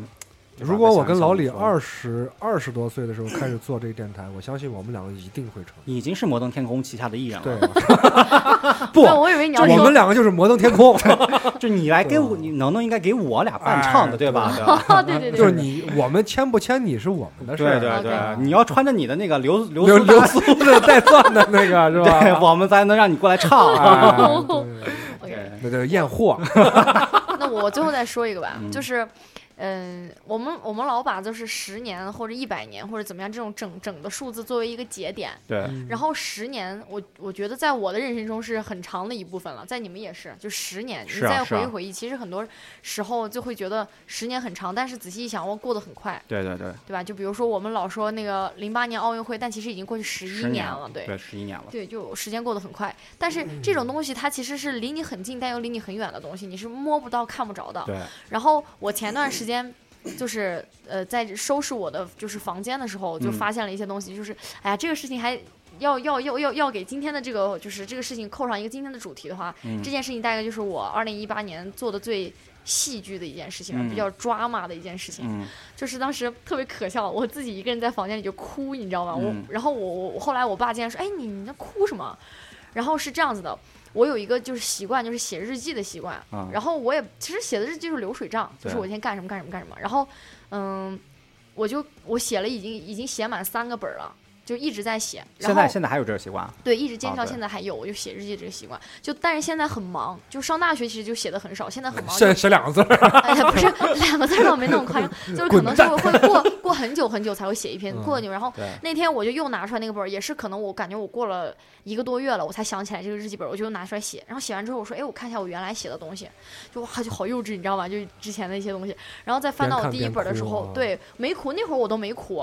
Speaker 1: 对吧
Speaker 4: 如果我跟老李，
Speaker 1: 再想一想
Speaker 4: 二十二十多岁的时候开始做这个电台，我相信我们两个一定会成。
Speaker 1: 已经是摩登天空旗下的艺人
Speaker 4: 对啊
Speaker 1: 了，，
Speaker 4: 不，
Speaker 3: 那我以为你要
Speaker 4: 我们
Speaker 3: 说，
Speaker 4: 两 <laughs> 个就是摩登天空，
Speaker 1: 就你来给我，
Speaker 4: 对
Speaker 1: 你能能应该给我俩伴唱
Speaker 4: 哎
Speaker 1: 的，对吧？对吧
Speaker 2: 哦
Speaker 3: 对对对，
Speaker 4: 就是你我们签不签你是我们的事
Speaker 1: 对
Speaker 4: 儿，
Speaker 1: 对对，
Speaker 3: OK
Speaker 1: 你要穿着你的那个流流
Speaker 4: 留
Speaker 1: 苏
Speaker 4: 留
Speaker 1: 大
Speaker 4: 苏的带钻的那个是吧？
Speaker 1: 对，我们才能让你过来唱。啊
Speaker 4: <laughs>
Speaker 3: 哦
Speaker 4: 哎对
Speaker 3: OK
Speaker 1: 对
Speaker 4: 那叫验货，
Speaker 3: 那我最后再说一个吧，
Speaker 1: 嗯
Speaker 3: 就是，嗯，我们我们老把就是十年或者一百年或者怎么样这种整整的数字作为一个节点，
Speaker 1: 对，
Speaker 4: 嗯
Speaker 3: 然后十年，我我觉得在我的人生中是很长的一部分了，在你们也是，就十年，你
Speaker 1: 是啊
Speaker 3: 再
Speaker 1: 是
Speaker 3: 回
Speaker 1: 啊
Speaker 3: 忆回忆，其实很多时候就会觉得十年很长，但是仔细一想，哇，过得很快，
Speaker 1: 对对对，
Speaker 3: 对吧？就比如说我们老说那个零八年奥运会，但其实已经过去十一
Speaker 1: 十
Speaker 3: 年
Speaker 1: 年
Speaker 3: 了，对。
Speaker 1: 对，十一年了。
Speaker 3: 对，就时间过得很快，但是这种东西它其实是离你很近，但又离你很远的东西，你是摸不到、看不着的。
Speaker 1: 对，
Speaker 3: 然后我前段时间就是呃，在收拾我的就是房间的时候，就
Speaker 1: 嗯
Speaker 3: 发现了一些东西，就是哎呀，这个事情还要要要要要给今天的这个就是这个事情扣上一个今天的主题的话，
Speaker 1: 嗯
Speaker 3: 这件事情大概就是我二零一八年做的最戏剧的一件事情，
Speaker 1: 嗯
Speaker 3: 比较 drama 的一件事情。
Speaker 1: 嗯，
Speaker 3: 就是当时特别可笑，我自己一个人在房间里就哭，你知道吗？
Speaker 1: 嗯
Speaker 3: 我，然后我我我后来我爸竟然说：“哎，你你那哭什么？”然后是这样子的，我有一个就是习惯，就是写日记的习惯。
Speaker 1: 啊
Speaker 3: 然后我也其实写的日记就是流水账，就是
Speaker 1: 对
Speaker 3: 我今天干什么干什么干什么。然后，嗯，我就我写了已经已经写满三个本儿了，就一直在写。然
Speaker 1: 现在
Speaker 3: 后
Speaker 1: 现在还有这个习惯啊？
Speaker 3: 对，一直坚
Speaker 1: 啊
Speaker 3: 持到
Speaker 1: 对
Speaker 3: 现在还有，我就写日记这个习惯。就但是现在很忙，就上大学其实就写的很少，现在
Speaker 1: <laughs>
Speaker 3: 很忙。
Speaker 4: 现在写两个字儿，
Speaker 3: 哎呀，不是 <laughs> 两个字儿倒没那么夸张，就是可
Speaker 4: 滚
Speaker 3: 能
Speaker 4: 嗯
Speaker 3: 是会过过很久很久才会写一篇，过很久，然后
Speaker 1: 对，
Speaker 3: 那天我就又拿出来那个本儿，也是可能我感觉我过了一个多月了，我才想起来这个日记本儿，我就拿出来写。然后写完之后，我说：“哎，我看一下我原来写的东西，就哇，就好幼稚，你知道吗？就之前的一些东西。”然后再翻到我
Speaker 4: 边看
Speaker 3: 第一
Speaker 4: 边
Speaker 3: 本儿的时
Speaker 4: 哭
Speaker 3: 候
Speaker 4: 啊，
Speaker 3: 对，没哭，那会儿我都没哭。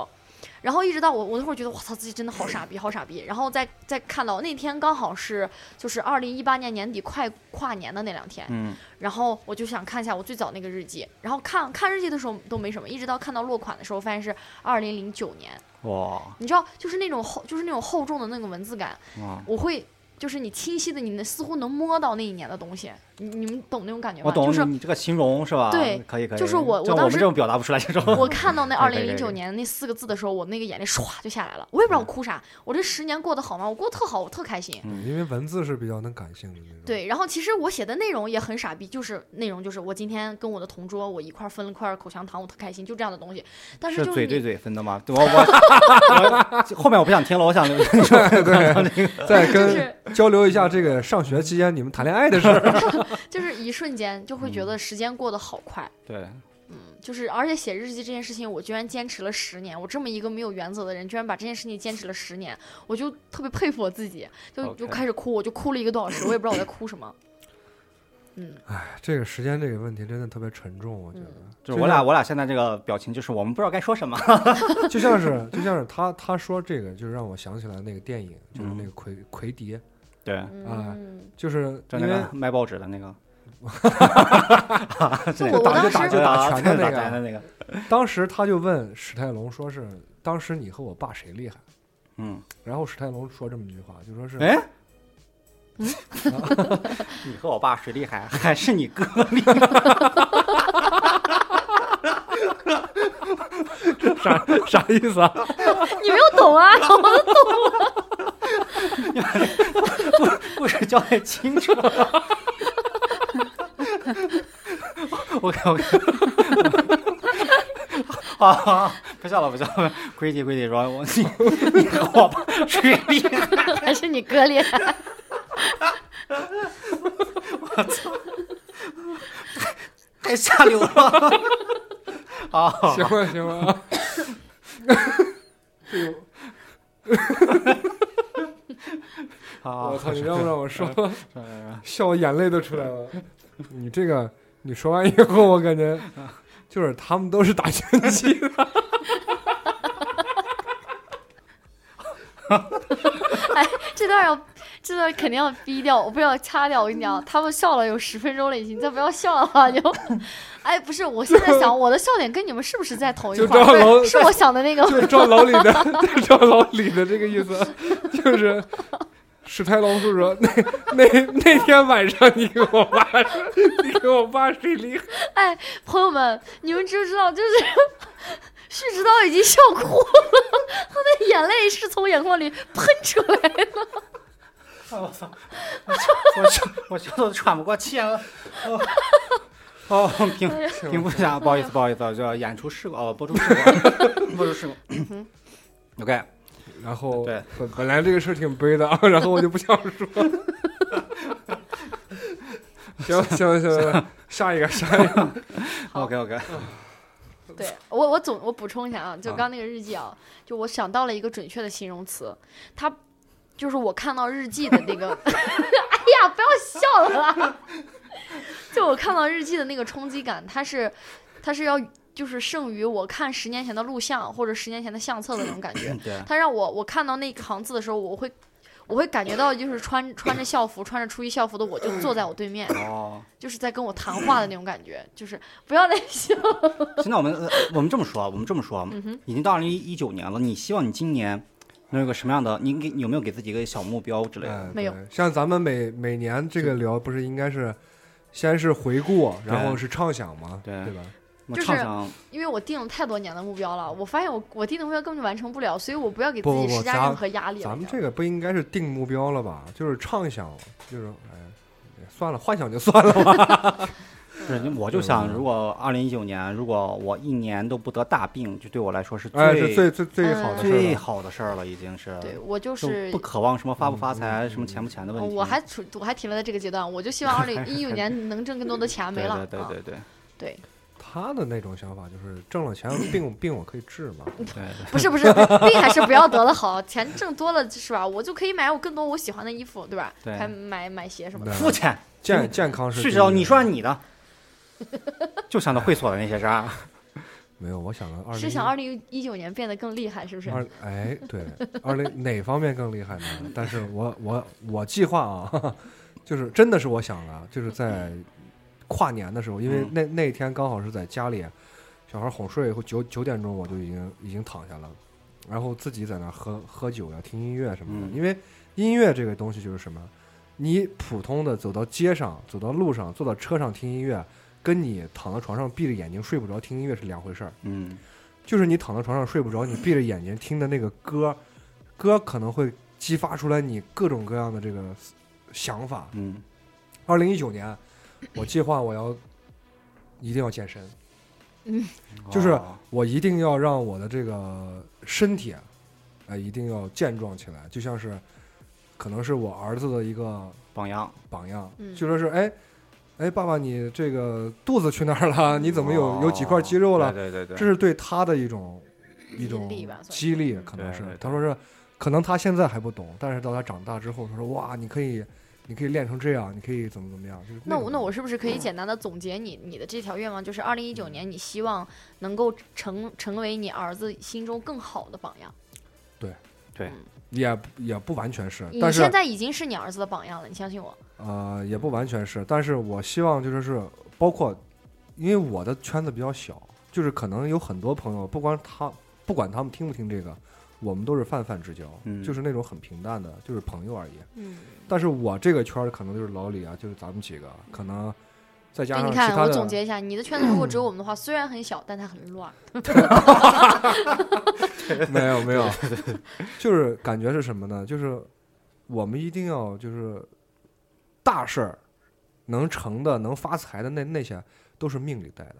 Speaker 3: 然后一直到我，我那会儿觉得我操，自己真的好傻逼，好傻逼。然后再再看到那天刚好是就是二零一八年年底快跨年的那两天，
Speaker 1: 嗯，
Speaker 3: 然后我就想看一下我最早那个日记。然后看看日记的时候都没什么，一直到看到落款的时候，发现是二零零九年。
Speaker 1: 哇，
Speaker 3: 你知道，就是那种厚，就是那种厚重的那个文字感，
Speaker 1: 嗯，
Speaker 3: 我会，就是你清晰的，你能似乎能摸到那一年的东西，你你们懂那种感觉
Speaker 1: 我
Speaker 3: 吗？
Speaker 1: 懂
Speaker 3: 就
Speaker 1: 你,、
Speaker 3: 是
Speaker 1: 这个形容是吧？
Speaker 3: 对
Speaker 1: 可以可以。
Speaker 3: 就是我我
Speaker 1: 像我
Speaker 3: 当
Speaker 1: 们
Speaker 3: 时
Speaker 1: 这种表达不出来这种。
Speaker 3: 我
Speaker 1: <laughs>
Speaker 3: 看到那二
Speaker 1: 可以可
Speaker 3: 零
Speaker 1: 以
Speaker 3: 零
Speaker 1: 可
Speaker 3: 九
Speaker 1: 以
Speaker 3: 年那四个字的时候，我那个眼泪唰就下来了，我也不知道我哭啥，我这十年过得好吗？我过得特好，我特开
Speaker 1: 嗯
Speaker 3: 心。
Speaker 4: 因为文字是比较能感性的那种。，
Speaker 3: 对，然后其实我写的内容也很傻逼，就是内容就是我今天跟我的同桌我一块儿分了块口香糖，我特开心，就这样的东西。
Speaker 1: <laughs>
Speaker 3: 但
Speaker 1: 是
Speaker 3: 就是
Speaker 1: 嘴
Speaker 3: 你
Speaker 1: 对嘴分的吗？对我我 <laughs> 我后面我不想听了，我想
Speaker 4: <laughs> <laughs> 再
Speaker 3: 就
Speaker 4: 跟
Speaker 3: 是
Speaker 4: 交流一下这个上学期间你们谈恋爱的事 <laughs> 儿。
Speaker 3: 就是一瞬间就会觉
Speaker 4: 嗯
Speaker 3: 得时间过得好快。
Speaker 1: <laughs>
Speaker 3: 嗯
Speaker 1: 对，
Speaker 3: 就是，而且写日记这件事情，我居然坚持了十年。我这么一个没有原则的人，居然把这件事情坚持了十年，我就特别佩服我自己，就
Speaker 1: OK
Speaker 3: 就开始哭，我就哭了一个多小时，我也不知道我在哭什么。嗯，
Speaker 4: 哎，这个时间这个问题真的特别沉重，我觉
Speaker 3: 嗯
Speaker 4: 得。
Speaker 1: 就是我俩我俩现在这个表情就是我们不知道该说什么。
Speaker 4: 就像是就像是他他说这个，就是让我想起来那个电影，就是那个奎奎迪，
Speaker 1: 对，
Speaker 4: <laughs> 啊
Speaker 3: 嗯，
Speaker 4: 就是
Speaker 1: 就
Speaker 4: 因
Speaker 1: 那
Speaker 4: 为 <laughs>
Speaker 1: 个卖报纸的那个，
Speaker 3: 就我我
Speaker 4: 打
Speaker 3: 当
Speaker 4: 就打
Speaker 3: 时
Speaker 4: 就打
Speaker 1: 打
Speaker 4: 拳的那
Speaker 1: 打
Speaker 4: 个
Speaker 1: 拳的那个，
Speaker 4: 当时他就问史泰龙说是当时你和我爸谁厉害？
Speaker 1: 嗯，
Speaker 4: 然后史泰龙说这么一句话，就说是
Speaker 1: 哎
Speaker 4: 嗯
Speaker 1: <laughs> 你和我爸谁厉害？还是你哥厉害？
Speaker 4: <laughs> 啥啥意思啊？
Speaker 3: 你没有懂啊？
Speaker 1: 故事交代清楚。
Speaker 4: <laughs>
Speaker 1: 我看我看， <laughs> 好好好，不笑了不笑了，规矩规矩说，我你你和我爸谁厉害？
Speaker 3: 还是你割裂？
Speaker 1: 太下流了。好，
Speaker 4: 行吧行 <laughs> 吧，
Speaker 1: 好，
Speaker 4: 我操！你让不让我说？
Speaker 1: 嗯
Speaker 4: 笑眼泪都出来了。你这个你说完以后，我感觉就是他们都是打拳击的。
Speaker 3: 哎，这段要这段肯定要逼掉，我不要掐掉。我跟你讲，他们笑了有十分钟了，已经，再不要笑了就。 <laughs> 哎，不是，我现在想，我的笑点跟你们是不是在同一
Speaker 4: 就
Speaker 3: 块
Speaker 4: 赵龙
Speaker 3: 儿？是我想的那个吗
Speaker 4: <laughs> 就是照老李的，就是照老李的这个意思， <laughs> 就是史泰龙叔说，那 <laughs> 那那天晚上你给我爸， <laughs> 你给我爸谁厉害？
Speaker 3: 哎，朋友们，你们知不知道？就是 <laughs> 旭指导已经笑哭了，他的眼泪是从眼眶里喷出来的。
Speaker 1: 我操！我笑，我笑都喘不过气来了。哦，哦平平复一下，不好意思，不好意思，我就演出事故，哦，播出事故，播出事故。OK，
Speaker 4: 然后
Speaker 1: 对
Speaker 4: 本本来这个事儿挺悲的， <laughs> 啊，然后我就不想说。 <laughs> 行行行行，下一个下一个，
Speaker 1: OK OK，
Speaker 3: <laughs> 对我，我总我补充一下啊，就刚那个日记 <laughs> 啊，就我想到了一个准确的形容词，它就是我看到日记的那 <laughs> 个，哎呀，不要笑了 <laughs> 啦！就我看到日记的那个冲击感，它是它是要就是胜于我看十年前的录像或者十年前的相册的那种感觉。
Speaker 1: 对，
Speaker 3: 他让我我看到那行字的时候，我会我会感觉到就是穿穿着校服、穿着初一校服的我就坐在我对面，
Speaker 1: 哦，
Speaker 3: 就是在跟我谈话的那种感觉，就是不要再笑。
Speaker 1: 现在我们呃我们这么说，我们这么说，已经到二零一九年了，你希望你今年能有个什么样的？你给你有没有给自己一个小目标之类的？
Speaker 3: <laughs>
Speaker 4: 哎
Speaker 3: 没有
Speaker 4: 对像咱们每每年这个聊不是应该是。先是回顾，然后是畅想嘛，
Speaker 1: 对
Speaker 4: 对吧？
Speaker 1: 我
Speaker 3: 就是
Speaker 1: 畅想，
Speaker 3: <laughs> 因为我定了太多年的目标了，我发现我我定的目标根本就完成不了，所以我不要给自
Speaker 4: 不
Speaker 3: 己
Speaker 4: 不不
Speaker 3: 施加
Speaker 4: 咱
Speaker 3: 任何压力了
Speaker 4: 咱们
Speaker 3: 你知
Speaker 4: 这个不应该是定目标了吧？就是畅想，就是哎呀，算了，幻想就算了
Speaker 1: <laughs>
Speaker 4: 吧。
Speaker 1: 是，我就想，如果二零一九年，如果我一年都不得大病，就对我来说是最、
Speaker 4: 哎，是最最最
Speaker 3: 嗯
Speaker 4: 好的事
Speaker 1: 最
Speaker 4: 儿了。
Speaker 1: 好的事儿了，已经是。
Speaker 3: 对我就
Speaker 1: 就是不渴望什么发不发财、
Speaker 4: 嗯嗯
Speaker 1: 什么钱不钱的问题。
Speaker 3: 我还处我还停留在这个阶段，我就希望二零一
Speaker 1: <laughs>
Speaker 3: 九年能挣更多的钱，没
Speaker 1: 对
Speaker 3: 了。啊
Speaker 1: 对对对对
Speaker 3: <laughs>
Speaker 1: <laughs>
Speaker 3: 对
Speaker 4: 他的那种想法就是挣了钱，病病我可以治嘛。
Speaker 3: 嗯
Speaker 1: 对对，
Speaker 3: 不
Speaker 1: <laughs>
Speaker 3: 是不是，病还是不要得了好，钱挣多了是吧？我就可以买我更多我喜欢的衣服，对吧？
Speaker 1: 对
Speaker 3: 还买买鞋什么的。
Speaker 4: 对
Speaker 1: 肤浅，
Speaker 4: 健健康是
Speaker 1: 睡
Speaker 4: 第
Speaker 1: 着
Speaker 4: 一
Speaker 1: 你
Speaker 4: 位
Speaker 1: 说按你
Speaker 3: <laughs>
Speaker 1: 的，就想到会所的那些事儿。啊
Speaker 4: 没有？我想了二
Speaker 3: 是想二零一九年变得更厉害，是不是？
Speaker 4: 二哎，对，二零哪方面更厉害呢？但是我我我计划啊，就是真的是我想的，就是在跨年的时候，因为
Speaker 1: 嗯
Speaker 4: 那那天刚好是在家里，小孩哄睡以后九九点钟我就已经已经躺下了，然后自己在那儿喝喝酒呀、听音乐什么的。
Speaker 1: 嗯
Speaker 4: 因为音乐这个东西就是什么，你普通的走到街上、走到路上、坐到车上听音乐，跟你躺到床上闭着眼睛睡不着听音乐是两回事儿。
Speaker 1: 嗯，
Speaker 4: 就是你躺在床上睡不着，你闭着眼睛听的那个歌，歌可能会激发出来你各种各样的这个想法。
Speaker 1: 嗯，
Speaker 4: 二零一九年，我计划我要一定要健身，就是
Speaker 1: 哦
Speaker 4: 我一定要让我的这个身体，呃，一定要健壮起来，就像是可能是我儿子的一个
Speaker 1: 榜样。
Speaker 4: 榜样，
Speaker 3: 嗯
Speaker 4: 就说是哎。哎，爸爸，你这个肚子去哪儿了？你怎么有、有几块肌肉了
Speaker 1: 哦？对对对对，
Speaker 4: 这是对他的一种一种
Speaker 3: 激励吧算是
Speaker 4: 激励，可能是
Speaker 1: 对对对
Speaker 4: 他说是，可能他现在还不懂，但是到他长大之后，他说哇，你可以，你可以练成这样，你可以怎么怎么样。就是
Speaker 3: 那我
Speaker 4: 种
Speaker 3: 那我是不是可以简单的总结你你的这条愿望，就是二零一九年你希望能够成成为你儿子心中更好的榜样？
Speaker 4: 也不也不完全是，
Speaker 3: 你
Speaker 4: 但
Speaker 3: 现
Speaker 4: 是
Speaker 3: 在已经是你儿子的榜样了，你相信我。
Speaker 4: 呃也不完全是，但是我希望就是是包括，因为我的圈子比较小，就是可能有很多朋友，不光他不管他们听不听这个，我们都是泛泛之交，
Speaker 1: 嗯
Speaker 4: 就是那种很平淡的，就是朋友而已。
Speaker 3: 嗯，
Speaker 4: 但是我这个圈儿可能就是老李啊，就是咱们几个，可能再加
Speaker 3: 对，
Speaker 4: 上
Speaker 3: 你
Speaker 4: 其
Speaker 3: 看
Speaker 4: 他
Speaker 3: 我
Speaker 4: 的，
Speaker 3: 总结一下，你的圈子如果只有我们的话，虽然很小，但它很乱。
Speaker 4: <laughs> 没有没有， <laughs> 就是感觉是什么呢？就是我们一定要就是大事儿能成的、能发财的那那些都是命里带的。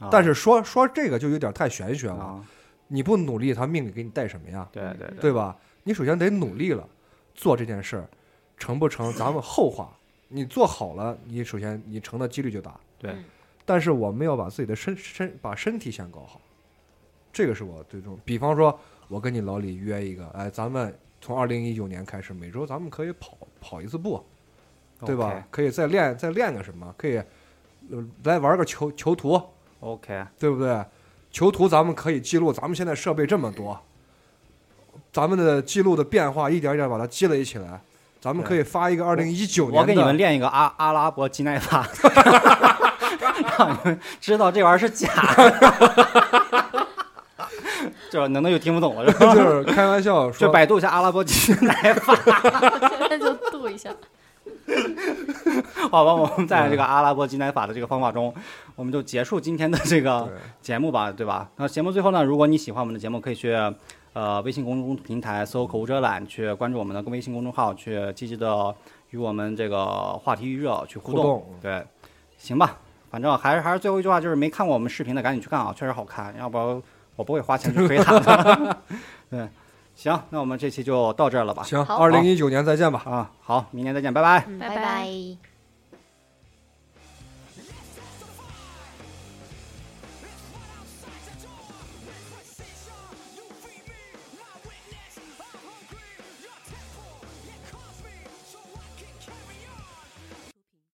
Speaker 1: 啊
Speaker 4: 但是说说这个就有点太玄学了，
Speaker 1: 啊，
Speaker 4: 你不努力，他命里给你带什么呀？
Speaker 1: 对对对，
Speaker 4: 对吧？你首先得努力了，做这件事儿成不成，咱们后话。你做好了，你首先你成的几率就大。
Speaker 1: 对
Speaker 3: 嗯
Speaker 4: 但是我们要把自己的身身把身体先搞好，这个是我最重。比方说，我跟你老李约一个，哎，咱们从二零一九年开始，每周咱们可以跑跑一次步，对吧可以再练再练个什么，可以、呃来玩个囚囚徒，
Speaker 1: ？OK，
Speaker 4: 对不对？囚徒咱们可以记录，咱们现在设备这么多，咱们的记录的变化一点一点把它积累起来，咱们可以发一个二零一九
Speaker 1: 我
Speaker 4: 年
Speaker 1: 给你们
Speaker 4: 的。
Speaker 1: 练一个阿阿拉伯吉奈
Speaker 4: <laughs>
Speaker 1: 法，让你们知道这玩意儿是假的。 <laughs> 就能能就听不懂了，是
Speaker 4: <laughs>
Speaker 1: 吧
Speaker 4: 就是开玩笑
Speaker 1: 就 <laughs>
Speaker 4: 说，
Speaker 1: 百度一下阿拉伯吉奈法，
Speaker 3: 现在就度一下。
Speaker 1: <laughs> 好吧？我们在这
Speaker 4: 嗯
Speaker 1: 个阿拉伯吉奈法的这个方法中，我们就结束今天的这个
Speaker 4: 对
Speaker 1: 节目吧，对吧？那节目最后呢，如果你喜欢我们的节目，可以去呃微信公众平台搜“口无遮拦”，去关注我们的微信公众号，去积极的与我们这个话题预热去互动。
Speaker 4: 互动
Speaker 1: 对，行吧，反正啊还是还是最后一句话，就是没看过我们视频的赶紧去看啊，确实好看，要不然我不会花钱去推它的。
Speaker 4: <laughs>
Speaker 1: 对，行，那我们这期就到这儿了吧？
Speaker 4: 行，
Speaker 3: 好
Speaker 4: 二零一九年再见吧。
Speaker 1: 啊，好，明年再见，拜拜。
Speaker 3: 嗯，
Speaker 2: 拜
Speaker 3: 拜
Speaker 2: 拜
Speaker 3: 拜